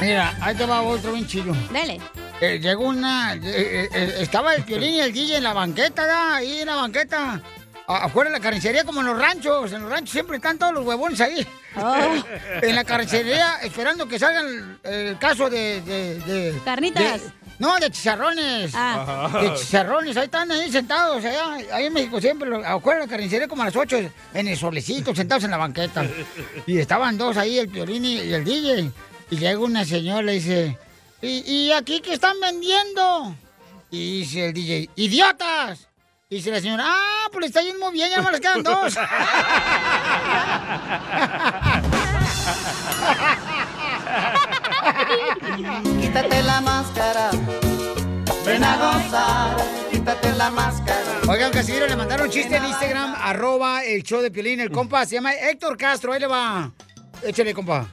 [SPEAKER 1] Mira, ahí te va otro bien chido.
[SPEAKER 2] Dale.
[SPEAKER 1] Eh, llegó una. eh, eh, eh, estaba el violín y el DJ en la banqueta, ¿da? ahí en la banqueta. A- Afuera de la carnicería, como en los ranchos. En los ranchos siempre están todos los huevones ahí.
[SPEAKER 2] Ah.
[SPEAKER 1] En la carnicería, esperando que salgan el, el caso de. de, de-
[SPEAKER 2] Carnitas.
[SPEAKER 1] de- no, de chicharrones.
[SPEAKER 2] Ah.
[SPEAKER 1] De chicharrones, ahí están ahí sentados. Allá, ahí en México siempre, lo- afuera de la carnicería, como a las 8, en el solecito, sentados en la banqueta. Y estaban dos ahí, el violín y, y el DJ. Y llega una señora y le dice, ¿Y, ¿y aquí qué están vendiendo? Y dice el DJ, ¡idiotas! Y dice la señora, ¡ah, pues está yendo muy bien, ya me les quedan dos!
[SPEAKER 3] Quítate la máscara. Ven a gozar. Quítate la máscara.
[SPEAKER 1] Oigan, Casimiro, le mandaron un chiste en Instagram,
[SPEAKER 24] Ah.
[SPEAKER 1] arroba el show de Piolín, el compa, se llama Héctor Castro, ahí le va. Échale, compa.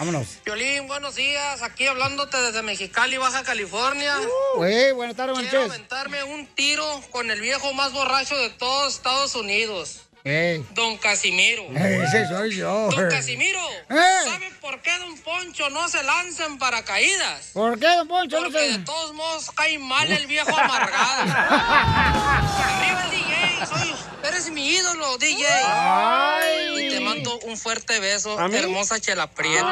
[SPEAKER 1] Vámonos.
[SPEAKER 24] Violín, buenos días. Aquí hablándote desde Mexicali, Baja California.
[SPEAKER 1] Güey, buenas tardes,
[SPEAKER 24] Uh. Quiero
[SPEAKER 1] Manches.
[SPEAKER 24] aventarme un tiro con el viejo más borracho de todos Estados Unidos,
[SPEAKER 1] Ey,
[SPEAKER 24] Don Casimiro.
[SPEAKER 1] ese soy yo.
[SPEAKER 24] Don Casimiro, ¿sabe por qué Don Poncho no se lanza en paracaídas?
[SPEAKER 1] ¿Por qué, don Poncho? No
[SPEAKER 24] Porque de
[SPEAKER 1] sé.
[SPEAKER 24] todos modos cae mal el viejo amargado. Arriba el DJ, soy, eres mi ídolo, DJ. Y te mando un fuerte beso,
[SPEAKER 34] ¿A mí?
[SPEAKER 24] hermosa Chela Prieto.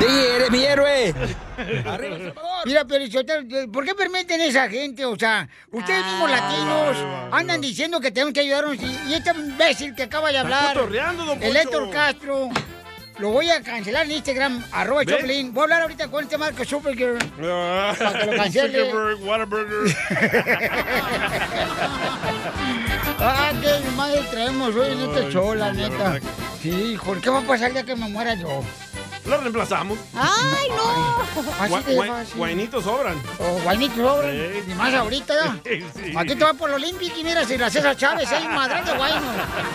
[SPEAKER 34] DJ, eres mi héroe.
[SPEAKER 1] Mira, Piolichotelo, ¿por qué permiten esa gente? O sea, ustedes mismos
[SPEAKER 4] Ah,
[SPEAKER 1] latinos andan diciendo que tenemos que ayudarnos. Y, y este imbécil que acaba de
[SPEAKER 3] Está
[SPEAKER 1] hablar,
[SPEAKER 3] cotorreando, don
[SPEAKER 1] el
[SPEAKER 3] Poncho.
[SPEAKER 1] Héctor Castro, lo voy a cancelar en Instagram, arroba
[SPEAKER 3] ¿Ves?
[SPEAKER 1] Choplin. Voy a hablar ahorita con este Marco Supergirl. Para que lo cancele.
[SPEAKER 4] Zuckerberg, Whataburger.
[SPEAKER 1] Ah, qué madre traemos hoy en este
[SPEAKER 4] Ay,
[SPEAKER 1] show, la
[SPEAKER 4] sí, la
[SPEAKER 1] neta.
[SPEAKER 4] verdad
[SPEAKER 1] Sí, hijo, ¿qué va a pasar ya que me muera yo? Ah,
[SPEAKER 4] Lo reemplazamos.
[SPEAKER 1] ¡Ay, no!
[SPEAKER 4] Gua-
[SPEAKER 1] Así de
[SPEAKER 4] guai-
[SPEAKER 1] fácil.
[SPEAKER 4] Guainitos sobran.
[SPEAKER 1] O guainitos sobran.
[SPEAKER 4] Sí.
[SPEAKER 1] Y más ahorita, ¿ya?
[SPEAKER 4] Sí.
[SPEAKER 1] Aquí te va por lo Olympic y mira si la César Chávez, hay madre de guayno.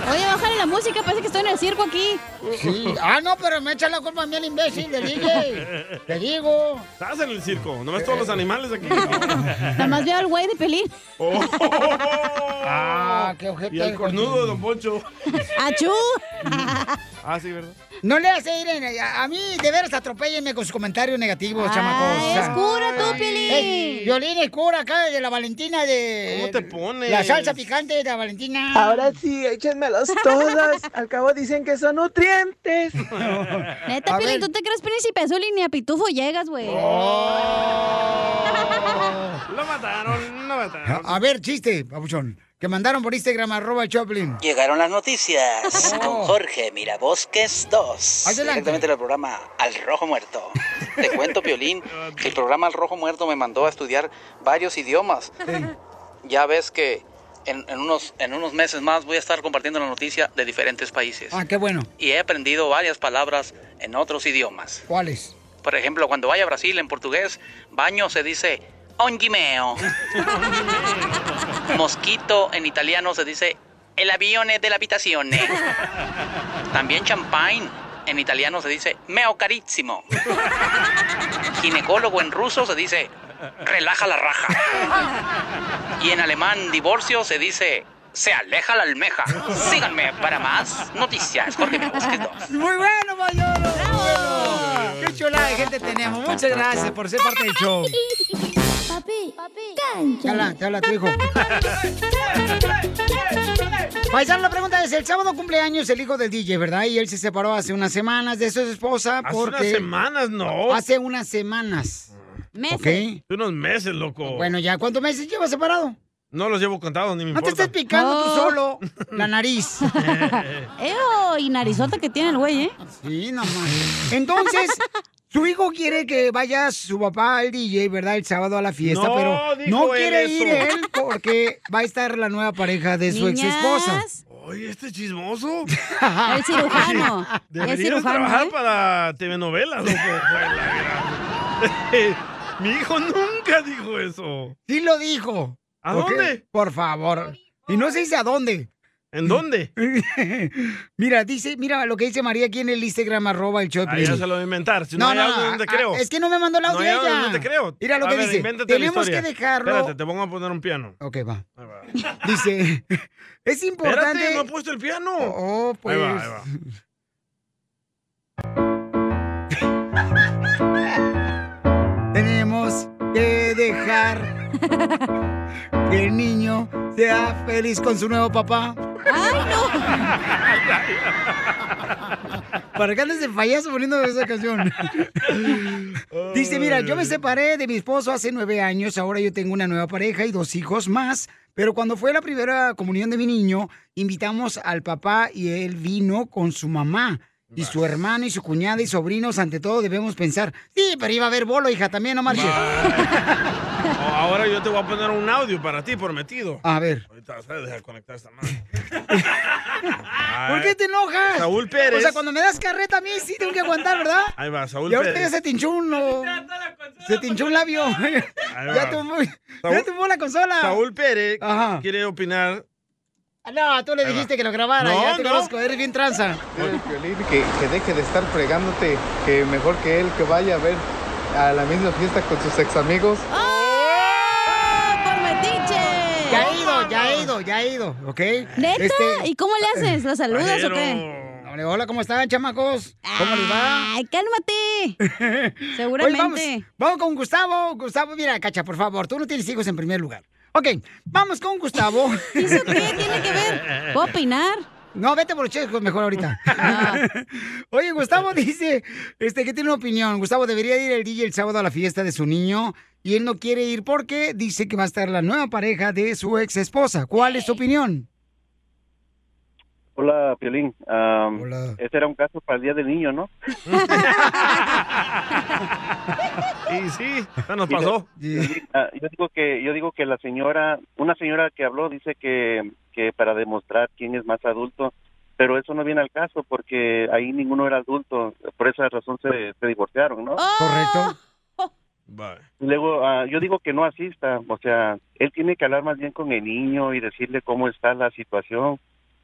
[SPEAKER 1] Oye, bájale la música, parece que estoy en el circo aquí. Sí. Ah, no, pero me echa la culpa a mí el imbécil, le dije. Te digo. Eh.
[SPEAKER 4] Estás en el circo. No ves todos los animales aquí.
[SPEAKER 2] Nada más veo al güey de pelín.
[SPEAKER 1] Ah, qué ojete.
[SPEAKER 4] Oh. Y el cornudo de Don Poncho.
[SPEAKER 1] ¡Achú!
[SPEAKER 4] Ah, sí, ¿verdad?
[SPEAKER 1] No le hace ir en- a, a mí, de veras, atropéllenme con sus comentarios negativos, chamacos.
[SPEAKER 4] es cura tú, Piolín.
[SPEAKER 1] Eh, Violín es cura acá de la Valentina de...
[SPEAKER 4] ¿Cómo te pones?
[SPEAKER 1] La salsa picante de la Valentina.
[SPEAKER 10] Ahora sí, échenmelas todas. Al cabo dicen que son nutrientes.
[SPEAKER 2] Neta, Piolín, tú te crees príncipe azul y ni a pitufo llegas, güey.
[SPEAKER 1] Oh.
[SPEAKER 4] Lo mataron, lo mataron.
[SPEAKER 1] A, a ver, chiste, papuchón. Que mandaron por Instagram, arroba el Choplin.
[SPEAKER 27] Llegaron las noticias con Jorge Mirabosques 2.
[SPEAKER 1] Adelante.
[SPEAKER 27] Directamente del programa Al Rojo Muerto. Te cuento, Piolín, que el programa Al Rojo Muerto me mandó a estudiar varios idiomas. Ya ves que en, en unos, en unos meses más voy a estar compartiendo la noticia de diferentes países.
[SPEAKER 1] Ah, qué bueno.
[SPEAKER 27] Y he aprendido varias palabras en otros idiomas.
[SPEAKER 1] ¿Cuáles?
[SPEAKER 27] Por ejemplo, cuando vaya a Brasil en portugués, baño se dice ongimeo. Mosquito en italiano se dice el avione de la habitación. También champagne en italiano se dice meo carísimo. Ginecólogo en ruso se dice relaja la raja. Y en alemán divorcio se dice se aleja la almeja. Síganme para más noticias. Jorge Mirabosques dos.
[SPEAKER 1] Muy bueno, Mayoro. Muy bueno. Qué chulada de gente tenemos. Muchas gracias por ser parte del show.
[SPEAKER 33] Papi, papi,
[SPEAKER 1] Te habla, te habla tu hijo. Paisano, la pregunta es, el sábado cumpleaños el hijo del DJ, ¿verdad? Y él se separó hace unas semanas de su esposa
[SPEAKER 4] Hace
[SPEAKER 1] porque...
[SPEAKER 4] unas semanas, no.
[SPEAKER 1] Hace unas semanas.
[SPEAKER 2] Meses.
[SPEAKER 1] Ok.
[SPEAKER 4] Hace unos meses, loco.
[SPEAKER 1] Bueno, ya, ¿cuántos meses lleva separado?
[SPEAKER 4] No los llevo contados, ni me
[SPEAKER 1] No te
[SPEAKER 4] importa.
[SPEAKER 1] estés picando tú
[SPEAKER 2] Oh.
[SPEAKER 1] solo la nariz.
[SPEAKER 2] Eo, y narizota que tiene el güey, ¿eh?
[SPEAKER 1] Sí, nomás. Entonces, su hijo quiere que vaya su papá al DJ, ¿verdad? El sábado a la fiesta,
[SPEAKER 3] No,
[SPEAKER 1] pero
[SPEAKER 3] dijo
[SPEAKER 1] no
[SPEAKER 3] él
[SPEAKER 1] quiere
[SPEAKER 3] eso.
[SPEAKER 1] ir él porque va a estar la nueva pareja de su ex esposa.
[SPEAKER 2] Niñas.
[SPEAKER 4] Oye, este chismoso.
[SPEAKER 1] El cirujano.
[SPEAKER 4] Oye,
[SPEAKER 1] El
[SPEAKER 4] Deberías
[SPEAKER 1] cirujano,
[SPEAKER 4] trabajar
[SPEAKER 1] ¿eh?
[SPEAKER 4] para telenovelas, loco. Fue la gran- Mi hijo nunca dijo eso.
[SPEAKER 1] Sí lo dijo.
[SPEAKER 4] ¿A
[SPEAKER 1] ¿Ok?
[SPEAKER 4] dónde?
[SPEAKER 1] Por favor. Y no se dice a dónde.
[SPEAKER 4] ¿En dónde?
[SPEAKER 1] mira, dice, mira lo que dice María aquí en el Instagram, arroba el show. de
[SPEAKER 4] Ah,
[SPEAKER 1] Piolín.
[SPEAKER 4] ya se lo voy a inventar. Si no, hay algo donde
[SPEAKER 1] ah,
[SPEAKER 4] creo.
[SPEAKER 1] Es que no me mandó el
[SPEAKER 4] No
[SPEAKER 1] audio
[SPEAKER 4] hay
[SPEAKER 1] ella.
[SPEAKER 4] algo donde creo.
[SPEAKER 1] Mira lo
[SPEAKER 4] A
[SPEAKER 1] que
[SPEAKER 4] ver,
[SPEAKER 1] dice.
[SPEAKER 4] invéntate la
[SPEAKER 1] Tenemos que
[SPEAKER 4] historia.
[SPEAKER 1] dejarlo.
[SPEAKER 4] Espérate, te pongo a poner un piano.
[SPEAKER 1] Ok, va. Dice, es importante.
[SPEAKER 4] Espérate, no he puesto el piano.
[SPEAKER 1] Oh, pues.
[SPEAKER 4] Ahí va, ahí va.
[SPEAKER 1] Tenemos que dejar que el niño sea feliz con su nuevo papá.
[SPEAKER 3] ¡Ay,
[SPEAKER 1] ¿Para qué andes de payaso poniendo esa canción? Dice, mira, yo me separé de mi esposo hace nueve años, ahora yo tengo una nueva pareja y dos hijos más, pero cuando fue la primera comunión de mi niño, invitamos al papá y él vino con su mamá. Y su hermano y su cuñada y sobrinos, ante todo, debemos pensar. Sí, pero iba a haber bolo, hija, también, no marches.
[SPEAKER 4] Oh, ahora yo te voy a poner un audio para ti, prometido.
[SPEAKER 1] A ver.
[SPEAKER 4] Ahorita vas a dejar conectar esta madre.
[SPEAKER 1] ¿Por qué te enojas?
[SPEAKER 4] Saúl Pérez.
[SPEAKER 1] O sea, cuando me das carreta a mí, sí tengo que aguantar, ¿verdad?
[SPEAKER 4] Ahí va, Saúl
[SPEAKER 1] y ahorita
[SPEAKER 4] Pérez.
[SPEAKER 1] ya se te hinchó un... Se te hinchó un labio.
[SPEAKER 4] va.
[SPEAKER 1] ya tumbó, ya
[SPEAKER 4] Saúl-
[SPEAKER 1] tumbó la consola.
[SPEAKER 4] Saúl Pérez quiere opinar.
[SPEAKER 1] Ah, No, tú le
[SPEAKER 4] Ahí va.
[SPEAKER 1] dijiste que lo grabara.
[SPEAKER 4] No,
[SPEAKER 1] ya te
[SPEAKER 4] no.
[SPEAKER 1] conozco, eres bien tranza.
[SPEAKER 12] que, que deje de estar fregándote, que mejor que él que vaya a ver a la misma fiesta con sus ex amigos.
[SPEAKER 1] Oh.
[SPEAKER 2] Oh, ¡Por metiche!
[SPEAKER 1] Ya he ido, ya he ido, ya he ido, ¿ok?
[SPEAKER 2] ¿Neta? ¿Y cómo le haces? ¿Lo saludas o qué?
[SPEAKER 1] Hola, Hola, ¿cómo están, chamacos? ¿Cómo les va?
[SPEAKER 2] ¡Ay, cálmate!
[SPEAKER 1] Oye, vamos,
[SPEAKER 2] Seguramente.
[SPEAKER 1] vamos con Gustavo. Gustavo, mira, Cacha, por favor, tú no tienes hijos en primer lugar. Ok, vamos con Gustavo.
[SPEAKER 2] ¿Eso qué tiene que ver? ¿Puedo opinar?
[SPEAKER 1] No, vete por los chescos mejor ahorita. Oye, Gustavo dice este, que tiene una opinión. Gustavo, debería ir el DJ el sábado a la fiesta de su niño y él no quiere ir porque dice que va a estar la nueva pareja de su ex esposa. ¿Cuál es su opinión?
[SPEAKER 8] Hola, Piolín. Um, Ese era un caso para el Día del Niño, ¿no?
[SPEAKER 4] Y sí, ya nos pasó.
[SPEAKER 8] Mira, ah, yo digo que yo digo que la señora, una señora que habló dice que, que para demostrar quién es más adulto, pero eso no viene al caso porque ahí ninguno era adulto, por esa razón se, se divorciaron, ¿no?
[SPEAKER 3] Oh,
[SPEAKER 1] Correcto.
[SPEAKER 8] Luego ah, yo digo que no asista, o sea, él tiene que hablar más bien con el niño y decirle cómo está la situación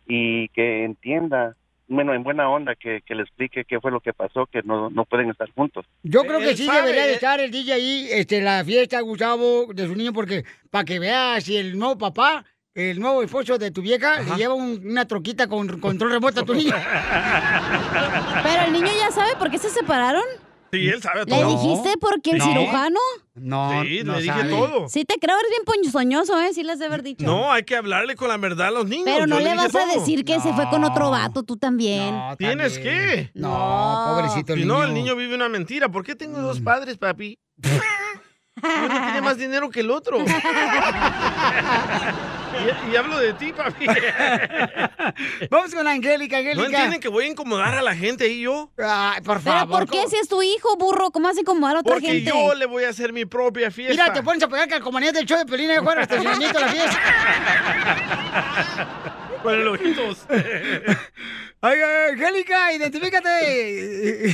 [SPEAKER 8] y que entienda, bueno, en buena onda que, que le explique qué fue lo que pasó, que no no pueden estar juntos.
[SPEAKER 1] Yo creo que
[SPEAKER 8] Él
[SPEAKER 1] sí
[SPEAKER 8] sabe,
[SPEAKER 1] debería de
[SPEAKER 8] él-
[SPEAKER 1] estar el DJ ahí, este, la fiesta, Gustavo, de su niño, porque para que veas si el nuevo papá, el nuevo esposo de tu vieja, le lleva un- una troquita con control remoto a tu niño.
[SPEAKER 2] Pero el niño ya sabe por qué se separaron.
[SPEAKER 4] Sí, él sabe
[SPEAKER 2] ¿Le
[SPEAKER 4] todo.
[SPEAKER 2] dijiste porque el
[SPEAKER 4] No.
[SPEAKER 2] cirujano?
[SPEAKER 1] No,
[SPEAKER 4] Sí,
[SPEAKER 1] no
[SPEAKER 4] le dije
[SPEAKER 1] sabe.
[SPEAKER 4] todo.
[SPEAKER 2] Sí, te creo, eres bien ponzoñoso, ¿eh? Sí, les debe haber dicho.
[SPEAKER 4] No, hay que hablarle con la verdad a los niños.
[SPEAKER 2] Pero no
[SPEAKER 4] Yo
[SPEAKER 2] le
[SPEAKER 4] dije
[SPEAKER 2] vas a
[SPEAKER 4] todo.
[SPEAKER 2] decir que se fue con otro vato, tú también.
[SPEAKER 4] ¿Tienes que?
[SPEAKER 1] No, pobrecito el
[SPEAKER 4] si no,
[SPEAKER 1] niño. Mm.
[SPEAKER 4] el niño vive una mentira. ¿Por qué tengo dos padres, papi? Uno tiene más dinero que el otro. y, y hablo de ti, papi.
[SPEAKER 1] Vamos con Angélica,
[SPEAKER 4] ¿No
[SPEAKER 1] Angélica.
[SPEAKER 4] entienden que voy a incomodar a la gente ahí yo?
[SPEAKER 1] Ay, por
[SPEAKER 2] Pero
[SPEAKER 1] favor.
[SPEAKER 2] ¿por qué si es tu hijo, burro? ¿Cómo hace incomodar a otra
[SPEAKER 4] Porque
[SPEAKER 2] gente?
[SPEAKER 4] yo le voy a hacer mi propia fiesta.
[SPEAKER 1] Mira, te pones a pegar calcomanías del show de Pelín de Juárez, hasta el estacionamiento de la fiesta.
[SPEAKER 4] Con los ojitos.
[SPEAKER 1] Ay, ay, Angélica, identifícate.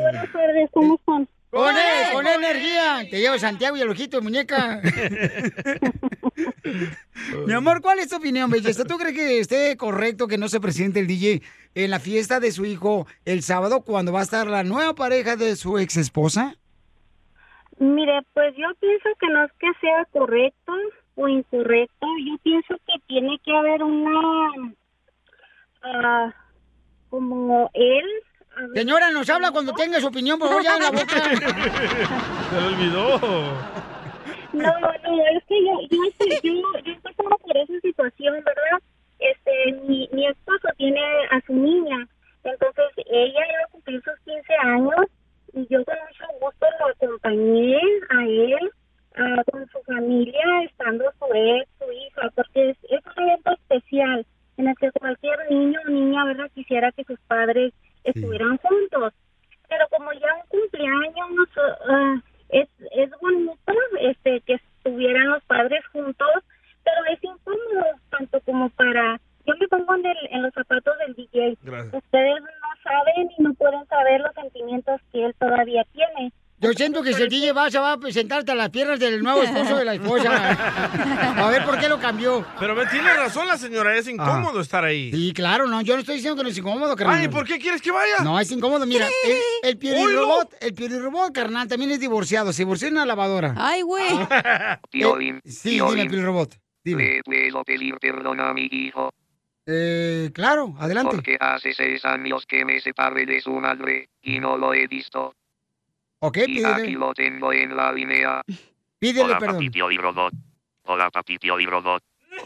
[SPEAKER 1] buenas
[SPEAKER 26] tardes, ¿cómo están?
[SPEAKER 1] Con, e- con energía. Te llevo Santiago y el ojito de muñeca. Mi amor, ¿cuál es tu opinión, belleza? ¿Tú crees que esté correcto que no se presente el DJ en la fiesta de su hijo el sábado cuando va a estar la nueva pareja de su ex esposa?
[SPEAKER 26] Mire, pues yo pienso que no es que sea correcto o incorrecto, yo pienso que tiene que haber una, ah, como él.
[SPEAKER 1] Señora, nos habla cuando tenga su opinión, por favor, ya abre la boca.
[SPEAKER 4] Se le olvidó.
[SPEAKER 26] No, no, es que yo, yo, este, yo, yo estoy como por esa situación, ¿verdad? Este, mi, mi esposo tiene a su niña, entonces ella iba a cumplir sus 15 años y yo con mucho gusto lo acompañé a él, ah, con su familia, estando su ex, su hija, porque es, es un evento especial en el que cualquier niño o niña, ¿verdad? Quisiera que sus padres estuvieran juntos pero como ya un cumpleaños ah, es, es bonito este que estuvieran los padres juntos pero es incómodo tanto como para yo me pongo en, el- en los zapatos del DJ
[SPEAKER 4] Gracias.
[SPEAKER 26] ustedes no saben y no pueden saber los sentimientos que él todavía tiene
[SPEAKER 1] Yo siento que si el DJ va, se va a presentarte a las piernas del nuevo esposo de la esposa. A ver por qué lo cambió.
[SPEAKER 4] Pero me tiene razón la señora, es incómodo estar ahí.
[SPEAKER 1] Sí, claro, no, yo no estoy diciendo que no es incómodo, carnal.
[SPEAKER 4] Ay, ¿por qué quieres que vaya?
[SPEAKER 1] No, es incómodo, mira,
[SPEAKER 4] Sí.
[SPEAKER 1] el, el
[SPEAKER 4] Oilo.
[SPEAKER 1] robot, el piolirrobot, carnal, también es divorciado, se divorció en una lavadora. Ah.
[SPEAKER 2] Ay, güey.
[SPEAKER 1] Piolín, sí, dime, Piolín Robot.
[SPEAKER 25] Le puedo pedir perdón a mi hijo.
[SPEAKER 1] Eh, claro, adelante.
[SPEAKER 25] Porque hace seis años que me separé de su madre y no lo he visto.
[SPEAKER 1] Ok,
[SPEAKER 25] y aquí
[SPEAKER 1] Eh, pídele,
[SPEAKER 25] lo tengo en la línea.
[SPEAKER 1] pídele
[SPEAKER 25] Hola,
[SPEAKER 1] perdón.
[SPEAKER 25] papi Pioli Robot. Hola, papi Pioli Robot.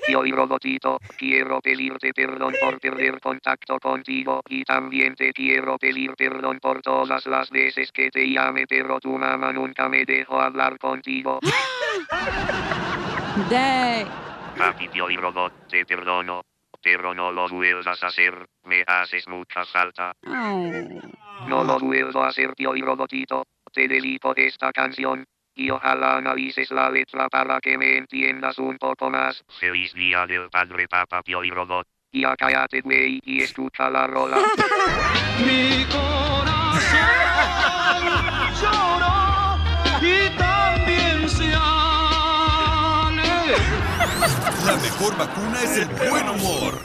[SPEAKER 25] Pioli Robotito, quiero pedirte perdón por perder contacto contigo y también te quiero pedir perdón por todas las veces que te llame, pero tu mamá nunca me dejó hablar contigo. Papi Pioli Robot, te perdono. Pero no lo vuelvas a hacer, me haces mucha falta. No lo vuelvo a hacer, Pioli Robotito. Te dedico esta canción. Y ojalá analices la letra para que me entiendas un poco más. Feliz día del padre, papá, Pioli Robot. Ya cállate, güey, y escucha la rola.
[SPEAKER 3] Mi corazón lloró y también se
[SPEAKER 9] La mejor vacuna es el buen humor.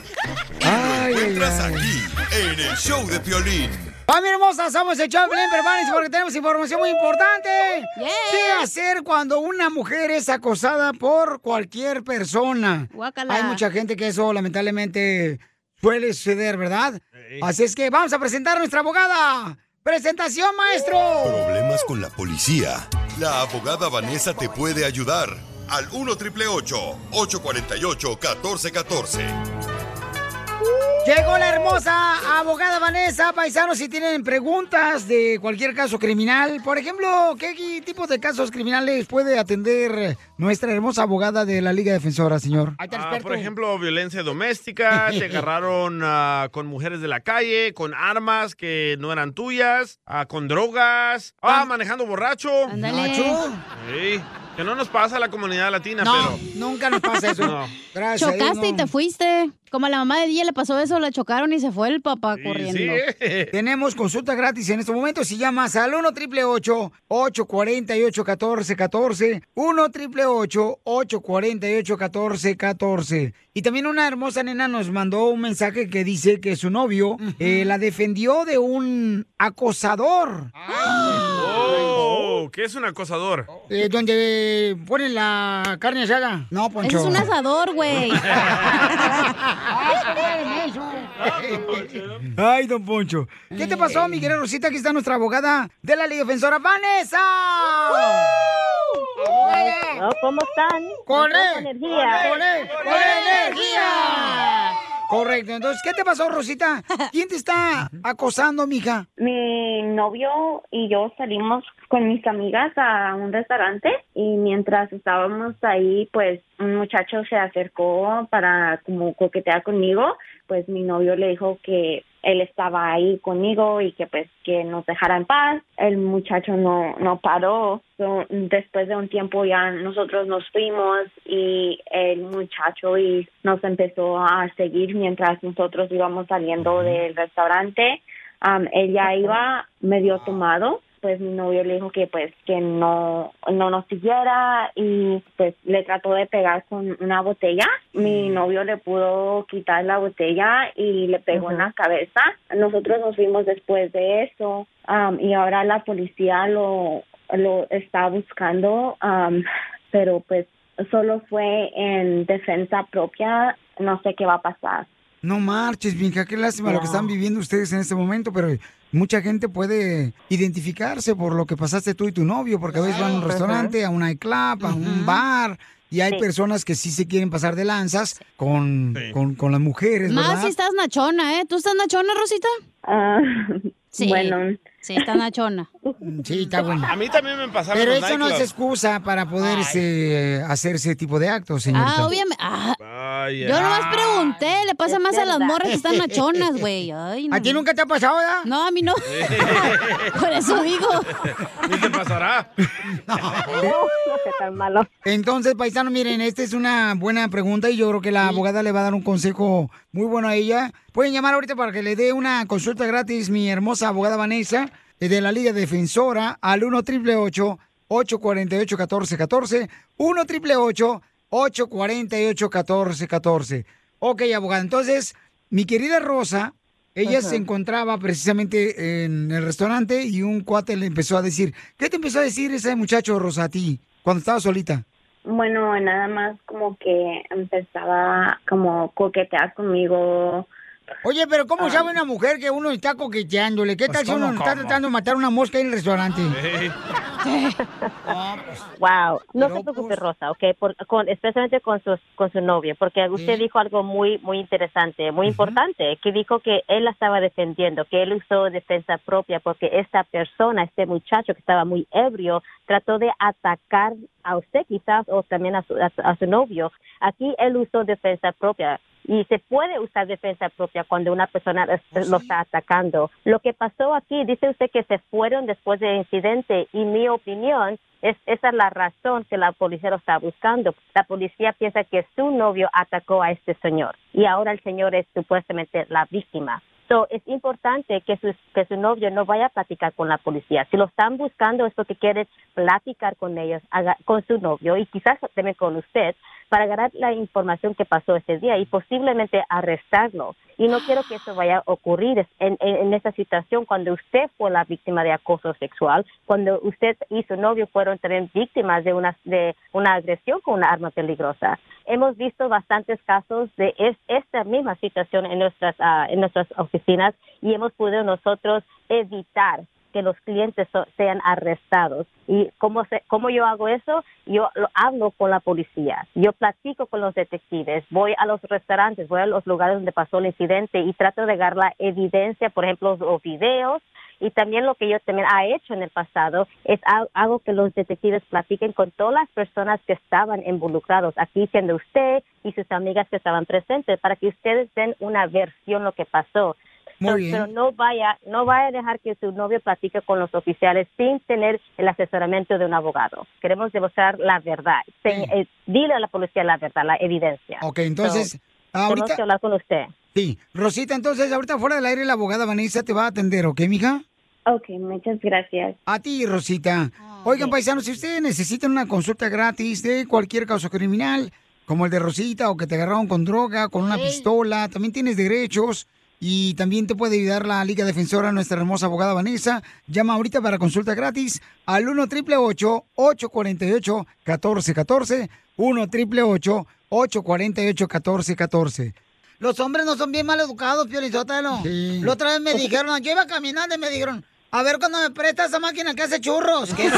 [SPEAKER 1] Ay,
[SPEAKER 9] Encuentras aquí, en el show de Piolín.
[SPEAKER 1] ¡Familia hermosa! Somos el Choplin, prepárense porque tenemos información muy importante. ¿Qué hacer cuando una mujer es acosada por cualquier persona?
[SPEAKER 2] Guácala.
[SPEAKER 1] Hay mucha gente que eso lamentablemente suele suceder, ¿verdad?
[SPEAKER 9] Sí.
[SPEAKER 1] Así es que vamos a presentar a nuestra abogada. ¡Presentación, maestro!
[SPEAKER 9] Problemas con la policía. La abogada Vanessa te puede ayudar. Al 1 888 848 1414.
[SPEAKER 1] Llegó la hermosa abogada Vanessa. Paisanos, si tienen preguntas de cualquier caso criminal, por ejemplo, ¿qué tipo de casos criminales puede atender nuestra hermosa abogada de la Liga Defensora, señor?
[SPEAKER 4] Ah, por ejemplo, violencia doméstica, te agarraron ah, con mujeres de la calle, con armas que no eran tuyas, ah, con drogas, ah, manejando borracho.
[SPEAKER 1] Ándale. Nacho.
[SPEAKER 4] Sí, que no nos pasa a la comunidad latina,
[SPEAKER 1] No,
[SPEAKER 4] pero...
[SPEAKER 1] nunca nos pasa eso.
[SPEAKER 4] No.
[SPEAKER 1] Gracias. a Dios,
[SPEAKER 2] Chocaste y
[SPEAKER 1] no.
[SPEAKER 2] te fuiste. Como a la mamá de Día le pasó eso, la chocaron y se fue el papá corriendo.
[SPEAKER 4] eh.
[SPEAKER 1] Tenemos consulta gratis en este momento. Si llamas al 1 triple 848 1414 1 triple 848 1414 Y también una hermosa nena nos mandó un mensaje que dice que su novio eh, la defendió de un acosador.
[SPEAKER 4] ¡Ah! Oh, ¿qué es un acosador?
[SPEAKER 1] eh, donde ponen la carne asada. No,
[SPEAKER 2] Ese
[SPEAKER 1] Poncho.
[SPEAKER 2] es un asador, güey.
[SPEAKER 1] Ay, don Poncho. ¿Qué te pasó, mi querida Rosita? Aquí está nuestra abogada de la Liga Defensora, Vanessa.
[SPEAKER 35] No, ¿Cómo están?
[SPEAKER 1] ¡Corre!
[SPEAKER 35] Con poca energía.
[SPEAKER 1] ¡Corre!
[SPEAKER 35] Con E.
[SPEAKER 1] ¡Corre energía! E, Correcto. Entonces, ¿qué te pasó, Rosita? ¿Quién te está acosando, mija?
[SPEAKER 35] Mi novio y yo salimos con mis amigas a un restaurante y mientras estábamos ahí, pues un muchacho se acercó para como coquetear conmigo, pues mi novio le dijo que él estaba ahí conmigo y que pues que nos dejara en paz. El muchacho no no paró. So, después de un tiempo ya nosotros nos fuimos y el muchacho y nos empezó a seguir mientras nosotros íbamos saliendo del restaurante. Um, ella iba medio tomado, pues mi novio le dijo que pues que no, no nos siguiera y pues le trató de pegar con una botella. Mi novio le pudo quitar la botella y le pegó en la cabeza. Nosotros nos fuimos después de eso um, y ahora la policía lo, lo está buscando, um, pero pues solo fue en defensa propia, no sé qué va a pasar.
[SPEAKER 1] No marches, mija, qué lástima lo que están viviendo ustedes en este momento, pero mucha gente puede identificarse por lo que pasaste tú y tu novio, porque a veces van a un
[SPEAKER 19] Claro.
[SPEAKER 1] restaurante, a un nightclub, a un bar, y hay personas que sí se quieren pasar de lanzas con, con, con las mujeres,
[SPEAKER 2] Más
[SPEAKER 1] ¿verdad?
[SPEAKER 2] si estás nachona, ¿eh? ¿Tú estás nachona, Rosita? sí.
[SPEAKER 35] bueno.
[SPEAKER 2] Sí, está nachona.
[SPEAKER 1] Mm, Sí, está bueno.
[SPEAKER 4] A mí también me pasaron
[SPEAKER 1] Pero
[SPEAKER 4] los
[SPEAKER 1] eso no es
[SPEAKER 4] nightclubs.
[SPEAKER 1] excusa para poderse eh, hacer ese tipo de actos, señorita.
[SPEAKER 2] Ah, obviamente. Ah,
[SPEAKER 4] Vaya.
[SPEAKER 2] yo nomás pregunté, le pasa
[SPEAKER 1] Es
[SPEAKER 2] más a las
[SPEAKER 1] verdad.
[SPEAKER 2] morras que están nachonas, güey. Ay, no.
[SPEAKER 1] ¿A ti nunca te ha pasado, verdad?
[SPEAKER 2] No, a mí no. Por eso digo.
[SPEAKER 4] ¿Qué te pasará?
[SPEAKER 35] tan malo.
[SPEAKER 1] Entonces, paisano, miren, esta es una buena pregunta y yo creo que la abogada le va a dar un consejo muy bueno a ella. Pueden llamar ahorita para que le dé una consulta gratis mi hermosa abogada Vanessa eh, de la Liga Defensora al 1 888 848 1414 1 888 848 1414 Ok, abogada, entonces, mi querida Rosa, ella
[SPEAKER 19] Ajá.
[SPEAKER 1] se encontraba precisamente en el restaurante y un cuate le empezó a decir, ¿qué te empezó a decir ese muchacho Rosa a ti cuando estaba solita?
[SPEAKER 35] Bueno, nada más como que empezaba como coquetear conmigo. Ah.
[SPEAKER 1] Oye, pero ¿cómo sabe una mujer que uno está coqueteándole? ¿Qué tal si uno
[SPEAKER 35] Pues, ¿cómo,
[SPEAKER 1] está
[SPEAKER 35] cómo?
[SPEAKER 1] tratando de matar una mosca ahí en el restaurante?
[SPEAKER 35] Wow, no se preocupe Rosa, ¿ok? Por- con, especialmente con su, con su novia, porque usted
[SPEAKER 19] Sí.
[SPEAKER 35] dijo algo muy, muy interesante, muy importante, que dijo que él la estaba defendiendo, que él usó defensa propia, porque esta persona, este muchacho que estaba muy ebrio, trató de atacar a usted quizás o también a su, a su- a su novio. Aquí él usó defensa propia. Y se puede usar defensa propia cuando una persona lo- lo está atacando. Lo que pasó aquí, dice usted que se fueron después del incidente y mi opinión es esa es la razón que la policía lo está buscando. La policía piensa que su novio atacó a este señor y ahora el señor es supuestamente la víctima. So, es importante que su, que su novio no vaya a platicar con la policía. Si lo están buscando es porque quiere platicar con ellos, haga- con su novio y quizás también con usted para agarrar la información que pasó ese día y posiblemente arrestarlo. Y no quiero que eso vaya a ocurrir en, en, en esta situación cuando usted fue la víctima de acoso sexual, cuando usted y su novio fueron también víctimas de una, de una agresión con una arma peligrosa. Hemos visto bastantes casos de es- esta misma situación en nuestras, ah, en nuestras oficinas y hemos podido nosotros evitar que los clientes so- sean arrestados. ¿Y cómo, se- cómo yo hago eso? Yo lo hablo con la policía, yo platico con los detectives, voy a los restaurantes, voy a los lugares donde pasó el incidente y trato de dar la evidencia, por ejemplo, los videos y también lo que yo también ha hecho en el pasado es ha- hago que los detectives platiquen con todas las personas que estaban involucrados, aquí siendo usted y sus amigas que estaban presentes, para que ustedes den una versión lo que pasó.
[SPEAKER 17] Muy
[SPEAKER 35] So-
[SPEAKER 17] bien.
[SPEAKER 35] Pero no vaya, no vaya a dejar que su novio platique con los oficiales sin tener el asesoramiento de un abogado. Queremos demostrar la verdad. Ten- eh, dile a la policía la verdad, la evidencia.
[SPEAKER 1] Ok, entonces,
[SPEAKER 35] So,
[SPEAKER 1] ahorita-
[SPEAKER 35] tenemos que hablar con usted.
[SPEAKER 1] Sí. Rosita, entonces, ahorita fuera del aire la abogada Vanessa te va a atender, ¿ok, mija?
[SPEAKER 19] Ok, muchas gracias.
[SPEAKER 1] A ti, Rosita. Oigan, paisanos, si ustedes necesitan una consulta gratis de cualquier caso criminal, como el de Rosita, o que te agarraron con droga, con una pistola, también tienes derechos y también te puede ayudar la Liga Defensora, nuestra hermosa abogada Vanessa. Llama ahorita para consulta gratis al 1 888 848 1414 1 888 848 1414
[SPEAKER 17] Los hombres no son bien mal educados, Piolizótelo.
[SPEAKER 1] Sí.
[SPEAKER 17] La otra vez me dijeron, yo iba caminando y me dijeron, a ver cuando me presta esa máquina que hace churros. ¿Qué es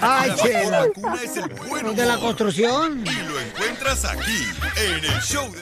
[SPEAKER 1] Ay,
[SPEAKER 9] la
[SPEAKER 1] chela.
[SPEAKER 17] Pues
[SPEAKER 9] mejor vacuna es el buen
[SPEAKER 1] De la
[SPEAKER 9] humor.
[SPEAKER 1] construcción.
[SPEAKER 9] Y lo encuentras aquí, en el show de